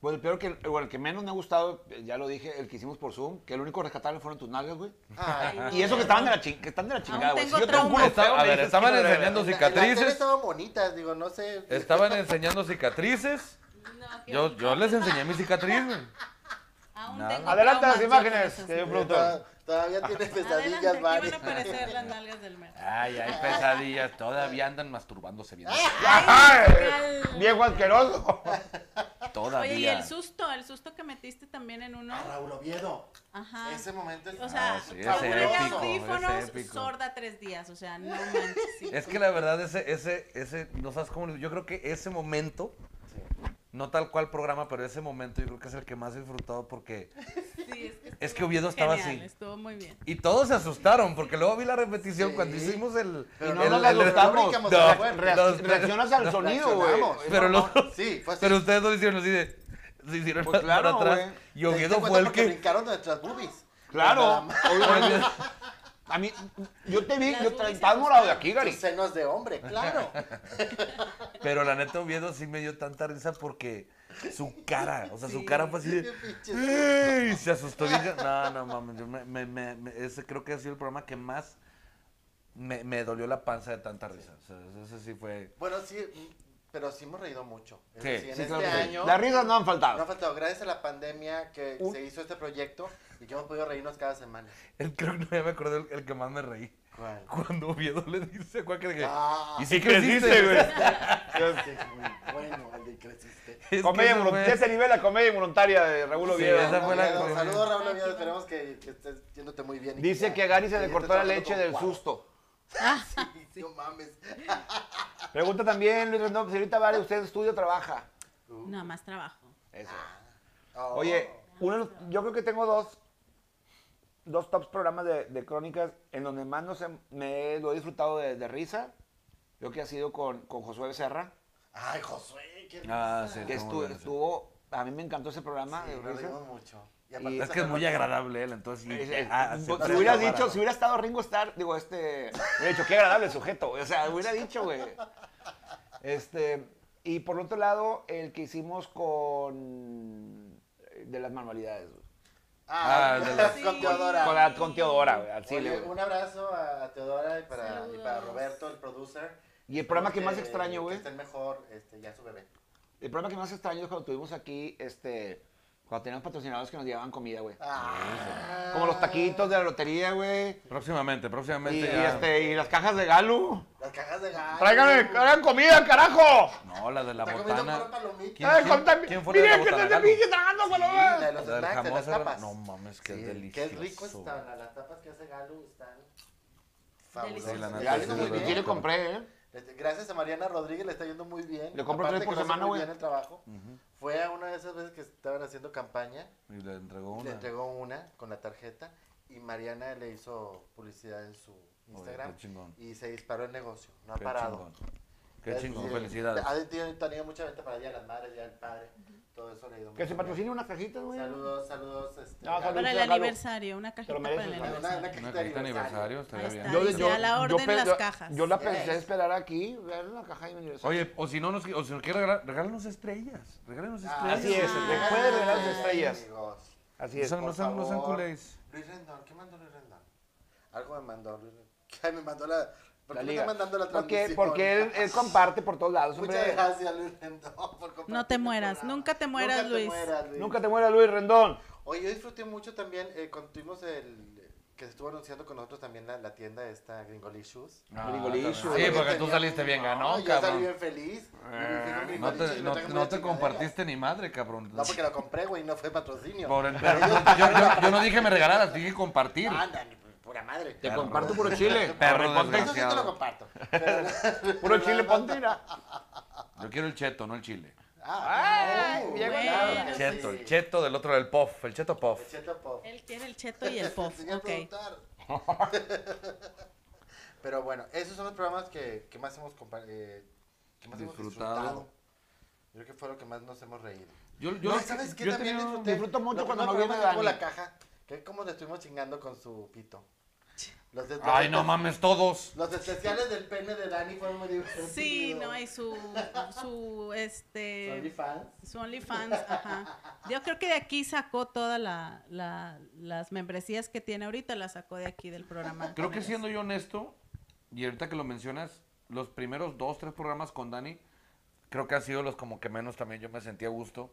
Speaker 6: Pues el peor que, bueno, el que menos me ha gustado, eh, ya lo dije, el que hicimos por Zoom, que el único rescatable fueron tus nalgas, güey.
Speaker 3: Ay,
Speaker 1: Ah.
Speaker 4: Ay,
Speaker 6: Y eso que estaban de la, chi- que están de la chingada, güey.
Speaker 4: tengo
Speaker 6: Si yo tengo un
Speaker 4: trauma.
Speaker 6: culo
Speaker 1: Está-
Speaker 6: feo,
Speaker 1: a
Speaker 6: me
Speaker 1: ver,
Speaker 6: dices,
Speaker 1: estaban
Speaker 6: "Quítate la
Speaker 1: enseñando
Speaker 6: verga".
Speaker 3: En la tele
Speaker 1: cicatrices.
Speaker 3: estaban bonitas, digo, no sé.
Speaker 1: Estaban enseñando cicatrices.
Speaker 4: No, qué
Speaker 1: Yo,
Speaker 4: horror.
Speaker 1: yo les enseñé mi cicatriz, güey.
Speaker 4: Aún
Speaker 1: Nada.
Speaker 4: tengo
Speaker 2: Adelante las
Speaker 4: traumas yo
Speaker 2: imágenes,
Speaker 4: con
Speaker 2: que yo
Speaker 4: esas-
Speaker 2: productor.
Speaker 3: Toda- Todavía tiene
Speaker 4: Adelante,
Speaker 3: pesadillas,
Speaker 4: aquí van a
Speaker 3: varias.
Speaker 4: aparecer las nalgas del mer.
Speaker 1: Ay, hay pesadillas. Todavía andan masturbándose bien.
Speaker 2: ¡Ay!
Speaker 4: Total.
Speaker 2: Viejo asqueroso.
Speaker 1: Todavía.
Speaker 4: Oye, y el susto, el susto que metiste también en uno.
Speaker 3: A Raúl Oviedo.
Speaker 4: Ajá.
Speaker 3: Ese momento es.
Speaker 4: O sea,
Speaker 1: Ah, sí,
Speaker 4: yo
Speaker 1: ese
Speaker 4: duré
Speaker 1: épico,
Speaker 4: audífonos
Speaker 1: ese épico.
Speaker 4: sorda tres días, o sea, no manches. sí.
Speaker 1: Es que la verdad, ese, ese, ese, no sabes cómo, le- yo creo que ese momento, no tal cual programa, pero ese momento yo creo que es el que más he disfrutado porque,
Speaker 4: Sí, es que,
Speaker 1: Es
Speaker 4: estuvo
Speaker 1: que Oviedo estaba
Speaker 4: genial,
Speaker 1: así.
Speaker 4: Estuvo muy bien.
Speaker 1: y todos se asustaron, porque luego vi la repetición
Speaker 3: Sí.
Speaker 1: cuando hicimos el...
Speaker 3: Pero
Speaker 1: el-
Speaker 3: no nos
Speaker 1: el- el-
Speaker 3: asustamos.
Speaker 1: No,
Speaker 3: Reaccionamos, se fue.
Speaker 1: los-
Speaker 6: Reaccionas al sonido, güey.
Speaker 3: reaccionamos.
Speaker 1: pero, los-
Speaker 3: Sí, fue así.
Speaker 1: pero ustedes no lo hicieron así de... Se hicieron
Speaker 6: Pues
Speaker 1: para
Speaker 6: claro,
Speaker 1: atrás.
Speaker 6: güey.
Speaker 1: Y
Speaker 3: ¿Te
Speaker 1: Oviedo
Speaker 3: diste
Speaker 1: fue
Speaker 3: cuenta
Speaker 1: el
Speaker 3: porque
Speaker 1: que...
Speaker 3: Brincaron de nuestras boobies. Nada
Speaker 6: Claro,
Speaker 3: más.
Speaker 6: obviamente. A mí, yo te vi,
Speaker 4: Las
Speaker 6: yo
Speaker 4: boobies se
Speaker 6: estás morado de aquí,
Speaker 3: Tus
Speaker 6: Gary.
Speaker 3: senos de hombre, claro.
Speaker 1: Pero la neta Oviedo sí me dio tanta risa porque su cara, o sea, su
Speaker 4: Sí.
Speaker 1: cara fue así de...
Speaker 3: Qué pinches.
Speaker 1: ¡Ey! Se asustó bien. No, no mames. yo me- me- me- me- ese creo que ha sido el programa que más me, me dolió la panza de tanta risa. O sea, ese sí fue.
Speaker 3: Bueno, sí, pero sí hemos reído mucho. Es
Speaker 1: Sí,
Speaker 3: decir, en
Speaker 1: sí,
Speaker 3: este
Speaker 1: claro que sí.
Speaker 3: año.
Speaker 6: Las risas no han
Speaker 3: No ha
Speaker 6: faltado.
Speaker 3: faltado, gracias a la pandemia que
Speaker 6: Un-
Speaker 3: se hizo este proyecto y que hemos podido reírnos cada semana.
Speaker 1: El, creo que no ya me acordé el, el que más me reí.
Speaker 3: ¿Cuál?
Speaker 1: Cuando Oviedo le dice a Quaker que.
Speaker 3: Ah,
Speaker 1: y sí creciste, güey.
Speaker 3: Ese es muy bueno, el de creciste.
Speaker 1: Es que
Speaker 2: Comedia
Speaker 1: esa
Speaker 2: involun-
Speaker 1: fue-
Speaker 2: de ese nivel la comedia involuntaria de Raúl
Speaker 1: Sí,
Speaker 2: Oviedo.
Speaker 1: esa fue la-
Speaker 3: Oviedo, Saludos, Raúl Oviedo, esperemos que, que estés yéndote muy bien. y
Speaker 2: Dice
Speaker 3: ya-
Speaker 2: que a Gary se
Speaker 3: ya
Speaker 2: le
Speaker 3: estés
Speaker 2: cortó la
Speaker 3: trabajando
Speaker 2: leche
Speaker 3: con
Speaker 2: del
Speaker 3: Juan.
Speaker 2: susto.
Speaker 3: Sí, No mames.
Speaker 2: Pregunta también, Luis Rendón,
Speaker 6: pues,
Speaker 2: si ahorita varios usted estudia o trabaja.
Speaker 4: Nada más trabajo.
Speaker 3: Oh.
Speaker 2: Oye, uno, de los- yo creo que tengo dos, dos tops programas de, de crónicas en donde más no sé, me he- lo he disfrutado de, de risa. Yo creo que ha sido con, con Josué Becerra,
Speaker 3: Ay, Josué, qué
Speaker 1: Ah, sí.
Speaker 6: que
Speaker 1: estuvo
Speaker 6: estu-
Speaker 1: bueno, sí.
Speaker 6: estuvo, a mí me encantó ese programa. de
Speaker 3: Sí, nos
Speaker 6: risas.
Speaker 3: reímos mucho. Y
Speaker 6: Y-
Speaker 1: Es que es muy agradable él, entonces.
Speaker 6: Es-
Speaker 1: y-
Speaker 6: es- pues,
Speaker 1: ah,
Speaker 6: si
Speaker 1: se-
Speaker 3: no
Speaker 1: se-
Speaker 6: hubiera
Speaker 3: se
Speaker 6: dicho,
Speaker 3: separaron.
Speaker 6: si hubiera estado Ringo Starr, digo, este.
Speaker 2: De hecho, qué agradable sujeto, güey.
Speaker 6: O sea, hubiera dicho, güey. Este, y por otro lado, el que hicimos con. eh, de las manualidades, güey.
Speaker 1: Ah,
Speaker 3: Ah,
Speaker 1: de
Speaker 4: los-
Speaker 3: con
Speaker 4: Sí.
Speaker 3: Teodora.
Speaker 4: Con
Speaker 6: Con, la- con Teodora, güey, al
Speaker 3: Oye,
Speaker 6: Chile, güey.
Speaker 3: un abrazo a Teodora y para, y para
Speaker 4: Saludos.
Speaker 3: Roberto, el producer.
Speaker 6: Y el programa que más
Speaker 3: Eh,
Speaker 6: extraño,
Speaker 3: que
Speaker 6: güey.
Speaker 3: estén mejor, este, ya su bebé.
Speaker 6: El problema que más extraño es cuando tuvimos aquí, este, cuando teníamos patrocinadores que nos llevaban comida, güey.
Speaker 3: Ah.
Speaker 6: Como los taquitos de la lotería, güey.
Speaker 1: Próximamente,
Speaker 6: Y,
Speaker 1: próximamente.
Speaker 6: y
Speaker 1: ya-
Speaker 6: este, y las cajas de galo.
Speaker 3: Las cajas de gallo.
Speaker 6: ¡Tráiganme, hagan comida, carajo!
Speaker 1: No, la de la
Speaker 3: Está comiendo
Speaker 1: botana.
Speaker 3: pura palomita.
Speaker 1: ¿Quién,
Speaker 6: Ay,
Speaker 1: quién-
Speaker 6: contame.
Speaker 1: quién fue la de la
Speaker 6: Miren que
Speaker 1: botana?
Speaker 6: desde
Speaker 1: Galo?
Speaker 6: pinche tragando,
Speaker 3: Sí,
Speaker 6: palomas.
Speaker 3: la de los
Speaker 1: La del
Speaker 3: snacks, de
Speaker 1: jamón
Speaker 3: las
Speaker 1: serrano.
Speaker 3: tapas.
Speaker 1: No mames, que es
Speaker 3: Sí,
Speaker 1: delicioso.
Speaker 3: Qué rico están las- las tapas que hace Galo, están fabulosas.
Speaker 4: Deliciosas. Sí, la neta,
Speaker 6: Ya,
Speaker 3: Le está
Speaker 6: eso
Speaker 3: yendo
Speaker 6: es
Speaker 3: muy
Speaker 1: verdad.
Speaker 6: lo que yo
Speaker 3: bien.
Speaker 6: le compré, ¿eh?
Speaker 3: Este, Gracias a Mariana Rodríguez, le está yendo muy bien.
Speaker 6: Le compro
Speaker 3: Aparte
Speaker 6: tres
Speaker 3: que
Speaker 6: por
Speaker 3: lo hace
Speaker 6: semana,
Speaker 3: muy
Speaker 6: güey.
Speaker 3: bien el trabajo. Fue a una de esas veces que estaban haciendo campaña,
Speaker 1: Y le entregó
Speaker 3: le
Speaker 1: una.
Speaker 3: entregó una con la tarjeta y Mariana le hizo publicidad en su Instagram
Speaker 1: qué chingón.
Speaker 3: y se disparó el negocio, no ha
Speaker 1: Qué
Speaker 3: parado.
Speaker 1: chingón. Qué
Speaker 3: Es
Speaker 1: chingón,
Speaker 3: decir,
Speaker 1: felicidades.
Speaker 3: Ha tenido, tenido mucha venta para Día de las Madres, Día del Padre, todo eso le ha ido muy
Speaker 6: Que se
Speaker 3: bien.
Speaker 6: patrocine unas cajitas, güey.
Speaker 3: Saludos, saludos. Este,
Speaker 6: No,
Speaker 3: Galo.
Speaker 6: saludos.
Speaker 4: Para el
Speaker 6: Galo.
Speaker 4: aniversario, una cajita para
Speaker 6: mereces,
Speaker 4: el
Speaker 6: Galo.
Speaker 3: Una-
Speaker 4: aniversario.
Speaker 3: una
Speaker 1: Una cajita de aniversario, estaría
Speaker 4: Ahí
Speaker 1: bien.
Speaker 4: está. Dice, a la orden,
Speaker 6: pe-
Speaker 4: las cajas.
Speaker 6: Yo la
Speaker 3: Sí.
Speaker 6: pensé esperar aquí, ver la caja de mi aniversario.
Speaker 1: Oye, o si no nos, o si nos quiere regalar, regálenos estrellas. Regálenos
Speaker 3: Ah,
Speaker 1: estrellas.
Speaker 6: Así es,
Speaker 4: Ah.
Speaker 6: después de regalar las estrellas.
Speaker 3: amigos.
Speaker 6: Así
Speaker 1: No
Speaker 6: es.
Speaker 1: sean, no
Speaker 6: por
Speaker 1: sean, no sean
Speaker 6: favor.
Speaker 1: culés.
Speaker 3: Luis Rendón, ¿qué mandó Luis Rendón? Algo me mandó Luis Rendón. ¿Qué me mandó la. ¿Por
Speaker 6: La
Speaker 3: qué me
Speaker 6: liga.
Speaker 3: está mandando la
Speaker 6: ¿Por qué?
Speaker 3: transmisión?
Speaker 6: Porque él, él comparte por todos lados.
Speaker 3: Muchas
Speaker 6: hombre.
Speaker 3: gracias, Luis Rendón, por compartir
Speaker 4: No te
Speaker 3: el
Speaker 4: mueras,
Speaker 3: programa.
Speaker 4: nunca te mueras,
Speaker 3: Nunca
Speaker 4: Luis.
Speaker 3: Te mueras, Luis.
Speaker 6: Nunca te mueras, Luis Rendón.
Speaker 3: Oye, yo disfruté mucho también, eh, cuando tuvimos el. que se estuvo anunciando con nosotros también la, la tienda esta, Gringoli Shoes.
Speaker 1: Ah,
Speaker 6: Gringolicious.
Speaker 1: también. sí,
Speaker 6: Yo
Speaker 1: porque
Speaker 3: tenía
Speaker 1: tú saliste
Speaker 3: un-
Speaker 1: bien
Speaker 3: No,
Speaker 1: ganón,
Speaker 3: yo salí
Speaker 1: cabrón.
Speaker 3: bien feliz.
Speaker 1: No te, no, no te
Speaker 3: compartiste
Speaker 1: compartiste ni madre, cabrón.
Speaker 3: No, porque lo compré, güey, no fue patrocinio.
Speaker 1: Por el- pero no, yo, yo- yo no dije me regalaras, dije compartir.
Speaker 3: Anda, ni- pura madre.
Speaker 6: Te comparto por el chile.
Speaker 1: Perro
Speaker 3: Eso sí te lo
Speaker 1: desgraciado.
Speaker 3: comparto. Pero-
Speaker 6: Puro chile pontina.
Speaker 1: Yo quiero el cheto, no el chile.
Speaker 3: Ah,
Speaker 6: Ay,
Speaker 3: no,
Speaker 6: bien
Speaker 3: claro
Speaker 4: ganado.
Speaker 3: que
Speaker 1: El
Speaker 4: El
Speaker 1: cheto,
Speaker 3: sí.
Speaker 1: el cheto del otro, el pof, el cheto
Speaker 3: El
Speaker 1: pof.
Speaker 3: cheto pop.
Speaker 4: Él quiere el cheto y el pop.
Speaker 3: Enseñé a
Speaker 4: ok.
Speaker 3: preguntar. Pero bueno, esos son los programas que, que más hemos compa- eh, que más hemos
Speaker 1: Disfrutado.
Speaker 3: disfrutado. Yo creo que fue lo que más nos hemos reído.
Speaker 1: Yo,
Speaker 3: no, ¿sabes qué?
Speaker 1: yo he
Speaker 3: También
Speaker 1: tenido-
Speaker 3: disfruté.
Speaker 6: disfruto mucho
Speaker 3: Los
Speaker 6: cuando no
Speaker 3: primeros
Speaker 6: viene
Speaker 3: programas que tuvo
Speaker 6: Dani.
Speaker 3: la caja, que como le estuvimos chingando con su pito. Los de-
Speaker 1: Ay, no
Speaker 3: los-
Speaker 1: mames, todos.
Speaker 3: Los especiales del pene de Dani fueron muy divertidos.
Speaker 4: Sí, no, y su, su,
Speaker 3: Son
Speaker 4: este,
Speaker 3: fans.
Speaker 4: su OnlyFans, ajá. Yo creo que de aquí sacó todas la, la- las membresías que tiene ahorita, las sacó de aquí del programa.
Speaker 1: Creo que siendo yo honesto, y ahorita que lo mencionas, los primeros dos, tres programas con Dani, creo que han sido los como que menos también yo me sentí a gusto.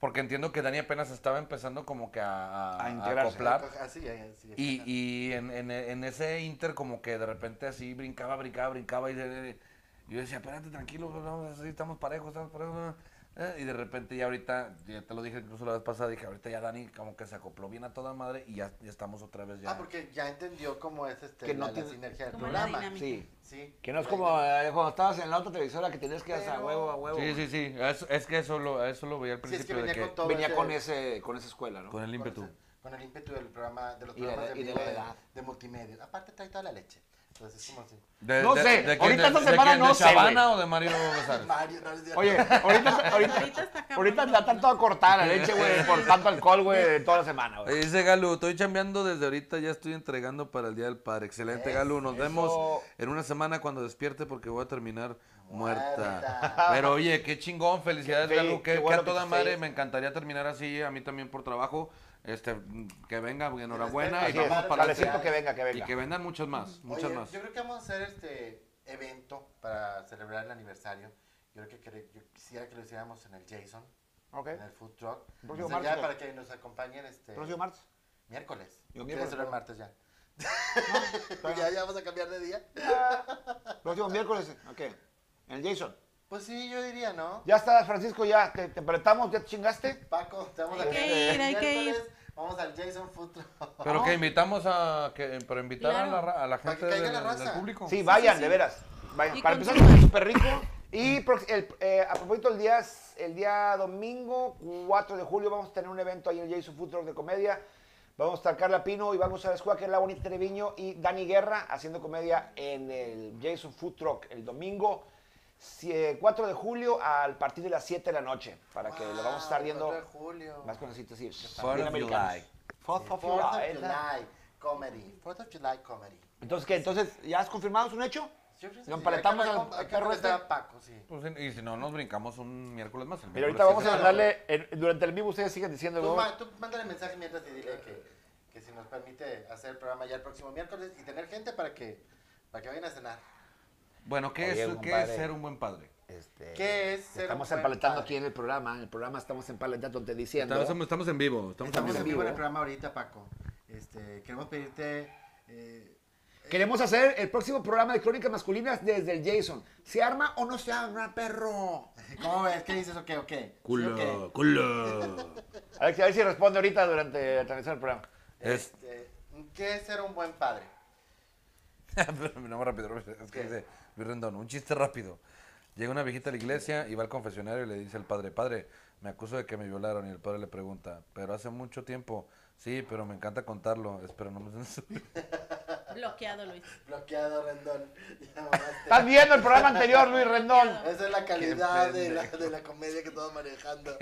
Speaker 1: Porque entiendo que Dani apenas estaba empezando como que a, a-
Speaker 6: A
Speaker 1: a
Speaker 6: integrarse.
Speaker 1: acoplar.
Speaker 3: Así, así.
Speaker 1: Y, y en, en- en ese inter como que de repente así brincaba, brincaba, brincaba y de- de- yo decía, espérate, tranquilo, pues, vamos así, estamos parejos, estamos parejos. eh, Y de repente ya ahorita, ya te lo dije incluso la vez pasada, dije, ahorita ya Dani como que se acopló bien a toda madre y ya, ya estamos otra vez ya.
Speaker 3: Ah, porque ya entendió cómo es este,
Speaker 6: Que no
Speaker 3: la, la
Speaker 6: tiene-
Speaker 3: sinergia del
Speaker 4: Como la
Speaker 3: programa.
Speaker 4: dinámica.
Speaker 6: Sí.
Speaker 3: Sí.
Speaker 6: Que no es como eh, cuando estabas en la otra televisora que tenías que ir a
Speaker 3: Pero-
Speaker 6: huevo, a huevo.
Speaker 1: Sí, sí, sí, es, es que eso lo, a eso lo veía al
Speaker 3: Sí, es que
Speaker 1: principio
Speaker 3: venía
Speaker 1: de
Speaker 3: con
Speaker 1: que,
Speaker 3: todo
Speaker 6: Venía
Speaker 3: ese-
Speaker 6: con, ese, con esa escuela, ¿no?
Speaker 1: con el
Speaker 3: con
Speaker 1: ímpetu.
Speaker 3: ese- Con el ímpetu del programa, de los
Speaker 6: Y de la-
Speaker 3: programas de,
Speaker 6: y de
Speaker 3: vivo
Speaker 6: la
Speaker 3: de,
Speaker 6: edad.
Speaker 3: de multimedia. Aparte trae toda la leche. Entonces es como así.
Speaker 1: De-
Speaker 6: No
Speaker 1: de-
Speaker 6: sé,
Speaker 1: de
Speaker 6: ahorita
Speaker 1: de-
Speaker 6: esta
Speaker 1: de
Speaker 6: semana
Speaker 1: quién, ¿De
Speaker 6: no sé, güey.
Speaker 1: Shabana o de Mario Besares?
Speaker 3: Mario, no les digo-
Speaker 6: Oye, ahorita, ahorita,
Speaker 4: Ahorita está cabrón,
Speaker 6: ahorita
Speaker 4: ¿no?
Speaker 6: la están toda cortada la leche, güey, por tanto alcohol, güey, de toda la semana, güey.
Speaker 1: Oye, Dice Galo, estoy chambeando desde ahorita, ya estoy entregando para el Día del Padre. Excelente, Galo. Nos vemos en una semana cuando despierte porque voy a terminar muerta.
Speaker 3: Muerta.
Speaker 1: Pero oye, qué chingón, felicidades,
Speaker 6: Sí,
Speaker 1: Galo.
Speaker 6: qué
Speaker 1: Que,
Speaker 6: bueno
Speaker 1: a
Speaker 6: que
Speaker 1: toda
Speaker 6: estés
Speaker 1: madre,
Speaker 6: ahí.
Speaker 1: me encantaría terminar así, a mí también por trabajo. Este, mm, que venga, enhorabuena. Y
Speaker 6: Así
Speaker 3: Oye,
Speaker 6: es,
Speaker 1: vamos
Speaker 3: madre,
Speaker 1: para
Speaker 3: dale,
Speaker 1: adelante.
Speaker 6: chalecito, que venga, que
Speaker 1: Y
Speaker 6: venga.
Speaker 1: que vendan muchas más, muchas
Speaker 3: Oye,
Speaker 1: más.
Speaker 3: Yo creo que vamos a hacer este evento para celebrar el aniversario. Yo creo que cre- yo quisiera que lo hiciéramos en el Jason,
Speaker 6: Ok.
Speaker 3: en el Food Truck.
Speaker 6: Próximo
Speaker 3: Entonces,
Speaker 6: martes,
Speaker 3: ya
Speaker 6: ¿no?
Speaker 3: para que nos acompañen este
Speaker 6: Próximo martes.
Speaker 3: miércoles.
Speaker 6: Yo
Speaker 3: Quiere
Speaker 6: miércoles,
Speaker 3: ser el
Speaker 6: ¿no?
Speaker 3: martes ya.
Speaker 6: está
Speaker 3: ya, ya vamos a cambiar de día.
Speaker 6: Próximo miércoles. Ok. En el Jason.
Speaker 3: Pues sí, yo diría, ¿no?
Speaker 6: Ya está, Francisco, ya te, te apretamos, ya te chingaste.
Speaker 3: Paco, te vamos a
Speaker 4: Hay que
Speaker 3: cambiar
Speaker 4: ir,
Speaker 3: de
Speaker 4: hay que ir.
Speaker 3: miércoles. Vamos al Jason Food Truck.
Speaker 1: Pero que invitamos a, que, para invitar
Speaker 4: Claro.
Speaker 1: a, la, ra- a la
Speaker 3: Para que
Speaker 1: gente
Speaker 3: caiga
Speaker 1: del,
Speaker 3: la
Speaker 1: del
Speaker 3: raza.
Speaker 1: público.
Speaker 6: Sí, vayan, de veras.
Speaker 4: Y
Speaker 6: Vayan. Para empezar,
Speaker 4: continúa.
Speaker 6: súper rico. Y prox- el- eh, a propósito, el día, s- el día domingo 4 de julio vamos a tener un evento ahí en el Jason Food Truck de comedia. Vamos a estar Carla Pino y vamos a la escuela que es la bonita Treviño y Dani Guerra haciendo comedia en el Jason Food Truck el domingo.
Speaker 2: si- eh, 4 de julio al partir de las 7 de la noche, para que lo vamos a estar viendo
Speaker 3: julio.
Speaker 6: Más conocido así.
Speaker 1: Fourth
Speaker 6: bien
Speaker 1: of
Speaker 6: americanos.
Speaker 1: July.
Speaker 6: Fourth of July.
Speaker 2: es la-
Speaker 3: July comedy. Fourth of July comedy.
Speaker 6: Entonces, ¿qué? Entonces, ¿ya has confirmado? ¿Es un hecho? Lo empaletamos al- al perro este.
Speaker 3: está Paco, sí.
Speaker 1: Pues, y si no, nos brincamos un miércoles más. el
Speaker 2: Mira,
Speaker 1: miércoles
Speaker 2: ahorita vamos a
Speaker 1: que
Speaker 2: mandarle, en- durante el vivo ustedes siguen diciendo,
Speaker 3: Tú,
Speaker 2: ¿no?
Speaker 3: ma- tú mándale mensaje mientras y dile que, que si nos permite hacer el programa ya el próximo miércoles y tener gente para que, para que vayan a cenar.
Speaker 1: viene. Bueno, ¿qué,
Speaker 6: Oye,
Speaker 1: es, qué es
Speaker 6: compadre.
Speaker 1: ser un buen padre?
Speaker 6: Este,
Speaker 3: ¿Qué es ser
Speaker 6: Estamos
Speaker 3: un buen
Speaker 6: empaletando
Speaker 3: padre?
Speaker 6: aquí en el programa. En el programa estamos empaletando, te diciendo.
Speaker 1: Estamos, estamos en vivo. Estamos,
Speaker 3: Estamos en vivo en el
Speaker 6: vivo.
Speaker 3: programa ahorita, Paco. Este, queremos pedirte... eh,
Speaker 6: Queremos hacer el próximo programa de Crónicas Masculinas desde el Jason. ¿Se arma o no se arma, perro?
Speaker 3: ¿Cómo ves? ¿Qué dices? ¿O qué? ¿O qué?
Speaker 1: Culo,
Speaker 3: ¿Sí o qué?
Speaker 1: culo.
Speaker 2: A ver, si- a ver si responde ahorita durante la transmisión del programa.
Speaker 1: Es-
Speaker 3: Este, ¿Qué es ser un buen padre?
Speaker 1: no, rápido, rápido. Es que dice Luis Rendón, un chiste rápido. Llega una viejita a la iglesia y va al confesionario y le dice al padre, padre, me acuso de que me violaron. Y el padre le pregunta, pero hace mucho tiempo. Sí, pero me encanta contarlo. Espero no me
Speaker 4: Bloqueado, Luis.
Speaker 3: Bloqueado, Rendón. Ya mamaste.
Speaker 2: Estás viendo el programa anterior, Luis Rendón.
Speaker 3: Esa es la calidad de la, de la comedia que estamos manejando.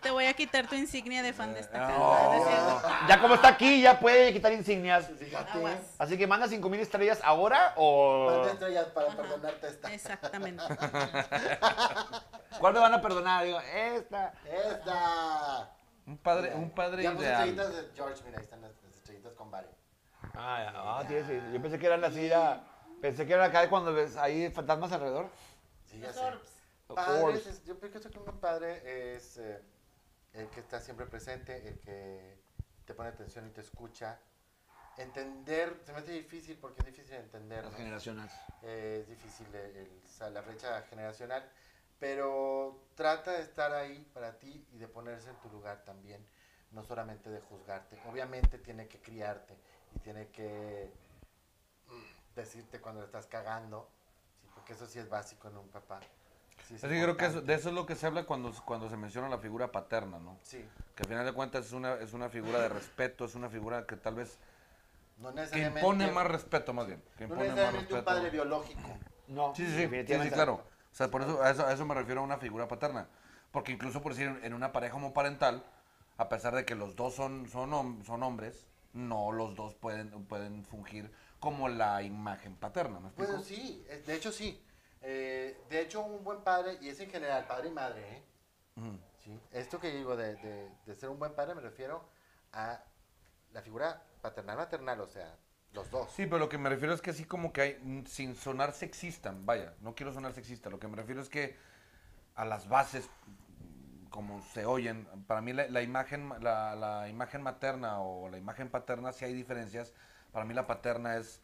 Speaker 4: Te voy a quitar tu insignia de fan destacado.
Speaker 1: No.
Speaker 4: Ah,
Speaker 6: oh.
Speaker 4: no es cierto.
Speaker 2: Ya como está aquí, ya puede quitar insignias.
Speaker 3: Fíjate.
Speaker 4: Aguas.
Speaker 2: Así que manda 5000 estrellas ahora o.
Speaker 3: Manda estrellas para
Speaker 4: Ajá.
Speaker 3: perdonarte esta.
Speaker 4: Exactamente.
Speaker 6: ¿Cuál me van a perdonar? Digo, esta.
Speaker 3: ¡Esta!
Speaker 1: Un padre, un padre
Speaker 3: ya puse estrellitas
Speaker 1: ideal.
Speaker 3: de George, mira, ahí están las las estrellitas con Vare.
Speaker 2: Ah, tienes. Yo pensé que eran así, era- Pensé que era acá cuando ves ahí fantasmas alrededor.
Speaker 3: Sí, ya
Speaker 4: Los
Speaker 3: sé.
Speaker 4: orbs.
Speaker 3: Padres,
Speaker 2: Orbs.
Speaker 3: es- yo pienso que un buen padre es eh, el que está siempre presente, el que te pone atención y te escucha. Entender, se me hace difícil porque es difícil entender.
Speaker 6: Las
Speaker 3: ¿no?
Speaker 6: generaciones.
Speaker 3: Eh, es difícil el- el- sa- la brecha generacional, pero trata de estar ahí para ti y de ponerse en tu lugar también, no solamente de juzgarte. Obviamente tiene que criarte y tiene que mm, decirte cuando le estás cagando, ¿sí? porque eso sí es básico en un papá. Sí es
Speaker 1: Así que creo que eso-
Speaker 3: importante.
Speaker 1: de eso es lo que se habla cuando, cuando se menciona la figura paterna, ¿no?
Speaker 3: Sí,
Speaker 1: Que al final de cuentas es una, es una figura de respeto, es una figura que tal vez...
Speaker 3: no
Speaker 1: Que
Speaker 3: necesariamente,
Speaker 1: impone más respeto, más bien. Que
Speaker 3: no
Speaker 1: impone más
Speaker 3: necesariamente un
Speaker 1: respeto.
Speaker 3: padre biológico.
Speaker 2: No.
Speaker 1: Sí, sí, sí, sí, sí,
Speaker 2: definitivamente.
Speaker 1: claro. O sea, por eso a, eso, a eso me refiero a una figura paterna. Porque incluso por decir, en- en una pareja homoparental, a pesar de que los dos son, son, hom- son hombres, no los dos pueden, pueden fungir como la imagen paterna, ¿me explico?
Speaker 3: Bueno, sí, eh, de hecho sí. Eh, de hecho, un buen padre, y es en general, padre y madre, ¿eh?
Speaker 1: Ujú.
Speaker 3: ¿sí? Esto que digo de, de- de ser un buen padre me refiero a la figura paternal-maternal, o sea, los dos.
Speaker 1: Sí, pero lo que me refiero es que así como que hay, mm, sin sonar sexista, vaya, no quiero sonar sexista, lo que me refiero es que a las bases, mm, como se oyen, para mí la, la imagen, ma- la, la imagen materna o la imagen paterna, si hay diferencias, para mí la paterna es,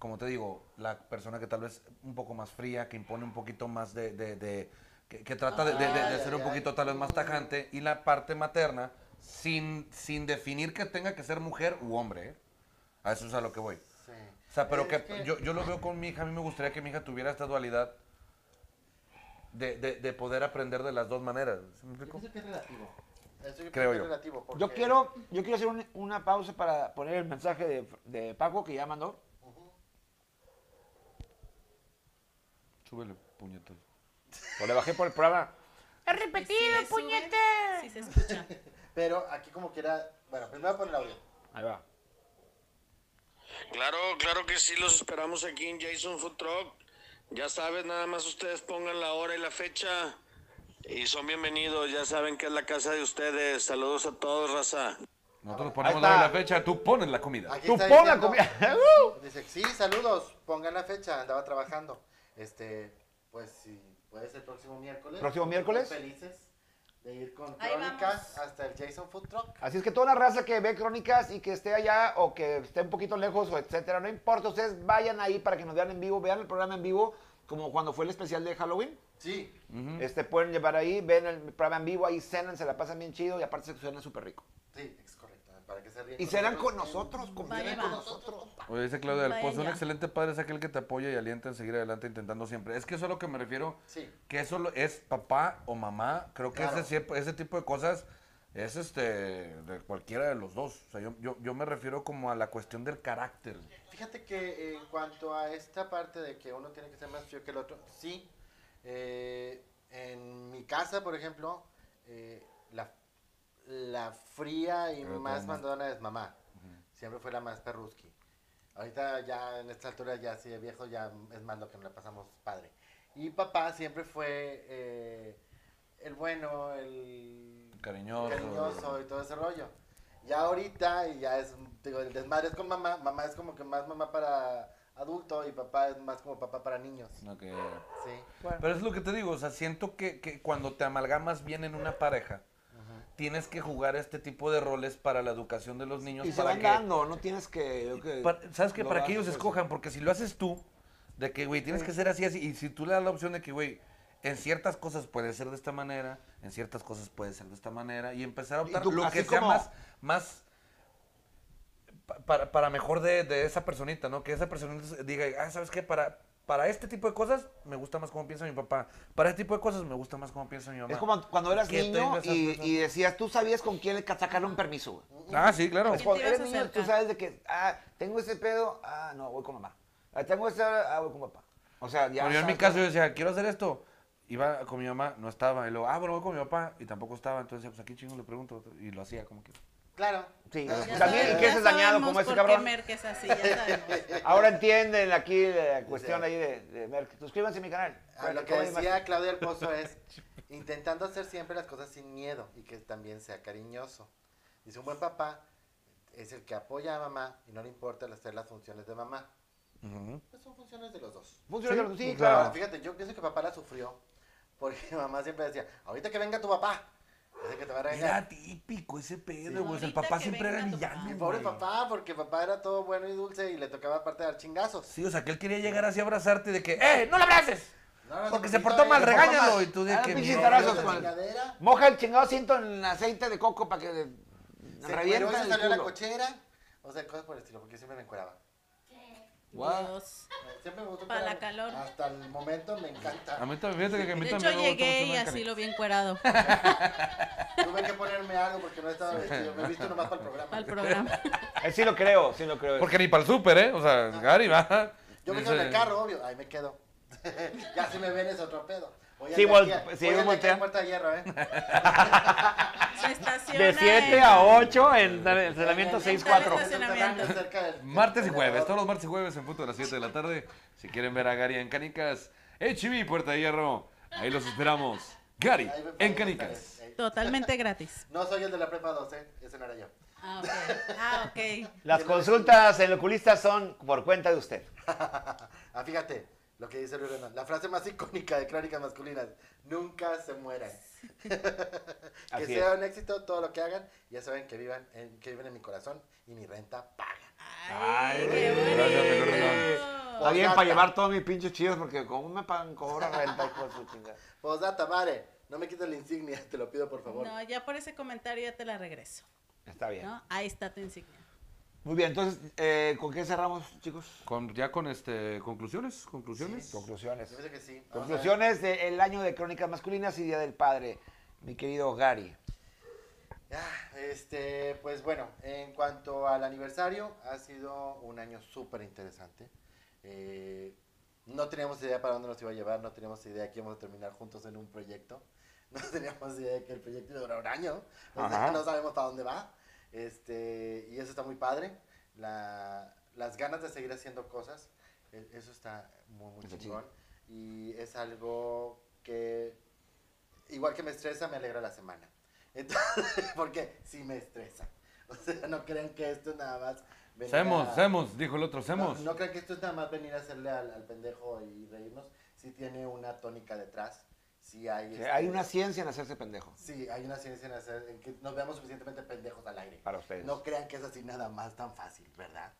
Speaker 1: como te digo, la persona que tal vez un poco más fría, que impone un poquito más de, de- de- que, que trata de, de- de- de
Speaker 3: Ay,
Speaker 1: ser un
Speaker 3: ay,
Speaker 1: poquito
Speaker 3: ay.
Speaker 1: tal vez más tajante, y la parte materna, sin, sin definir que tenga que ser mujer u hombre, ¿eh? a eso es a lo que voy.
Speaker 3: Sí.
Speaker 1: O sea, pero
Speaker 3: Es
Speaker 1: que, Yo, yo lo veo con mi hija, a mí me gustaría que mi hija tuviera esta dualidad de, de- de poder aprender de las dos maneras. ¿Sí me
Speaker 3: yo
Speaker 1: explico?
Speaker 3: pienso que es relativo. Eso yo
Speaker 1: Creo
Speaker 3: creo que es
Speaker 1: yo.
Speaker 3: relativo. porque-
Speaker 2: Yo quiero, yo quiero hacer un- una pausa para poner el mensaje de, de Paco que ya mandó.
Speaker 1: Súbele, puñetas.
Speaker 2: O Pues le bajé por el programa.
Speaker 4: Repetido, puñete. Sí se escucha.
Speaker 3: Pero aquí como quiera... Bueno, primero pon el audio.
Speaker 2: Ahí va.
Speaker 9: Claro, claro que sí, los esperamos aquí en Jason Food Truck. Ya saben, nada más ustedes pongan la hora y la fecha. Y son bienvenidos, ya saben que es la casa de ustedes. Saludos a todos, raza.
Speaker 1: Nosotros
Speaker 2: Ahí
Speaker 1: ponemos
Speaker 2: está.
Speaker 1: la, la fecha, tú pones la comida.
Speaker 3: Aquí
Speaker 2: Tú
Speaker 3: está
Speaker 2: pon la
Speaker 3: diciendo-
Speaker 2: comida.
Speaker 3: Dice, sí, saludos, pongan la fecha, andaba trabajando. Este, pues si puede ser el próximo miércoles.
Speaker 2: ¿Próximo miércoles?
Speaker 3: Felices de ir con
Speaker 4: Ahí
Speaker 3: crónicas hasta el Jason Food Truck.
Speaker 2: Así es que toda la raza que ve crónicas y que esté allá o que esté un poquito lejos o etcétera, no importa, ustedes vayan ahí para que nos vean en vivo, vean el programa en vivo, como cuando fue el especial de Halloween.
Speaker 3: Sí,
Speaker 2: Este pueden llevar ahí, ven el programa en vivo, ahí cenan, se la pasan bien chido y aparte se suena súper rico.
Speaker 3: sí, es correcto. Para que se ríen
Speaker 2: Y cenan con nosotros,
Speaker 4: Vale,
Speaker 2: conviven
Speaker 4: va.
Speaker 2: con nosotros.
Speaker 1: Oye, dice Claudia del
Speaker 4: Vaya
Speaker 1: Pozo, un
Speaker 4: ya.
Speaker 1: excelente padre es aquel que te apoya y alienta en seguir adelante intentando siempre. Es que eso es a lo que me refiero,
Speaker 3: Sí.
Speaker 1: que eso lo- es papá o mamá. Creo que
Speaker 3: Claro.
Speaker 1: ese, siempre- ese tipo de cosas es este de cualquiera de los dos. O sea, yo, yo, yo me refiero como a la cuestión del carácter.
Speaker 3: Fíjate que eh, en cuanto a esta parte de que uno tiene que ser más frío que el otro, sí, eh, en mi casa, por ejemplo, eh, la, la fría y
Speaker 1: Pero tu
Speaker 3: más
Speaker 1: mamá.
Speaker 3: mandona es mamá. Siempre fue la más perruski. Ahorita ya en esta altura, ya así de viejo, ya es más lo que nos la pasamos padre. Y papá siempre fue eh, el bueno, el
Speaker 1: Cariñoso.
Speaker 3: cariñoso y todo ese rollo. Ya ahorita, y ya es, digo, el desmadre es con mamá, mamá es como que más mamá para adulto y papá es más como papá para niños.
Speaker 1: Ok.
Speaker 3: Sí.
Speaker 1: Pero es lo que te digo, o sea, siento que, que cuando te amalgamas bien en una pareja, tienes que jugar este tipo de roles para la educación de los niños.
Speaker 6: Y se
Speaker 1: para
Speaker 6: van
Speaker 1: que,
Speaker 6: dando, no tienes que... yo que
Speaker 1: Pa- ¿Sabes qué?
Speaker 6: lo
Speaker 1: Para que
Speaker 6: hagas,
Speaker 1: ellos
Speaker 6: pues,
Speaker 1: escojan, porque si lo haces tú, de que, güey, tienes que ser así, así, y si tú le das la opción de que, güey, en ciertas cosas puede ser de esta manera, en ciertas cosas puede ser de esta manera, y empezar a
Speaker 6: Y
Speaker 1: optar
Speaker 6: tú,
Speaker 1: lo
Speaker 6: así
Speaker 1: que sea
Speaker 6: como-
Speaker 1: más, más pa- para, para mejor de, de esa personita, ¿no? Que esa personita se- diga, ah, ¿sabes qué? Para, para este tipo de cosas me gusta más cómo piensa mi papá, para este tipo de cosas me gusta más cómo piensa mi mamá.
Speaker 6: Es como cuando eras
Speaker 1: Que
Speaker 6: niño
Speaker 1: tengas esas
Speaker 6: y,
Speaker 1: cosas.
Speaker 6: y decías, tú sabías con quién le ca- sacarle un permiso, güey.
Speaker 1: Ah, sí, claro.
Speaker 6: Pues cuando
Speaker 4: te ibas
Speaker 6: eres
Speaker 4: a
Speaker 6: niño, tú
Speaker 4: acercar.
Speaker 6: sabes de que, ah, tengo ese pedo, ah, no, voy con mamá. Ah, tengo ese, ah, voy con papá. O sea, ya.
Speaker 1: Pero yo en mi
Speaker 6: sabes,
Speaker 1: caso yo decía, quiero hacer esto. Iba con mi mamá, no estaba. Y luego, ah, bueno, voy con mi papá. Y tampoco estaba. Entonces, pues aquí chingo le pregunto. Y lo hacía como que.
Speaker 3: Claro.
Speaker 6: Sí,
Speaker 3: Ah,
Speaker 6: pues,
Speaker 3: ya
Speaker 6: también,
Speaker 3: sabes.
Speaker 6: ¿y qué es dañado como ese cabrón?
Speaker 4: Porque es así, ya sabemos.
Speaker 6: Ahora entienden aquí la cuestión ahí de, de Merck. Suscríbanse a mi canal.
Speaker 3: Ah, lo que
Speaker 6: Comedy Master.
Speaker 3: decía Claudia El Pozo es intentando hacer siempre las cosas sin miedo y que también sea cariñoso. Dice, un buen papá es el que apoya a mamá y no le importa el hacer las funciones de mamá. Pues son funciones de los dos.
Speaker 6: Funciona, sí,
Speaker 1: sí,
Speaker 6: claro.
Speaker 1: claro.
Speaker 3: Ahora, fíjate, yo pienso que papá la sufrió porque mamá siempre decía, ahorita que venga tu papá, dice que te va a regañar.
Speaker 1: Era típico ese pedo,
Speaker 4: Sí.
Speaker 1: güey. O sea, el
Speaker 4: Ahorita
Speaker 1: papá
Speaker 4: que
Speaker 1: siempre era
Speaker 4: venga tu
Speaker 1: villano.
Speaker 4: papá.
Speaker 1: güey.
Speaker 3: Mi pobre papá, porque papá era todo bueno y dulce y le tocaba aparte dar chingazos.
Speaker 1: Sí, o sea, que él quería llegar así a abrazarte y de que, ¡eh, no lo abraces!
Speaker 3: No, no,
Speaker 1: Porque
Speaker 3: no,
Speaker 1: se
Speaker 3: no,
Speaker 1: portó
Speaker 3: no,
Speaker 1: mal,
Speaker 3: no,
Speaker 1: regáñalo.
Speaker 6: papá.
Speaker 1: Y tú de
Speaker 6: Ah,
Speaker 1: que.
Speaker 6: pinches
Speaker 1: "No,
Speaker 6: tarazos,
Speaker 1: no,
Speaker 3: la
Speaker 6: Juan.
Speaker 3: chingadera.
Speaker 6: Moja el chingado cinto en aceite de coco para que
Speaker 3: Se
Speaker 6: revienta
Speaker 3: encueró y
Speaker 6: el
Speaker 3: salió a la
Speaker 6: culo.
Speaker 3: cochera. O sea, cosas por el estilo, porque yo siempre me encueraba.
Speaker 4: Dios.
Speaker 3: Siempre me gustó
Speaker 4: Para la
Speaker 3: encuerarme.
Speaker 4: calor.
Speaker 3: Hasta el momento me
Speaker 1: A
Speaker 3: encanta.
Speaker 1: mí también, fíjate que a mí
Speaker 4: De hecho,
Speaker 1: también me gusta
Speaker 4: llegué
Speaker 1: mucho
Speaker 4: y
Speaker 1: la
Speaker 4: así
Speaker 1: cariño.
Speaker 4: lo vi encuerado
Speaker 3: Tuve que ponerme algo porque no estaba vestido. Me he visto nomás para el programa.
Speaker 4: al programa.
Speaker 6: Eh, sí lo creo, sí lo creo.
Speaker 1: Porque ni para el súper, ¿eh? O sea, Gary va.
Speaker 3: Yo me
Speaker 1: dice-
Speaker 3: quedo en el carro, obvio. Ahí me quedo. ya si me ven es otro pedo. Oye,
Speaker 6: Sí,
Speaker 3: de
Speaker 6: vol-
Speaker 3: aquí a- oye,
Speaker 6: sí,
Speaker 3: de aquí a
Speaker 6: voltea.
Speaker 3: Puerta de hierro, ¿eh?
Speaker 4: Se estaciona
Speaker 6: de
Speaker 4: en-
Speaker 6: 7 a 8 en entrenamiento
Speaker 3: En el
Speaker 6: 6-4.
Speaker 4: Estacionamiento.
Speaker 3: Cerca del-
Speaker 1: Martes y
Speaker 3: del
Speaker 1: jueves,
Speaker 3: elevador.
Speaker 1: todos los martes y jueves en punto de las 7 de la tarde. Si quieren ver a Gary en Canicas, HB Puerta de Hierro, ahí los esperamos. Gary
Speaker 3: Ahí me-
Speaker 1: en
Speaker 3: ahí
Speaker 1: Canicas.
Speaker 3: me- ahí-
Speaker 4: Totalmente gratis.
Speaker 3: eh. No soy el de la prepa 12, ese no era yo.
Speaker 4: Ah, ok. Ah, ok.
Speaker 6: Las consultas en el oculista son por cuenta de usted.
Speaker 3: Ah, fíjate lo que dice Luis Rendón. La frase más icónica de Crónicas Masculinas. Nunca se mueran. que
Speaker 6: Así
Speaker 3: sea
Speaker 6: es.
Speaker 3: un éxito todo lo que hagan. Ya saben que vivan en, que viven en mi corazón y mi renta paga.
Speaker 4: Ay, qué
Speaker 1: gracias, mi corazón.
Speaker 6: Está bien para llevar todos mis pinches chidos porque como me pagan cobra renta hijo de su chingada.
Speaker 3: Posdata, madre, no me quites la insignia, te lo pido por favor.
Speaker 4: No, ya por ese comentario ya te la regreso.
Speaker 6: Está bien.
Speaker 4: ¿no? Ahí está tu insignia.
Speaker 6: Muy bien, entonces, eh, ¿con qué cerramos, chicos?
Speaker 1: Con- ya con este conclusiones, conclusiones.
Speaker 6: Conclusiones.
Speaker 3: Yo pienso que sí. Vamos a ver.
Speaker 6: Conclusiones del año de Crónicas Masculinas y Día del Padre, mi querido Gary.
Speaker 3: Ah, este, pues bueno, en cuanto al aniversario, ha sido un año súper interesante. Eh, no teníamos idea para dónde nos iba a llevar, no teníamos idea que íbamos a terminar juntos en un proyecto. No teníamos idea de que el proyecto iba a durar un año. O sea,
Speaker 6: Ajá.
Speaker 3: no sabemos para dónde va. Este, y eso está muy padre. La- las ganas de seguir haciendo cosas, e- eso está muy, muy
Speaker 6: Está
Speaker 3: chingón. Y es algo que, igual que me estresa, me alegra la semana. Entonces, porque sí me estresa. O sea, no crean que esto es nada más. venir
Speaker 1: Semos,
Speaker 3: a-
Speaker 1: semos, dijo el otro,
Speaker 3: No,
Speaker 1: semos.
Speaker 3: no crean que esto es nada más venir a hacerle al, al pendejo y reírnos. Sí tiene una tónica detrás. Sí hay.
Speaker 6: Que
Speaker 3: este,
Speaker 6: Hay una ciencia en hacerse pendejo
Speaker 3: Sí, hay una ciencia en hacer en que nos veamos suficientemente pendejos al aire.
Speaker 6: para ustedes.
Speaker 3: No crean que es así nada más tan fácil, ¿verdad?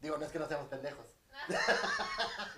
Speaker 3: Digo, no es que no seamos pendejos.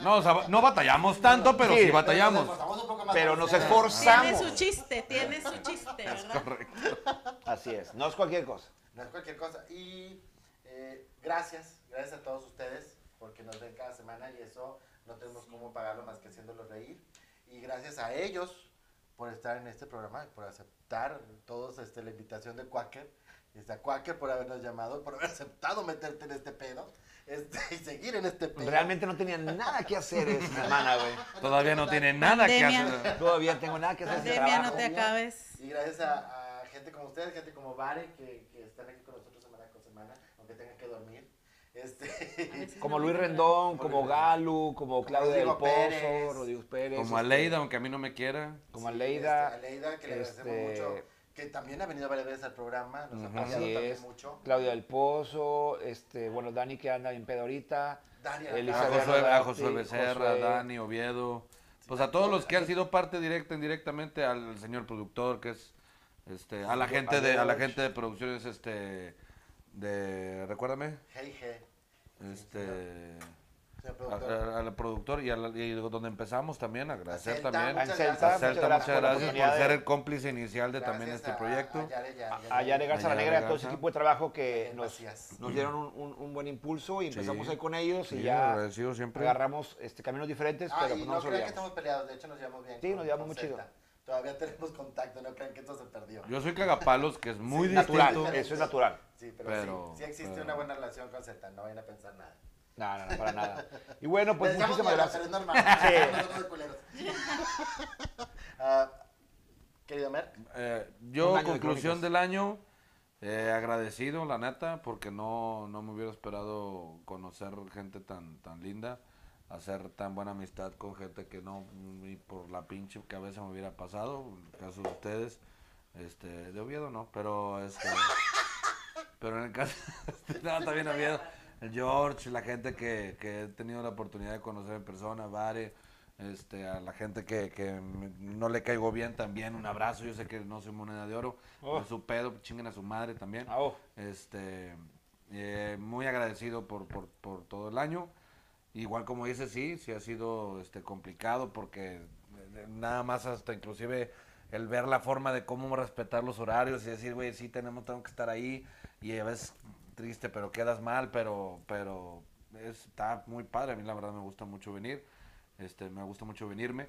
Speaker 1: No, o sea, ba- no batallamos tanto, pero
Speaker 6: Sí,
Speaker 1: sí
Speaker 6: pero
Speaker 1: batallamos.
Speaker 3: Pero nos esforzamos un poco más
Speaker 6: Pero
Speaker 3: por
Speaker 6: nos
Speaker 3: ustedes.
Speaker 6: esforz-
Speaker 4: Tiene
Speaker 6: Forzamos.
Speaker 4: su chiste, tiene su chiste, ¿verdad?
Speaker 6: Así es, no es cualquier cosa.
Speaker 3: No es cualquier cosa. Y eh, gracias, gracias a todos ustedes porque nos ven cada semana y eso no tenemos cómo pagarlo más que haciéndolos reír. Y gracias a ellos por estar en este programa y por aceptar todos este, la invitación de Quaker. Y a Quaker por habernos llamado, por haber aceptado meterte en este pedo este, y seguir en este pedo.
Speaker 6: Realmente no tenía nada que hacer esa semana, güey.
Speaker 1: Todavía no tiene nada que
Speaker 4: Pandemia.
Speaker 1: hacer.
Speaker 6: Todavía tengo nada que hacer. sin
Speaker 4: Pandemia, no
Speaker 6: trabajo.
Speaker 4: te acabes.
Speaker 3: Y gracias a, a gente como ustedes, gente como Vare, que, que están aquí con nosotros semana con semana, aunque tengan que dormir.
Speaker 4: A
Speaker 3: Este,
Speaker 4: veces
Speaker 6: Como
Speaker 4: no
Speaker 6: Luis
Speaker 4: me acuerdo.
Speaker 6: Rendón, como Galo, como Claudio del
Speaker 3: Rodrigo
Speaker 6: Pozo,
Speaker 3: Pérez.
Speaker 6: Rodrigo Pérez.
Speaker 1: Como
Speaker 6: este,
Speaker 1: Aleida, aunque a mí no me quiera.
Speaker 6: Como
Speaker 3: sí,
Speaker 6: Aleida.
Speaker 3: este, Aleida, que le
Speaker 6: este,
Speaker 3: agradecemos mucho. Que también ha venido varias veces al programa, nos ha
Speaker 1: Ujú.
Speaker 3: apoyado
Speaker 6: Así
Speaker 3: también
Speaker 6: es.
Speaker 3: mucho.
Speaker 6: Claudia del Pozo, este, bueno, Dani que anda bien pedo ahorita.
Speaker 3: Dani,
Speaker 1: A
Speaker 6: Elizabeth
Speaker 1: Ah, Josué, a
Speaker 6: Rodarte,
Speaker 1: Josué Becerra,
Speaker 6: Josué.
Speaker 1: Dani, Oviedo. Pues a todos los que han sido parte directa, indirectamente, al señor productor, que es este, a la gente de, a la gente de producciones, este, de, recuérdame,
Speaker 3: Hey, hey.
Speaker 1: este, a-
Speaker 3: Señor productor.
Speaker 1: a- al productor y, a la- y donde empezamos también, agradecer
Speaker 3: Celta,
Speaker 1: también.
Speaker 6: A
Speaker 3: Muchas
Speaker 6: Celta,
Speaker 1: A
Speaker 3: gracias.
Speaker 1: Celta,
Speaker 6: muchas gracias por, la
Speaker 1: por
Speaker 6: oportunidad
Speaker 1: ser
Speaker 6: de-
Speaker 1: el cómplice inicial de también
Speaker 3: Gracias
Speaker 1: este
Speaker 3: a-
Speaker 1: proyecto.
Speaker 3: a Yare, Yare,
Speaker 6: a Yare Ah, Garza la
Speaker 1: Yare
Speaker 6: Negra y a todo
Speaker 1: Garza.
Speaker 6: su equipo de trabajo que
Speaker 3: Yare
Speaker 6: nos,
Speaker 3: Macías.
Speaker 6: nos dieron un, un- un buen impulso y empezamos
Speaker 1: Sí.
Speaker 6: ahí con ellos y
Speaker 1: Sí,
Speaker 6: ya
Speaker 1: agradecido siempre.
Speaker 6: agarramos este, caminos diferentes,
Speaker 3: Ah,
Speaker 6: pero
Speaker 3: y
Speaker 6: pues no
Speaker 3: no
Speaker 6: nos
Speaker 3: crean que
Speaker 6: olvidamos.
Speaker 3: estamos peleados, de hecho nos llevamos bien.
Speaker 6: Sí, nos llevamos muy
Speaker 3: Celta.
Speaker 6: chido.
Speaker 3: Todavía tenemos contacto, no crean que esto se perdió.
Speaker 1: Yo soy cagapalos, que es muy
Speaker 6: Natural,
Speaker 1: distinto.
Speaker 6: eso es natural.
Speaker 3: Sí, pero,
Speaker 1: Pero-
Speaker 3: sí, sí existe
Speaker 1: pero-
Speaker 3: una buena relación con Z, no vayan a pensar nada.
Speaker 6: No, no, no, para nada. Y bueno, pues
Speaker 3: Pensamos
Speaker 6: muchísimas
Speaker 3: mierda,
Speaker 6: gracias.
Speaker 3: Pero es normal.
Speaker 6: Sí.
Speaker 3: Nosotros de culeros. Ah, querido Mer,
Speaker 1: Eh, yo,
Speaker 6: Un año de
Speaker 1: conclusión
Speaker 6: crónicas.
Speaker 1: del año, eh, agradecido, la neta, porque no, no me hubiera esperado conocer gente tan, tan linda, hacer tan buena amistad con gente que no ni por la pinche cabeza me hubiera pasado, en el caso de ustedes, este, de Oviedo no, pero este, pero en el caso, no, también Oviedo, el George, la gente que, que he tenido la oportunidad de conocer en persona, Vare, este, a la gente que, que me- no le caigo bien también, un abrazo, yo sé que no soy moneda de oro,
Speaker 6: Oh.
Speaker 1: es su pedo, chinguen a su madre también.
Speaker 6: Ah, oh.
Speaker 1: Este, eh, muy agradecido por, por, por todo el año. Igual como dice, sí, sí ha sido este, complicado porque eh, nada más hasta inclusive el ver la forma de cómo respetar los horarios y decir, güey, sí tenemos, tengo que estar ahí y a veces triste, pero quedas mal, pero, pero es- está muy padre. A mí la verdad me gusta mucho venir, este, me gusta mucho venirme.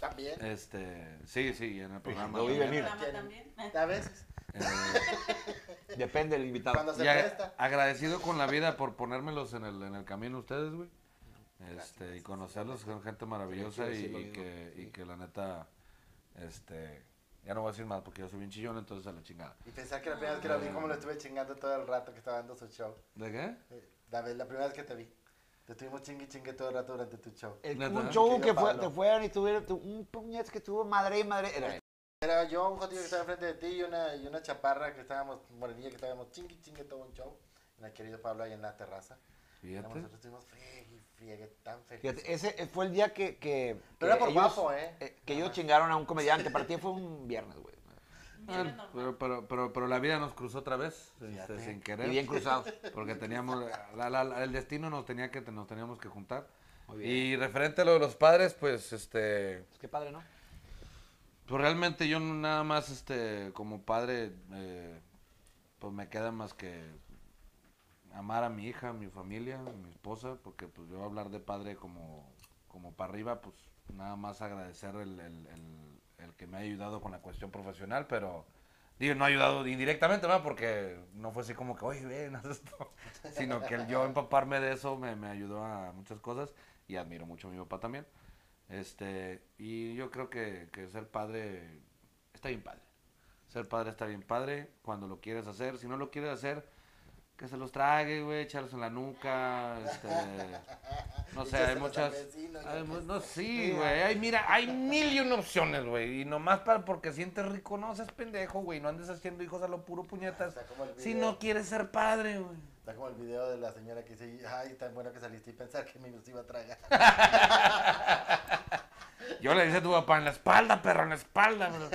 Speaker 3: también.
Speaker 1: Este, sí, sí, en el programa.
Speaker 6: lo vi
Speaker 1: también.
Speaker 6: venir.
Speaker 4: Programa también.
Speaker 3: A veces,
Speaker 1: Eh,
Speaker 6: Depende del invitado.
Speaker 3: cuando se
Speaker 1: y ag-
Speaker 3: presta.
Speaker 1: agradecido con la vida por ponérmelos en el, en el camino ustedes, güey. Este, y conocerlos, son gente maravillosa
Speaker 6: Sí,
Speaker 1: y,
Speaker 6: sí, lo
Speaker 1: y
Speaker 6: mismo,
Speaker 1: que, y
Speaker 6: sí.
Speaker 1: que la neta, este, ya no voy a decir más porque yo soy bien chillón, entonces a la chingada.
Speaker 3: Y pensar que la primera vez que lo vi, como lo estuve chingando todo el rato que estaba dando su show.
Speaker 1: ¿De qué?
Speaker 3: Eh, La, vez- la primera vez que te vi. Te estuvimos chingue y chingue todo el rato durante tu show.
Speaker 6: El-
Speaker 1: Neta.
Speaker 6: un show
Speaker 3: Querido
Speaker 6: que fue,
Speaker 3: Pablo.
Speaker 6: te fueron y tuvieron tu- un puñet que tuvo madre y madre. Era este. él.
Speaker 3: Era yo, un jodido que estaba enfrente de ti y una, y una chaparra que estábamos, morenilla que estábamos chingue y chingue todo un show. En el querido Pablo ahí en la terraza. Éramos-
Speaker 1: Fíjate.
Speaker 3: Nosotros estuvimos friegue y friegue, tan felices.
Speaker 6: Fíjate, ese fue el día que. que
Speaker 3: Pero era
Speaker 6: que
Speaker 3: por guapo, ¿eh?
Speaker 6: Que ellos chingaron a un comediante. Para ti fue un viernes, güey.
Speaker 4: Bien,
Speaker 1: Ah,
Speaker 4: normal.
Speaker 1: Pero, pero, pero, pero la vida nos cruzó otra vez, este,
Speaker 3: Fíjate.
Speaker 1: sin
Speaker 6: Y
Speaker 1: querer.
Speaker 6: bien cruzados.
Speaker 1: Porque teníamos, la- la- la- el destino nos tenía que, nos teníamos que juntar.
Speaker 6: Muy bien.
Speaker 1: Y referente a lo de los padres, pues, este,
Speaker 6: Pues qué padre, ¿no?
Speaker 1: Pues realmente yo no- nada más, este, como padre, eh, pues me queda más que amar a mi hija, a mi familia, a mi esposa, porque pues yo hablar de padre como, como para arriba, pues nada más agradecer el, el- el- el que me ha ayudado con la cuestión profesional, pero digo, no ha ayudado indirectamente, ¿verdad? Porque no fue así como que, oye, ven, haz esto, sino que el yo empaparme de eso me, me ayudó a muchas cosas y admiro mucho a mi papá también. Este, y yo creo que, que ser padre está bien padre. Ser padre está bien padre cuando lo quieres hacer. Si no lo quieres hacer, que se los trague, güey, echarlos en la nuca, este, no sé, hay
Speaker 3: Échaselos al
Speaker 1: muchas,
Speaker 3: vecino, yo
Speaker 1: hay
Speaker 3: qué
Speaker 1: mu-
Speaker 3: sé.
Speaker 1: no, sí, güey, hay, mira, hay mil y una opciones, güey, y nomás para, porque sientes rico, no seas pendejo, güey, no andes haciendo hijos a lo puro puñetas,
Speaker 3: Está como el
Speaker 1: si
Speaker 3: video.
Speaker 1: no quieres ser padre, güey.
Speaker 3: Está como el video de la señora que dice, ay, tan bueno que saliste y pensar que me los iba a tragar.
Speaker 1: Yo le dije a tu papá, en la espalda, perro, en la espalda, güey.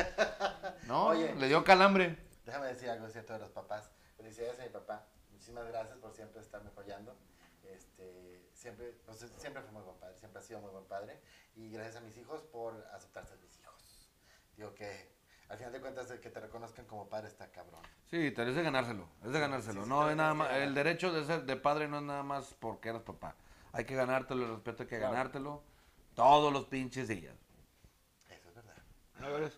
Speaker 1: No,
Speaker 3: Oye.
Speaker 1: le dio calambre.
Speaker 3: Déjame decir algo cierto de los papás. Felicidades a mi papá. Muchísimas gracias por siempre estarme apoyando. Este, siempre, pues, siempre fue muy buen padre, siempre ha sido muy buen padre. Y gracias a mis hijos por aceptarse mis hijos. Digo que, al final de cuentas, el que te reconozcan como padre está cabrón.
Speaker 1: Sí, tenés de ganárselo, es de ganárselo.
Speaker 3: sí, te
Speaker 1: no
Speaker 3: lo
Speaker 1: es nada
Speaker 3: tienes
Speaker 1: más,
Speaker 3: que ganar.
Speaker 1: el derecho de ser de padre no es nada más porque eres papá. Hay que ganártelo, el respeto hay que ganártelo todos los pinches días.
Speaker 3: Eso es verdad.
Speaker 1: Ah,
Speaker 6: No llores.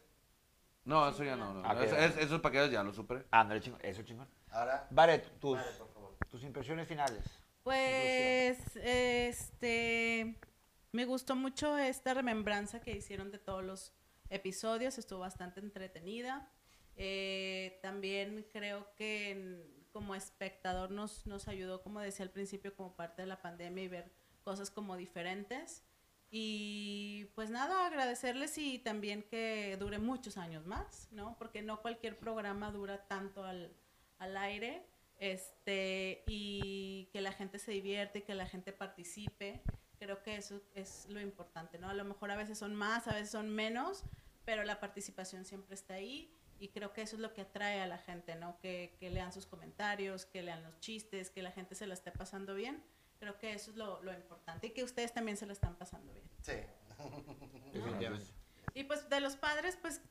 Speaker 1: No, eso ya no. no.
Speaker 6: Ah, ok,
Speaker 1: Es-
Speaker 6: va.
Speaker 1: es- esos paquetes ya los superé.
Speaker 6: Ándale, chingón. Eso, chingón.
Speaker 3: Ahora,
Speaker 6: Baret, tus,
Speaker 3: Vale, por favor.
Speaker 6: tus impresiones finales.
Speaker 4: Pues, este, me gustó mucho esta remembranza que hicieron de todos los episodios, estuvo bastante entretenida. Eh, también creo que en- como espectador nos, nos ayudó, como decía al principio, como parte de la pandemia y ver cosas como diferentes. Y pues nada, agradecerles y también que dure muchos años más, ¿no? Porque no cualquier programa dura tanto al, al aire. Este, y que la gente se divierte, que la gente participe. Creo que eso es lo importante, ¿no? A lo mejor a veces son más, a veces son menos, pero la participación siempre está ahí y creo que eso es lo que atrae a la gente, ¿no? Que, que lean sus comentarios, que lean los chistes, que la gente se la esté pasando bien. Creo que eso es lo, lo importante y que ustedes también se la están pasando bien.
Speaker 3: sí.
Speaker 4: Y pues de los padres, pues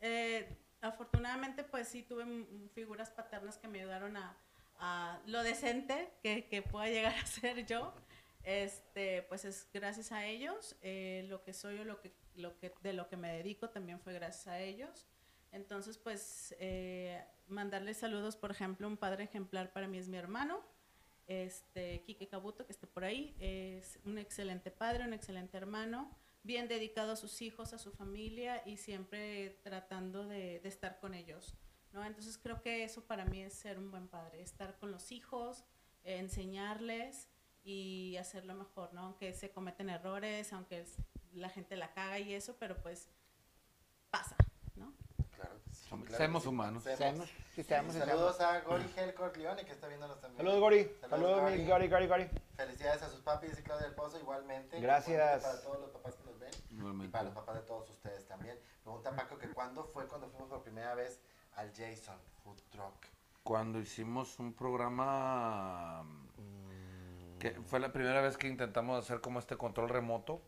Speaker 4: eh, afortunadamente pues sí tuve mm, figuras paternas que me ayudaron a, a lo decente que, que pueda llegar a ser yo. Este, pues es gracias a ellos, eh, lo que soy o lo que, lo que, de lo que me dedico también fue gracias a ellos. Entonces, pues eh, mandarles saludos, por ejemplo, un padre ejemplar para mí es mi hermano, este, Quique Cabuto, que esté por ahí, es un excelente padre, un excelente hermano, bien dedicado a sus hijos, a su familia y siempre tratando de, de estar con ellos, ¿no? Entonces creo que eso para mí es ser un buen padre, estar con los hijos, eh, enseñarles y hacerlo mejor, ¿no? Aunque se cometen errores, aunque es- la gente la caga y eso, pero pues pasa, ¿no?
Speaker 3: Claro que sí,
Speaker 1: Somos-
Speaker 3: claro que
Speaker 1: seamos
Speaker 3: sí.
Speaker 1: humanos.
Speaker 6: Seamos, sí, seamos,
Speaker 3: Y Saludos a Gori Helcor Leone, que está viéndonos también.
Speaker 2: Saludos, Gori.
Speaker 3: Saludos,
Speaker 2: Saludos, mi
Speaker 3: Gori.
Speaker 2: Gori, Gori, Gori.
Speaker 3: Felicidades a sus papis y Claudia del Pozo igualmente.
Speaker 2: Gracias.
Speaker 3: Igualmente Para todos los papás que nos ven. Y
Speaker 1: Igualmente.
Speaker 3: para los papás de todos ustedes también. Pregunta Paco que cuándo fue cuando fuimos por primera vez al Jason Food Truck.
Speaker 1: Cuando hicimos un programa mm, que fue la primera vez que intentamos hacer como este control remoto,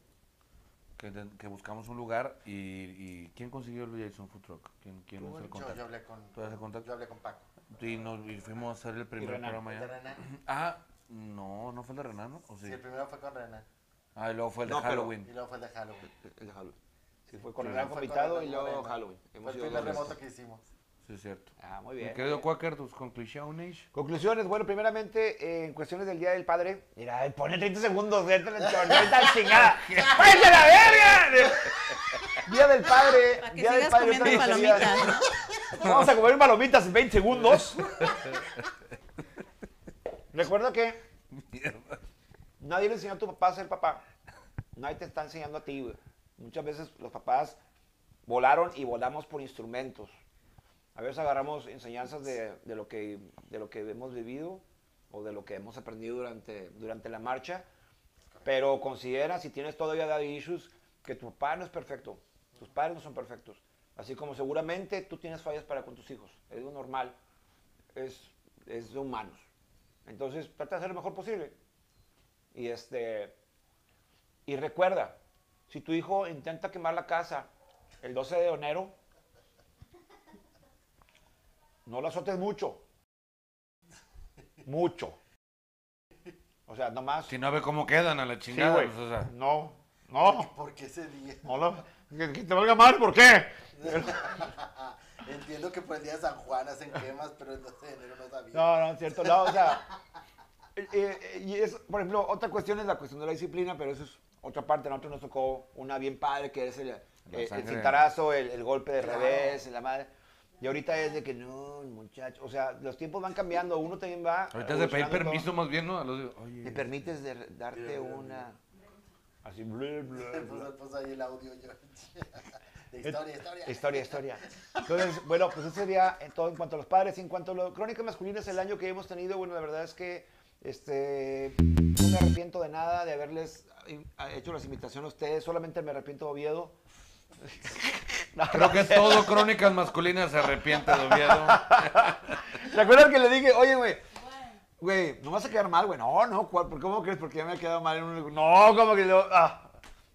Speaker 1: que, inten- que buscamos un lugar y, y- ¿quién consiguió el Jason Food Truck? ¿Quién, quién hizo el
Speaker 3: Yo,
Speaker 1: contacto?
Speaker 3: yo hablé con.
Speaker 1: ¿Tú haces el contacto?
Speaker 3: Yo hablé con Paco.
Speaker 1: Y, nos, y fuimos a hacer el primer
Speaker 2: Renan.
Speaker 1: programa
Speaker 3: ¿El de
Speaker 1: ya.
Speaker 3: Renan?
Speaker 1: Ah, no, no fue el de Renan, ¿no? ¿O
Speaker 3: Sí.
Speaker 1: sí?
Speaker 3: el primero fue con Renan.
Speaker 1: Ah, y luego fue el de
Speaker 6: No, pero-
Speaker 1: Halloween.
Speaker 3: Y luego fue el de Halloween.
Speaker 6: El de Halloween. Sí,
Speaker 3: Sí,
Speaker 6: fue con el
Speaker 3: primero
Speaker 6: gran
Speaker 3: fue con
Speaker 6: invitado
Speaker 3: Renan
Speaker 6: y luego
Speaker 3: Moreno.
Speaker 6: Halloween.
Speaker 3: Fue
Speaker 6: Hemos
Speaker 3: el
Speaker 6: ido
Speaker 3: primer
Speaker 6: dos
Speaker 3: remoto
Speaker 6: veces.
Speaker 3: que hicimos.
Speaker 1: Sí, es cierto.
Speaker 6: Ah, muy
Speaker 1: Mi
Speaker 6: bien.
Speaker 1: querido Quaker, tus conclusiones.
Speaker 2: Conclusiones, bueno, primeramente, eh, en cuestiones del Día del Padre. Mira, ponen 30 segundos, vete la chingada, chingada. ¡Váyase a la verga! Día del Padre,
Speaker 4: Para que
Speaker 2: Día del
Speaker 4: sigas
Speaker 2: Padre. yo
Speaker 4: comiendo
Speaker 2: también quería-
Speaker 4: palomitas, ¿no?
Speaker 2: Vamos a comer palomitas en 20 segundos. Recuerda que nadie le enseñó a tu papá a ser papá. Nadie te está enseñando a ti, güey. Muchas veces los papás volaron y volamos por instrumentos. A veces agarramos enseñanzas de, de lo, que, de lo que hemos vivido o de lo que hemos aprendido durante, durante la marcha. Pero considera, si tienes todavía daddy issues, que tu papá no es perfecto. Tus padres no son perfectos. Así como seguramente tú tienes fallas para con tus hijos. Es lo normal. Es, es de humanos. Entonces, trata de hacer lo mejor posible. Y este. Y recuerda, si tu hijo intenta quemar la casa el 12 de enero, no lo azotes mucho. Mucho. O sea, nomás.
Speaker 1: Si no ve cómo quedan a la
Speaker 2: Sí,
Speaker 1: chingada.
Speaker 2: güey.
Speaker 1: pues, o sea,
Speaker 2: No, no,
Speaker 3: Porque ese día.
Speaker 2: no lo- que, que te valga mal, ¿por qué?
Speaker 3: Entiendo que por el día de San Juan hacen quemas, pero el 12 de enero no sabía.
Speaker 2: No, no, es cierto, no, o sea, eh, eh, y es, por ejemplo, otra cuestión es la cuestión de la disciplina, pero eso es otra parte, a nosotros nos tocó una bien padre que es el, eh, el
Speaker 1: sangre.
Speaker 2: cintarazo, el, el golpe de
Speaker 3: Claro.
Speaker 2: revés, la madre, y ahorita es de que no, muchacho, o sea, los tiempos van cambiando, uno también va...
Speaker 1: ahorita es de pedir
Speaker 2: evolucionando todo.
Speaker 1: permiso más bien, ¿no? A los- oye,
Speaker 2: Me permites de darte una... Así, bla, bla,
Speaker 3: Pues,
Speaker 2: bla.
Speaker 3: pues, pues, ahí el audio yo. De historia, historia.
Speaker 2: Historia, historia. Entonces, bueno, pues eso sería en todo en cuanto a los padres. En cuanto a lo crónica masculina, es el año que hemos tenido. Bueno, la verdad es que este, no me arrepiento de nada de haberles eh, hecho las invitaciones a ustedes. Solamente me arrepiento de Oviedo. No,
Speaker 1: Creo que todo Crónicas Masculinas se arrepiente de Oviedo.
Speaker 2: ¿Te acuerdas que le dije, oye, güey? Güey, no vas a quedar mal, güey. No, no, ¿cuál? ¿Por ¿cómo crees? Porque ya me he quedado mal en un. No, como que. lo- Ah,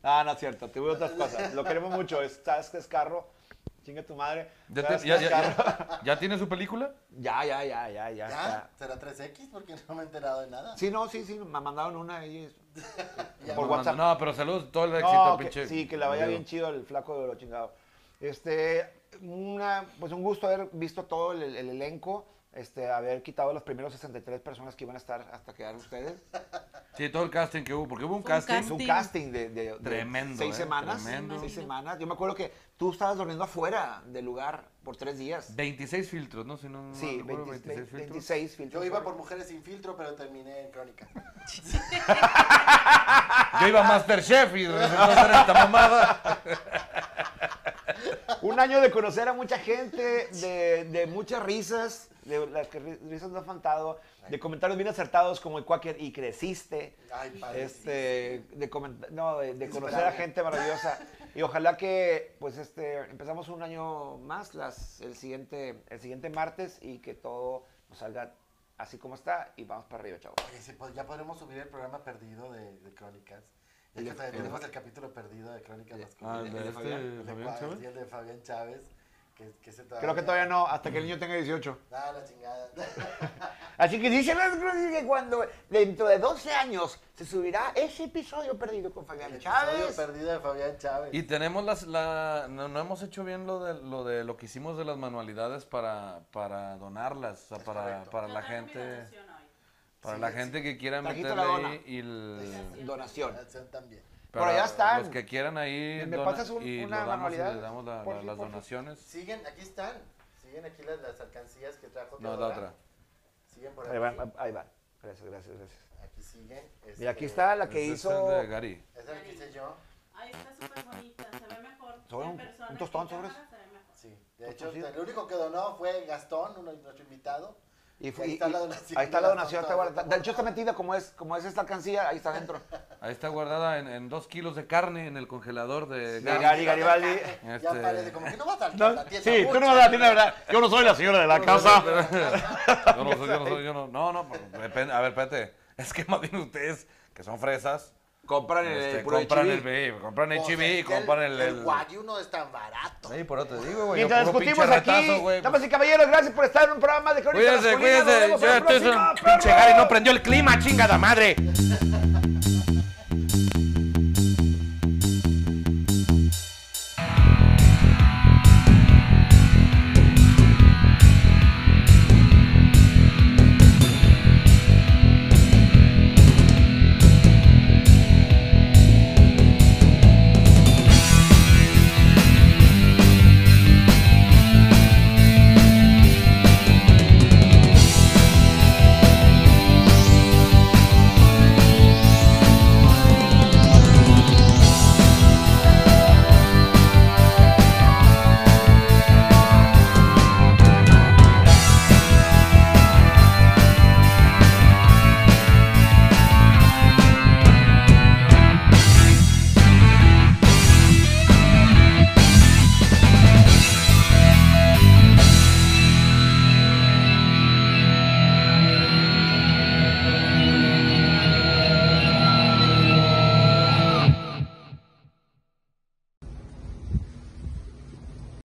Speaker 2: Ah, no es cierto, te voy a otras cosas. Lo queremos mucho. Estás que es carro. Chinga tu madre.
Speaker 1: ¿Ya,
Speaker 2: Sabes
Speaker 1: te-
Speaker 2: que
Speaker 1: ya-
Speaker 2: es
Speaker 1: ya-
Speaker 2: carro.
Speaker 1: ya- ya tiene su película?
Speaker 2: Ya, ya, ya, ya,
Speaker 3: ¿Ya?
Speaker 2: ya. está.
Speaker 3: ¿Será 3X? Porque no me he enterado de nada.
Speaker 2: Sí, no, sí, sí, me mandaron una ahí.
Speaker 3: Ya
Speaker 2: por
Speaker 1: No,
Speaker 2: WhatsApp.
Speaker 1: No, pero saludos, todo el éxito,
Speaker 2: No, que-
Speaker 1: pinche.
Speaker 2: sí, que la vaya
Speaker 1: Oviedo.
Speaker 2: bien chido el flaco de lo chingado. Este, una, pues un gusto haber visto todo el, el elenco, este, haber quitado los primeros 63 personas que iban a estar hasta quedar ustedes.
Speaker 1: Sí, todo el casting que hubo, porque hubo un
Speaker 4: Fue un
Speaker 1: casting.
Speaker 2: Es un
Speaker 4: Casting.
Speaker 2: casting de, de- de
Speaker 1: Tremendo,
Speaker 2: seis
Speaker 1: ¿eh?
Speaker 2: semanas.
Speaker 1: Tremendo.
Speaker 2: Seis semanas. Yo me acuerdo que tú estabas durmiendo afuera del lugar por tres días.
Speaker 1: 26 filtros, ¿no? Si no mal
Speaker 2: sí,
Speaker 1: recuerdo,
Speaker 2: 20
Speaker 1: 26 filtros.
Speaker 2: 26 filtros.
Speaker 3: Yo iba por mujeres sin filtro, pero terminé en crónica.
Speaker 1: Yo iba a Masterchef y resultó ser esta mamada.
Speaker 2: Un año de conocer a mucha gente, de, de muchas risas, de las que ri- risas no han faltado, de comentarios bien acertados como el Quaker y creciste.
Speaker 3: Ay, padre.
Speaker 2: Este, de, comenta- no, de, de conocer a
Speaker 3: Insuperable.
Speaker 2: gente maravillosa. Y ojalá que, pues, este, empezamos un año más, las, el, siguiente, el siguiente martes, y que todo nos salga así como está, y vamos para arriba, chavos.
Speaker 3: Oye, sí, pues, ya podremos subir el programa perdido de, de crónicas. Ya
Speaker 2: El
Speaker 3: que
Speaker 2: de-
Speaker 3: también
Speaker 2: el de-
Speaker 3: tenemos el capítulo perdido de crónicas
Speaker 1: Ah,
Speaker 3: masculinas.
Speaker 1: el de este,
Speaker 3: El de
Speaker 1: Fabián
Speaker 3: Cuadros
Speaker 1: Chávez.
Speaker 3: y el de Fabián Chávez. Que, que se
Speaker 2: Creo que todavía no, hasta que el niño tenga 18.
Speaker 3: Ah, la chingada.
Speaker 2: Así que dicen las cosas que cuando dentro de 12 años se subirá ese episodio perdido con Fabián
Speaker 3: El
Speaker 2: Chávez.
Speaker 3: episodio perdido de Fabián Chávez.
Speaker 1: Y tenemos las, la, no, no hemos hecho bien lo de, lo de lo que hicimos de las manualidades para, para donarlas, o sea, para,
Speaker 3: correcto.
Speaker 1: para la
Speaker 4: Yo traigo mi
Speaker 1: gente,
Speaker 4: donación hoy.
Speaker 1: para la gente que quiera
Speaker 2: Trajiste
Speaker 1: meterle
Speaker 2: la dona.
Speaker 1: ahí y el,
Speaker 2: Donación.
Speaker 3: Acción también.
Speaker 2: Por
Speaker 1: para
Speaker 2: allá están.
Speaker 1: Los que quieran ahí
Speaker 2: ¿Me- me
Speaker 1: dona-
Speaker 2: pasas un-
Speaker 1: y
Speaker 2: una
Speaker 1: lo damos y
Speaker 2: manualidad?
Speaker 1: les damos la- la-
Speaker 2: Porfi,
Speaker 1: las
Speaker 2: porfi.
Speaker 1: donaciones.
Speaker 3: Siguen, aquí están. Siguen aquí las, las alcancías que trajo.
Speaker 1: No, la
Speaker 3: Teodora.
Speaker 1: otra.
Speaker 3: Siguen por
Speaker 2: Ahí
Speaker 3: aquí.
Speaker 2: van, ahí van. Gracias, gracias, gracias.
Speaker 3: Aquí siguen.
Speaker 2: Mira, aquí
Speaker 3: este,
Speaker 2: está la que
Speaker 1: Ese es el
Speaker 2: hizo.
Speaker 1: de Gary.
Speaker 3: Esa la que hice yo.
Speaker 4: Ay, está súper bonita, se ve mejor.
Speaker 2: Sobre
Speaker 4: en
Speaker 2: un-
Speaker 4: persona
Speaker 2: un
Speaker 4: que
Speaker 2: tostón,
Speaker 4: en cámara
Speaker 2: sobres.
Speaker 4: se ve mejor.
Speaker 3: Sí. De hecho, el único que donó fue Gastón, uno de nuestro invitado.
Speaker 2: Y, fue-
Speaker 3: ahí
Speaker 2: y-
Speaker 3: está la
Speaker 2: y-
Speaker 3: donación.
Speaker 2: ahí está la donación,
Speaker 3: Está
Speaker 2: está guardada.
Speaker 3: guardada.
Speaker 2: De hecho, está metida como es, como es esta alcancía, ahí está dentro.
Speaker 1: Ahí está guardada en, en dos kilos de carne en el congelador de Gary.
Speaker 2: Gary Garibaldi.
Speaker 3: Ya
Speaker 1: Este-
Speaker 3: parece, como que no vas a alcanzar. la tienda mucho.
Speaker 6: verdad. Yo no soy la señora de la
Speaker 1: Yo no soy, yo no soy, yo no. No, no, pero depende- A ver, espérate. Es que más bien ustedes, que son fresas,
Speaker 2: Compran el,
Speaker 1: este,
Speaker 2: puro
Speaker 1: compran el
Speaker 2: HIV.
Speaker 1: BI, compran el
Speaker 3: O sea,
Speaker 1: chibi y compran el.
Speaker 3: El guayu no es tan barato.
Speaker 1: Sí, por eso te digo, güey. yo
Speaker 2: Mientras
Speaker 1: puro pinche
Speaker 2: discutimos aquí,
Speaker 1: retazo, güey,
Speaker 2: damas y caballeros, gracias por estar en un programa de Crónica
Speaker 1: Cuídense,
Speaker 2: Masculina. Nos
Speaker 1: cuídense.
Speaker 2: vemos
Speaker 1: Yo
Speaker 2: en la
Speaker 1: estoy
Speaker 2: próxima,
Speaker 1: pinche
Speaker 2: perros.
Speaker 1: Gary no prendió el clima, chingada madre.